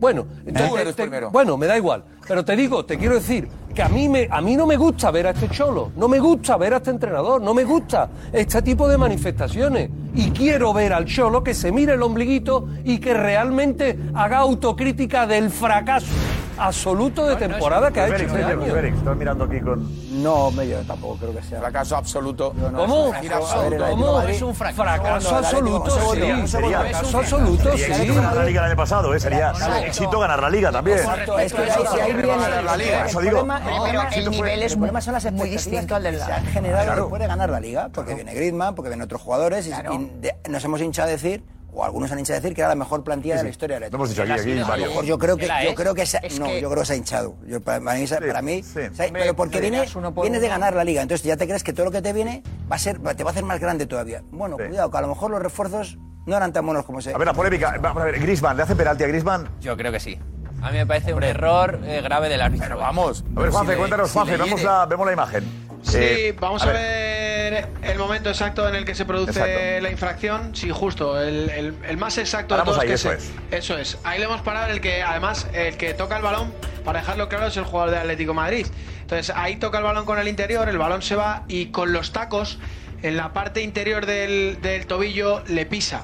Bueno, entonces,
eres
te-
primero.
bueno, me da igual. Pero te digo, te quiero decir que a mí, me, a mí no me gusta ver a este cholo, no me gusta ver a este entrenador, no me gusta este tipo de manifestaciones. Y quiero ver al cholo que se mire el ombliguito y que realmente haga autocrítica del fracaso absoluto de temporada que ha hecho
Félix,
este
Félix,
año.
Félix, estás mirando aquí con.
No, medio tampoco creo que sea.
Fracaso absoluto.
¿Cómo?
A ver, el Atlético
¿Cómo?
de Madrid-
Es un fracaso,
Un segundo,
absoluto,
un segundo,
sí.
un segundo.
Sería-
Fracaso
fracaso absoluto,
Sería
sí.
éxito ganar
La Liga el año pasado, ¿eh? Sería
Exacto.
éxito ganar la Liga también.
Exacto, es que ahí- ahí viene el-
Por Eso
el
digo.
problema- el problema- el nivel es muy- son las expectativas
distinto al del
que se
Real.
han generado
Claro.
después de ganar la liga, porque viene Griezmann, porque vienen otros jugadores y- y, de- nos hemos hinchado a decir o algunos han hinchado a decir que era la mejor plantilla de la historia del
Lo hemos dicho aquí,
Atlético.
aquí,
A lo
Mario.
mejor Yo creo que
Era, ¿eh?
yo creo que se-
Es
no,
que-
yo creo que se ha hinchado. Yo, para, para mí, se- para mí se ha- pero porque
sí.
viene
Ganas uno por
vienes de
uno.
ganar la liga, entonces ya te crees que todo lo que te viene va a ser te va a hacer más grande todavía. Bueno, cuidado, que a lo mejor los refuerzos no eran tan buenos como se
A ver, la polémica. Vamos a ver, Griezmann, ¿le hace penalti a Griezmann?
Yo creo que sí. A mí me parece un error eh, grave del árbitro. Pero vamos.
A ver, Juanfe, cuéntanos, Juanfe, vemos la, vemos la imagen.
Sí,
Eh,
vamos a, ver. el momento exacto en el que se produce
Exacto.
la infracción. Sí, justo, el, el- el más exacto
Paramos
de
ahí,
todos. que
eso
se- Eso es. Ahí le hemos parado en el que, además, el que toca el balón, para dejarlo claro, es el jugador de Atlético Madrid. Entonces, ahí toca el balón con el interior, el balón se va y con los tacos, en la parte interior del, del tobillo, le pisa.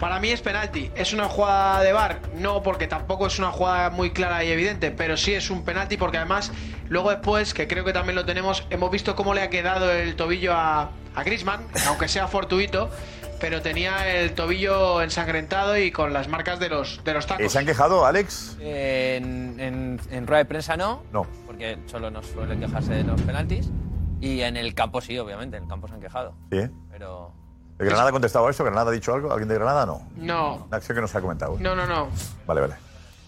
Para mí es penalti. ¿Es una jugada de bar? No, porque tampoco es una jugada muy clara y evidente, pero sí es un penalti porque además, luego después, que creo que también lo tenemos, hemos visto cómo le ha quedado el tobillo a, a Grisman, aunque sea fortuito, pero tenía el tobillo ensangrentado y con las marcas de los, de los
Eh,
tacos.
¿Se han quejado, Alex?
Eh, en, en- en rueda de prensa no,
No.
porque solo nos suelen quejarse de los penaltis. Y en el campo sí, obviamente, en el campo se han quejado.
Sí. ¿eh?
Pero
¿El Granada ha contestado a esto? ¿Granada ha dicho algo? ¿Alguien de Granada no?
No,
Una acción que no se ha comentado.
no, no, no.
Vale, vale.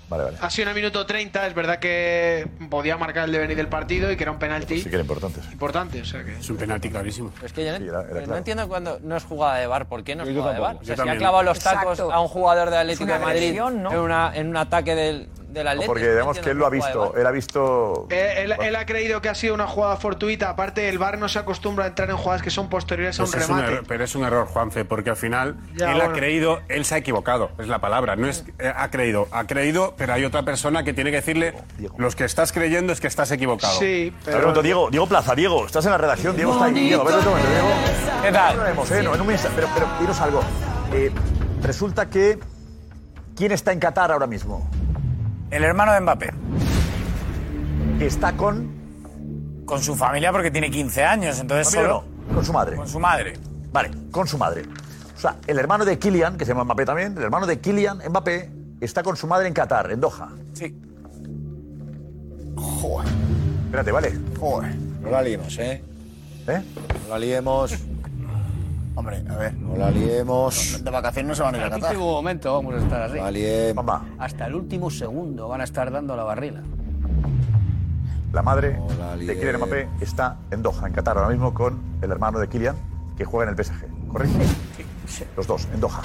Vale, vale.
Ha sido en el minuto 30, es verdad que podía marcar el devenir del partido y que era un penalti
Pues Sí que era importante. sí.
importante. O sea que...
Es un penalti clarísimo.
es que yo no,
era- era
no
claro.
entiendo cuando no es jugada de bar, ¿por qué no es
Yo
jugada de
tampoco,
bar? O
yo
sea, si ha
también.
clavado los tacos
Exacto.
a un jugador de
Es
Atlético
una
de Madrid
agresión, ¿no?
en, una, en un ataque del, del Atlético.
Porque digamos que él lo ha visto. Él ha visto.
Eh, Él, él ha creído que ha sido una jugada fortuita. Aparte, el VAR no se acostumbra a entrar en jugadas que son posteriores a un
Eso Pues es un
remate.
error- pero es un error, Juanfe, porque al final
Ya,
él ha
bueno.
creído, él se ha equivocado, es la palabra. No es eh, ha creído, ha creído, pero hay otra persona que tiene que decirle, los que estás creyendo es que estás equivocado.
Sí,
A ver, un momento, Diego, Diego Plaza, Diego, estás en la redacción, Diego está ahí. Diego, a ver un momento, Diego.
¿Qué tal?
No hablaremos, eh, no, en un insta-
pero, pero dinos algo.
Eh, resulta que. ¿Quién está en Qatar ahora mismo?
El hermano de Mbappé.
Que está con.
Con su familia porque tiene 15 años, entonces
Familia
solo.
no, con su madre.
Con su madre.
Vale, con su madre. O sea, el hermano de Kylian, que se llama Mbappé también, el hermano de Kylian Mbappé está con su madre en Qatar, en Doha.
Sí.
Joder. Espérate, vale.
Joder,
No la liemos, ¿eh?
¿Eh?
No la liemos.
Hombre, a ver.
No la liemos.
De vacaciones no se van a ir a
Hasta el
Qatar.
último momento vamos a estar así.
Vale,
Hasta el último segundo van a estar dando la barrila.
La madre de Kylian Mbappé está en Doha, en Qatar, ahora mismo con el hermano de Kylian, que juega en el PSG, ¿correcto? Los dos, en Doha.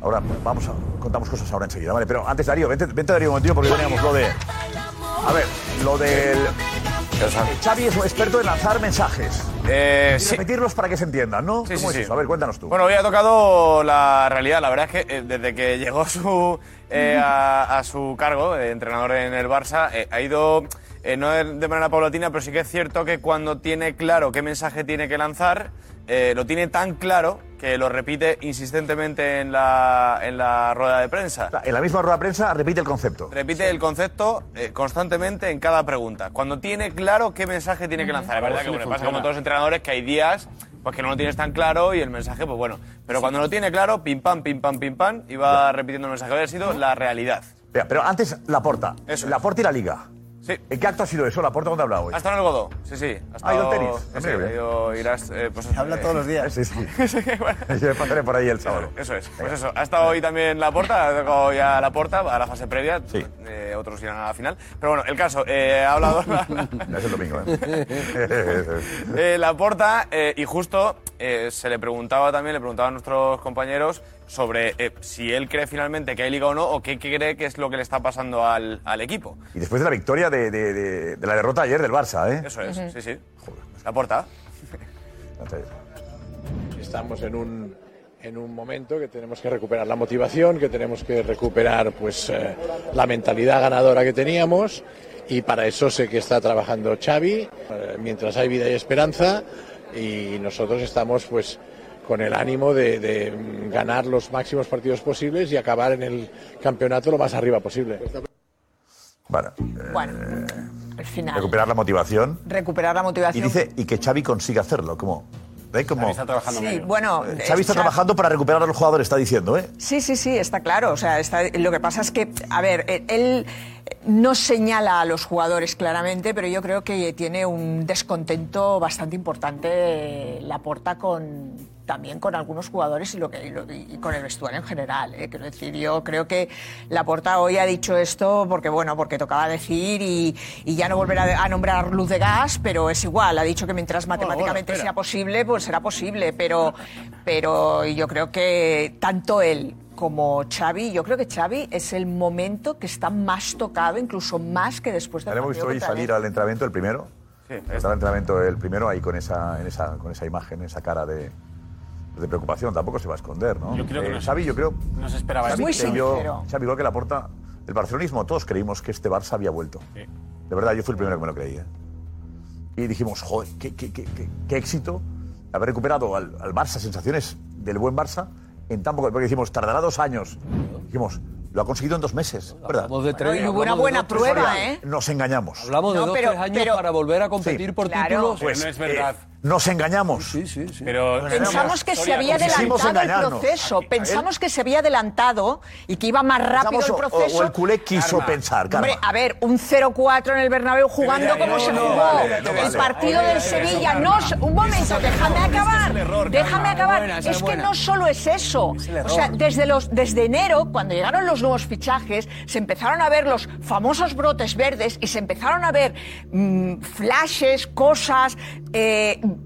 Ahora vamos a contamos cosas ahora enseguida, ¿vale? Pero antes, Darío, vente, vente Darío un momentito porque teníamos lo de... A ver, lo del... Xavi es un experto en lanzar mensajes.
Eh,
y
sí.
repetirlos para que se entiendan, ¿no?
Sí,
¿Cómo
sí,
es
sí.
eso? A ver, cuéntanos tú.
Bueno, hoy ha tocado la realidad. La verdad es que eh, desde que llegó su, eh, a, a su cargo de entrenador en el Barça, eh, ha ido, eh, no de de manera paulatina, pero sí que es cierto que cuando tiene claro qué mensaje tiene que lanzar, eh, lo tiene tan claro que lo repite insistentemente en la, en la rueda de prensa.
En la misma rueda de prensa repite el concepto.
Repite el concepto eh, constantemente en cada pregunta. Cuando tiene claro qué mensaje tiene que lanzar. Es
Luego
verdad
sí
que
le
bueno, pasa
funciona.
como todos los entrenadores que hay días pues que no lo tienes tan claro y el mensaje, pues bueno. Pero cuando lo tiene claro, pim pam, pim pam, pim pam, y va repitiendo el mensaje. Había sido la realidad.
Vea, pero antes, la porta. La porta y la liga.
Sí.
¿En qué acto ha sido eso? La porta, ¿dónde ha hablado hoy?
Ha estado en el Godó, sí, sí. Ha
Ah, ha ido
estado-
en tenis.
Sí,
Hombre,
ha
qué bien.
ido- irás, eh, pues, eh,
días. Sí, sí. Yo me pasaré por ahí el sábado.
Eso es, pues eso. Ha estado hoy también la porta, ha tocado ya la porta a la fase previa.
Sí.
eh, otros irán a la final. Pero bueno, el caso, eh, ha hablado.
Es el domingo, ¿eh?
Eh, Laporta, eh, y justo eh, se le preguntaba también, le preguntaba a nuestros compañeros sobre eh, si él cree finalmente que hay liga o no, o qué cree que es lo que le está pasando al, al equipo.
y después de la victoria de, de- de- de la derrota ayer del Barça, ¿eh?
Eso es,
Ujú.
sí, sí. Laporta.
Estamos en un, en un momento que tenemos que recuperar la motivación, que tenemos que recuperar pues, eh, la mentalidad ganadora que teníamos y para eso sé que está trabajando Xavi, eh, mientras hay vida y esperanza y nosotros estamos pues con el ánimo de, de, mm, ganar los máximos partidos posibles y acabar en el campeonato lo más arriba posible.
Bueno,
Bueno, el final.
recuperar la motivación.
Recuperar la
Y
motivación.
dice, y que Xavi consiga hacerlo, como... ¿eh? como está
trabajando Sí, en ello. bueno,
Xavi está
Xavi-
trabajando para recuperar a los jugadores, está diciendo, ¿eh?
Sí, sí, sí, está claro. O sea, está- lo que pasa es que, a ver, eh, él no señala a los jugadores claramente, pero yo creo que tiene un descontento bastante importante la porta con también con algunos jugadores y, lo que, y lo- y con el vestuario en general. ¿eh? Quiero decir, yo creo que la porta hoy ha dicho esto porque bueno, porque tocaba decir y, y ya no volverá a nombrar luz de gas, pero es igual. Ha dicho que mientras matemáticamente
espera.
sea posible, pues será posible, pero, pero yo creo que tanto él como Xavi, yo creo que Xavi es el momento que está más tocado, incluso más que después
Ya
del
le hemos
partido
visto hoy
contra
salir
Atleti.
al entrenamiento el primero. Está el entrenamiento el primero ahí con esa, en esa, con esa imagen, esa cara de, de preocupación. Tampoco se va a esconder, ¿no?
Yo creo que no se-
Eh, Xavi, yo creo...
no se esperaba
Xavi
esto.
creyó-
Muy sincero.
Xavi, igual que la porta el barcelonismo, todos creímos que este Barça había vuelto. De verdad, yo fui el primero que me lo creí. ¿eh? Y dijimos, joder, qué, qué- qué- qué- qué éxito haber recuperado al, al Barça sensaciones del buen Barça en tan poco... Porque decimos, tardará dos años. Dijimos, lo ha conseguido en dos meses, ¿verdad?
de tres y
Hablamos
hubo una
de
buena
dos, tres
prueba,
¿eh?
horas. Nos engañamos.
Hablamos de dos tres años para volver a competir por títulos.
Pues,
no es verdad.
eh, nos engañamos.
Sí, sí, sí.
Pero
Pensamos que se había
Quisimos
adelantado el
engañarnos.
proceso. Pensamos que se había adelantado y que iba más rápido
Pensamos
el
o- o-
proceso.
o el culé quiso pensar, Karma.
Hombre, a ver, un 0-4 en el Bernabéu jugando
Pero ya,
como
no,
se
no,
jugó.
vale, no
El
vale.
partido
Oye,
del
eso,
Sevilla.
Karma.
No, es- un momento, déjame
Este
acabar. déjame acabar.
buena,
es
esa es
que
buena.
no solo es eso. O sea,
error.
desde, los, desde enero, cuando llegaron los nuevos fichajes, se empezaron a ver los famosos brotes verdes y se empezaron a ver mm, flashes, cosas, eh, mm,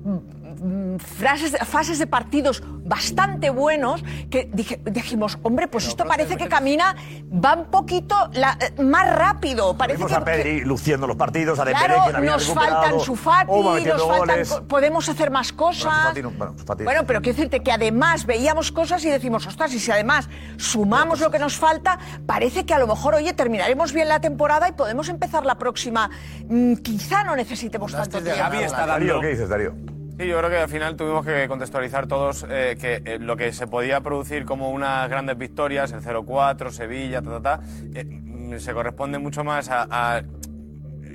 frases, fases de partidos bastante buenos que dije- dijimos, hombre, pues esto
eh,
parece que camina, va un poquito la- eh, más rápido. Parece
Vimos
que,
a Pedri luciendo los partidos, a Dembélé, que la
claro,
había
nos
recuperado.
faltan Sufati,
Oba
nos
metiendo
faltan,
goles.
co- podemos hacer más
Bueno,
cosas.
Sufati no- bueno, Sufati-
Bueno, pero quiero decirte que además veíamos cosas y decimos, ostras, y si además sumamos lo que nos falta, parece que a lo mejor, oye, terminaremos bien la temporada y podemos empezar la próxima. Mm, quizá no necesitemos tanto tiempo.
Gavi está dando-
Darío, ¿qué dices, Darío?
Sí, yo creo que al final tuvimos que contextualizar todos eh, que eh, lo que se podía producir como unas grandes victorias, el 0-4, Sevilla, ta, ta, ta, eh, mm, se corresponde mucho más a, a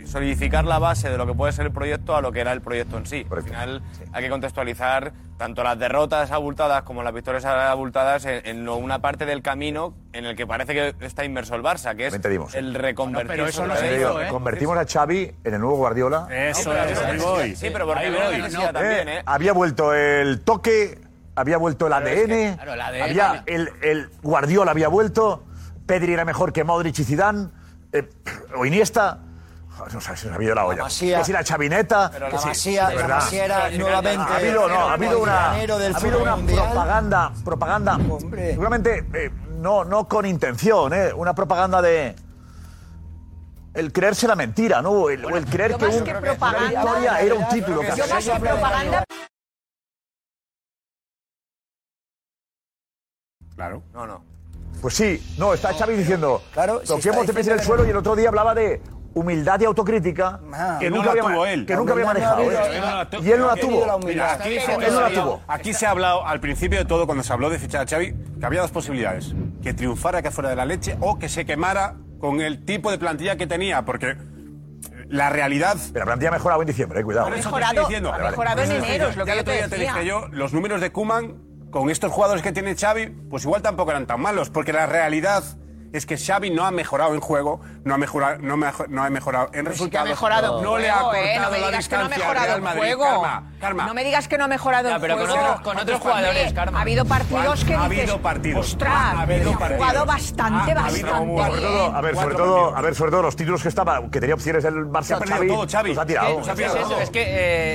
solidificar la base de lo que puede ser el proyecto a lo que era el proyecto en sí. Al final hay que contextualizar tanto las derrotas abultadas como las victorias abultadas en, en lo- una parte del camino en el que parece que está inmerso el Barça, que es
te dimos.
el reconvertir.
Te digo, Convertimos a Xavi en el nuevo Guardiola.
¿eh? Eso, ahí voy. Sí, pero por ahí voy.
Eh,
también, ¿eh?
Había vuelto el toque, había vuelto el ADN,
claro, el ADN.
había el, el Guardiola había vuelto, Pedri era mejor que Modric y Zidane, eh, o Iniesta. Joder, No sé, se nos ha ido la olla.
Masía.
que si la chavineta.
Pero
que
la
si-
Masía-
de
la
verdad.
Masía era
Ha-
nuevamente
Ha habido, no, ha habido una, ha
pionero del
habido
fútbol
una
mundial.
propaganda, propaganda. Seguramente eh, no, no con intención, eh, una propaganda de. El creerse la mentira, ¿no? O El, o el creer
Yo
que,
más
un-
que
una
propaganda-
victoria era un título. que
Yo
hacía-
más que propaganda
Claro.
No, no.
Pues sí, no, está Xavi diciendo, claro,
si
toquemos
está
de pies en
diciendo
el
que
suelo
no.
y el otro día hablaba de humildad y autocrítica
Ah.
que
Y no
nunca
la
había,
tuvo
ma-
él.
que
La
nunca había
humildad no
manejado.
ha
¿eh?
habido. Él no la tuvo.
Y él no la
Ha tenido la
tuvo.
humildad.
Aquí, se,
Él no la
aquí-
tuvo.
aquí se ha hablado al principio de todo, cuando se habló de fichar a Xavi, que había dos posibilidades. Que triunfara, que fuera de la leche, o que se quemara con el tipo de plantilla que tenía, porque la realidad...
Pero la plantilla ha mejorado en diciembre, eh, cuidado.
Por eso te
mejorado-
estoy diciendo.
ha mejorado
Por eso
en
te estoy
enero,
diciendo.
es lo que
Ya el
yo
otro
te
día
decía.
te dije yo, los números de Kuman con estos jugadores que tiene Xavi, pues igual tampoco eran tan malos, porque la realidad es que Xavi no ha mejorado en juego, no ha mejorado, no mejo- no ha mejorado en
Pues Sí que ha
resultados.
mejorado
no
en
le ha
juego,
cortado
eh, no me
la
digas que no
distancia
ha
al
mejorado
Real
en
Madrid.
juego.
Karma, karma.
No me digas que no ha mejorado
Ya,
en
pero con
juego.
otros- con otros
Hombre, eh,
jugadores, Karma.
Ha habido partidos que
Ha
dices,
habido partidos.
ostras,
Ha habido
ha jugado
partidos. Ha
bastante,
habido
bastante
un-
Sobre todo, a ver, sobre todo, a ver, sobre todo los títulos que estaba, que tenía opciones el
Se
Barça
ha perdido
Xavi,
todo, Xavi.
los ha
Es
tirado.
que-
los ha
es,
tirado.
eso, es que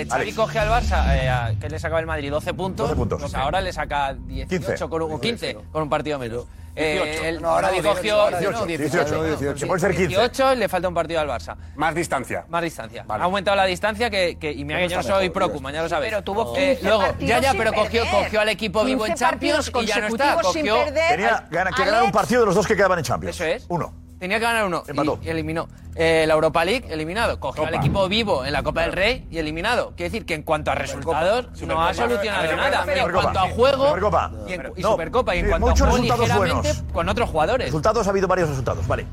eh, Xavi
Alex.
coge al Barça, eh, a- que le sacaba el Madrid 12 puntos, pues ahora le saca 18
15.
con un, o 15 con un partido menos. Eh,
18.
el,
No, ahora
Xavi
18,
cogió-
ahora
no,
18, 18, 18, puede ser 15.
18, le falta un partido al Barça.
Más distancia.
Más distancia. Ha aumentado la distancia que, que- y mira que
Pero
yo
está
soy
mejor,
pro
tío.
Koeman, ya lo sabéis.
Pero tuvo 15
luego,
partidos
ya, ya,
sin
pero cogió,
perder.
cogió al equipo vivo en
15
Champions
partidos
y ya no está.
consecutivos sin
Cogió,
perder.
Tenía gana- que ganar un partido de los dos que quedaban en Champions.
Eso es.
Uno.
Tenía que ganar uno y eliminó. Eh, la Europa League, eliminado. Cogió al equipo vivo en la Copa del Rey y eliminado. Quiere decir que en cuanto a resultados no ha solucionado
Supercopa.
nada. Y en
Supercopa.
cuanto a juego
Supercopa.
Y, en- y
No,
Supercopa. Y en
eh,
cuanto a
muchos
juego
resultados
ligeramente
buenos.
con otros jugadores.
Resultados, ha habido varios resultados, vale.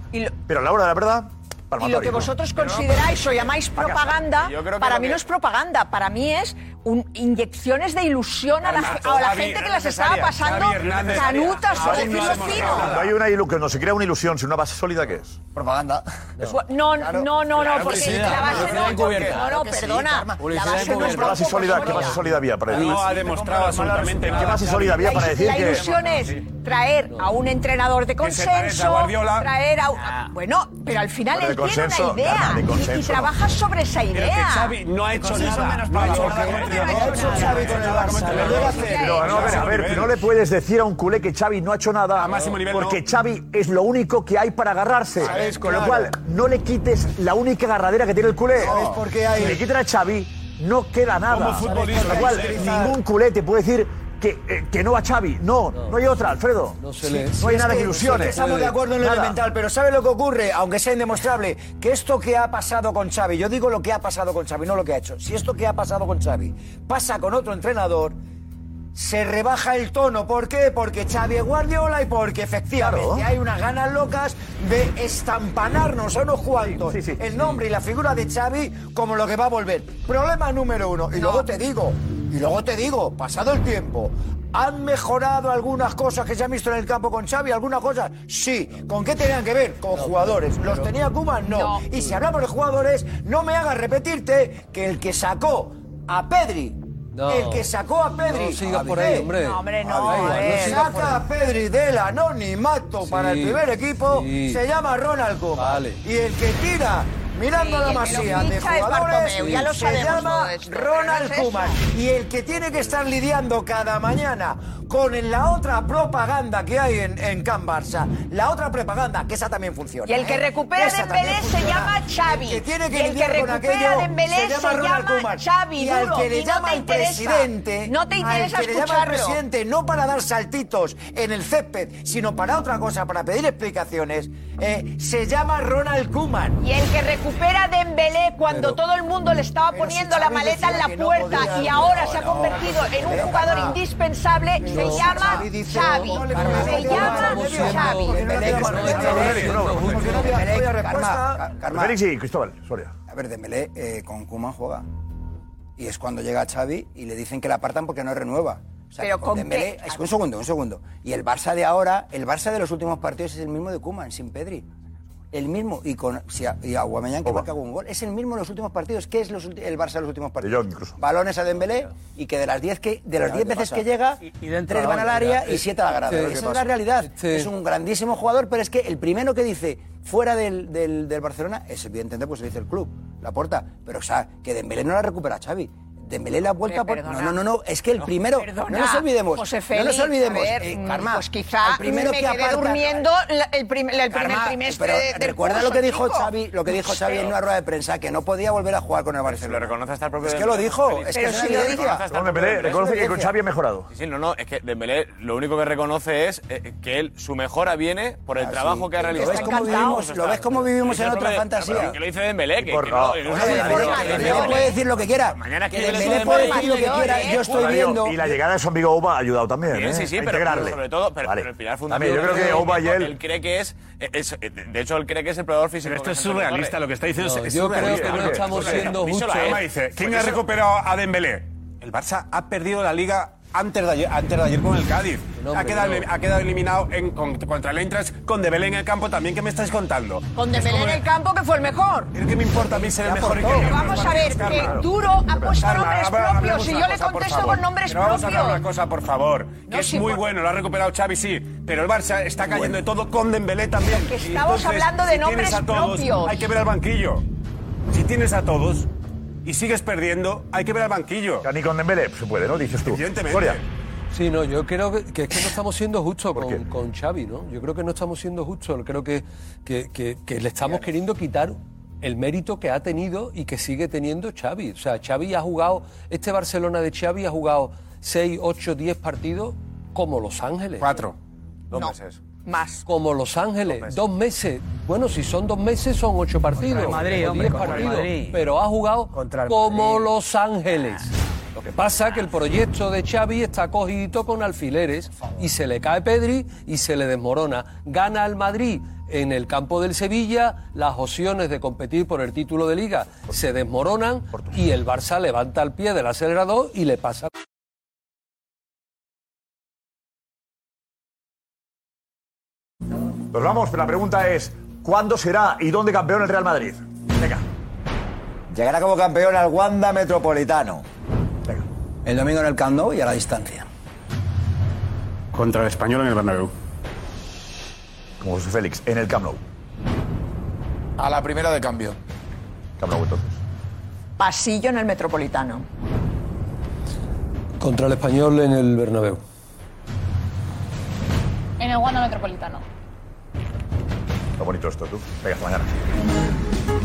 Pero a la hora de la verdad,
Y lo que
palmatorio.
vosotros consideráis o llamáis propaganda,
Yo creo que
para
lo
mí
que-
no es propaganda, para mí es un- inyecciones de ilusión a la,
Carmazo,
a la
Xavi,
gente que
no
las
necesaria.
estaba pasando
Xavi Hernández.
canutas o
Xavi
de
no ha
filo
demostrado
fino.
nada. No hay una ilusión, no se crea una ilusión sin una base sólida, ¿qué es?
Propaganda.
No, no, no,
claro
no,
que
porque
sí,
la base
publicidad
no,
encubierta.
no,
Claro
no,
que sí,
perdona,
¿Qué
la base no es
base sólida, ¿Qué base sólida había para decir?
No ha demostrado absolutamente nada.
¿Qué base sólida había para decir
La
que.?
ilusión es traer a un entrenador de
se parezca a
consenso,
Guardiola.
traer a... Bueno, pero al final
Pero
el
consenso,
tiene una idea
nada, de
y
consenso.
trabaja sobre esa idea.
Pero que Xavi no ha hecho
Entonces,
nada.
menos
Ah, No ha
malos.
hecho nada.
No ha hecho
Xavi con el Barça, lo debe hacer.
Pero, no, a ver, a ver, no le puedes decir a un culé que Xavi no ha hecho nada
máximo nivel,
porque
no.
Xavi es lo único que hay para agarrarse.
¿Sabes?
Con lo
Claro.
cual, no le quites la única agarradera que tiene el culé.
¿Sabes por qué hay?
Si le quitan a Xavi, no queda nada.
Como futbolista,
Con lo cual,
hay que utilizar-
ningún culé te puede decir que, eh, que no a Xavi. No, no, hay otra, Alfredo. No,
Sí, sí,
hay
es
nada
que-
de ilusiones.
sí, estamos de acuerdo en lo
Nada.
elemental, pero ¿sabe lo que ocurre? Aunque sea indemostrable, que esto que ha pasado con Xavi, yo digo lo que ha pasado con Xavi, no lo que ha hecho. Si esto que ha pasado con Xavi pasa con otro entrenador, se rebaja el tono. ¿Por qué? Porque Xavi es Guardiola y porque efectivamente
Claro.
hay unas ganas locas de estampanarnos a unos cuantos el nombre y la figura de Xavi como lo que va a volver. Problema número uno. Y luego te digo, y luego te digo, pasado el tiempo, ¿han mejorado algunas cosas que se han visto en el campo con Xavi? ¿Algunas cosas? Sí. ¿Con qué tenían que ver? Con jugadores. ¿Los tenía Cuba? No. Y si hablamos de jugadores, no me hagas repetirte que el que sacó a Pedri
No.
el que sacó a Pedri.
No sigas
A
por
Vidal.
ahí, hombre. No, hombre, no, A Vidal, a ver. no sigas por
Saca a Pedri del anonimato para el primer equipo.
sí.
Se llama Ronald Koeman. Y el que tira mirando
Sí,
a la
el que lo
masía de
ficha es
jugadores
Bartomeu, ya lo
se
sabemos
llama
todo esto, pero
Ronald
no es
Koeman. Y el que tiene que estar lidiando cada mañana con la otra propaganda que hay en, en Can Barça, la otra propaganda, que esa también funciona.
Y el que
¿eh?
recupera
Esa
Dembélé
también
se
funciona.
llama Xavi.
El que tiene que
Y el que
lidiar con
recupera
aquello
Dembélé
se
se
llama Ronald
llama
Koeman.
Xavi,
y al
duro,
que
y
le
no
llama
te
el
interesa.
presidente,
No te interesa
al que le llama el
escucharlo.
presidente no para dar saltitos en el césped, sino para otra cosa, para pedir explicaciones, eh, se llama Ronald Koeman.
Y el que recupera Dembélé cuando todo el mundo le estaba poniendo la
Xavi
maleta en
decía
la
que no
puerta
podía,
y ahora
no,
se ha
no,
convertido en un
pero
jugador
para-
indispensable, se
pero
llama
Xavi dice-
Xavi.
No le
Se
pregunto,
llama
estamos siendo-
Xavi.
Félix y Cristóbal, Soria.
A ver, Dembélé eh, con Kuman juega. Y es cuando llega Xavi y le dicen que la apartan porque no renueva. O sea,
Pero
que
¿con
Dembélé-
qué?
es que un segundo, un segundo. Y el Barça de ahora, el Barça de los últimos partidos es el mismo de Kuman, sin Pedri. El mismo y con si a, y Aubameyang que marca un gol, es el mismo en los últimos partidos, ¿qué es los ulti- el Barça de los últimos partidos? Balones a Dembélé y que de las 10 que de las
Ya,
10
¿qué
veces
pasa?
que llega,
Y- y dentro
tres
la
Ah,
van al
banda,
área
Eh,
ya.
y siete a la grada.
Sí.
Esa es la
Sí.
realidad.
Sí.
Es un grandísimo jugador, pero es que el primero que dice fuera del, del, del Barcelona es evidentemente pues lo dice el club, la puerta, pero o sea, que Dembélé no la recupera Xavi. Dembélé la vuelta
Hombre,
por... No,
perdona.
no, no, no, es que el primero...
Perdona,
no nos olvidemos.
José
no
Félix,
nos olvidemos.
a ver,
eh,
mm,
Karma,
pues quizá
el primero
me
que
quedé
aparta-
durmiendo la- el, prim- el primer
Karma,
trimestre
pero
de- del
recuerda
curso,
lo que dijo
chico.
Xavi, lo que dijo Xavi en una rueda de prensa que no podía volver a jugar con el Barcelona.
Lo reconoce hasta el propio
Es que
Dembélé.
lo dijo, es que
Pero
es una
si lo
evidencia.
dijo. Hasta el propio
Dembélé
Dembélé.
reconoce que con Xavi ha mejorado.
Sí, sí, no, no, es que Dembélé lo único que reconoce es eh, que él, su mejora viene por el
Ah,
trabajo
sí.
que ha
Lo
realizado.
ves cómo vivimos- lo ves cómo vivimos en otra fantasía.
Que lo dice Dembélé, que,
Por
que
favor.
no, que no
Oye,
es una
Dembélé,
fantasía.
Dembélé puede decir lo que quiera.
Mañana que viene
Dembélé puede
Dembélé.
decir lo que quiera. Yo estoy
Darío,
viendo...
Y la llegada de su amigo Oba ha ayudado también,
Bien,
¿eh?
sí, sí,
a
pero,
integrarle.
pero sobre todo, pero,
Vale.
pero el pilar
También,
fundamental.
yo creo que
es
Oba y él...
Él cree que es, es- De hecho, él cree que es el probador físico.
Pero esto
que
es
se encuentra con
surrealista,
él.
lo que está diciendo es- es surrealista. Porque- porque- Díselo a él. dice, ¿quién
Pues
ha
eso-
recuperado a Dembélé? El Barça ha perdido la Liga antes de ayer, antes de ayer con el Cádiz. ha, quedado,
no.
ha quedado eliminado en- con- contra el Eintracht con Dembélé en el campo también. ¿Qué me estáis contando?
Con Dembélé en el campo que fue el mejor.
¿Qué me importa a mí ser el
Pero
mejor? y que-
vamos a ver,
Karma.
que Duro ha puesto
Karma,
nombres
habla- hablemos
propios y
una
yo le
cosa, por
contesto
favor.
con nombres
Pero Vamos a hablar
propios.
una cosa, por favor. Que es
sí,
muy
por-
bueno, lo ha recuperado Xavi, sí. Pero el Barça está cayendo de todo con Dembélé también.
que
Y
estamos hablando de
si tienes
nombres
a todos,
propios.
Hay que ver al banquillo. Si tienes a todos y sigues perdiendo, hay que ver al banquillo.
Ni con Dembélé se puede, ¿no? Dices tú.
Evidentemente.
Soria.
Sí, no, yo creo que, que es que no estamos siendo justos con, con Xavi, ¿no? Yo creo que no estamos siendo justos. Creo que, que, que- que le estamos queriendo quitar el mérito que ha tenido y que sigue teniendo Xavi. O sea, Xavi ha jugado, este Barcelona de Xavi ha jugado 6, 8, 10 partidos como Los Ángeles. Cuatro.
Dos meses.
Más.
Como Los Ángeles, dos meses. Bueno, si son dos meses, son ocho partidos.
el Madrid,
o
hombre,
diez
contra el
partidos.
Madrid.
Pero ha jugado
el
como Los Ángeles. Lo que pasa es que el proyecto de Xavi está cogido con alfileres y se le cae Pedri y se le desmorona. Gana el Madrid en el campo del Sevilla, las opciones de competir por el título de liga se desmoronan y el Barça levanta el pie del acelerador y le pasa.
Nos vamos, pero la pregunta es, ¿cuándo será y dónde campeón el Real Madrid? Venga.
Llegará como campeón al Wanda Metropolitano.
El domingo en el Camp Nou y a la distancia.
Contra el español en el Bernabéu.
Como José Félix, en el Camp Nou.
A la primera de cambio.
Cabrón, entonces.
Pasillo en el Metropolitano.
Contra el español en el Bernabéu.
En el Wanda Metropolitano.
Está bonito esto, tú. Venga, hasta mañana.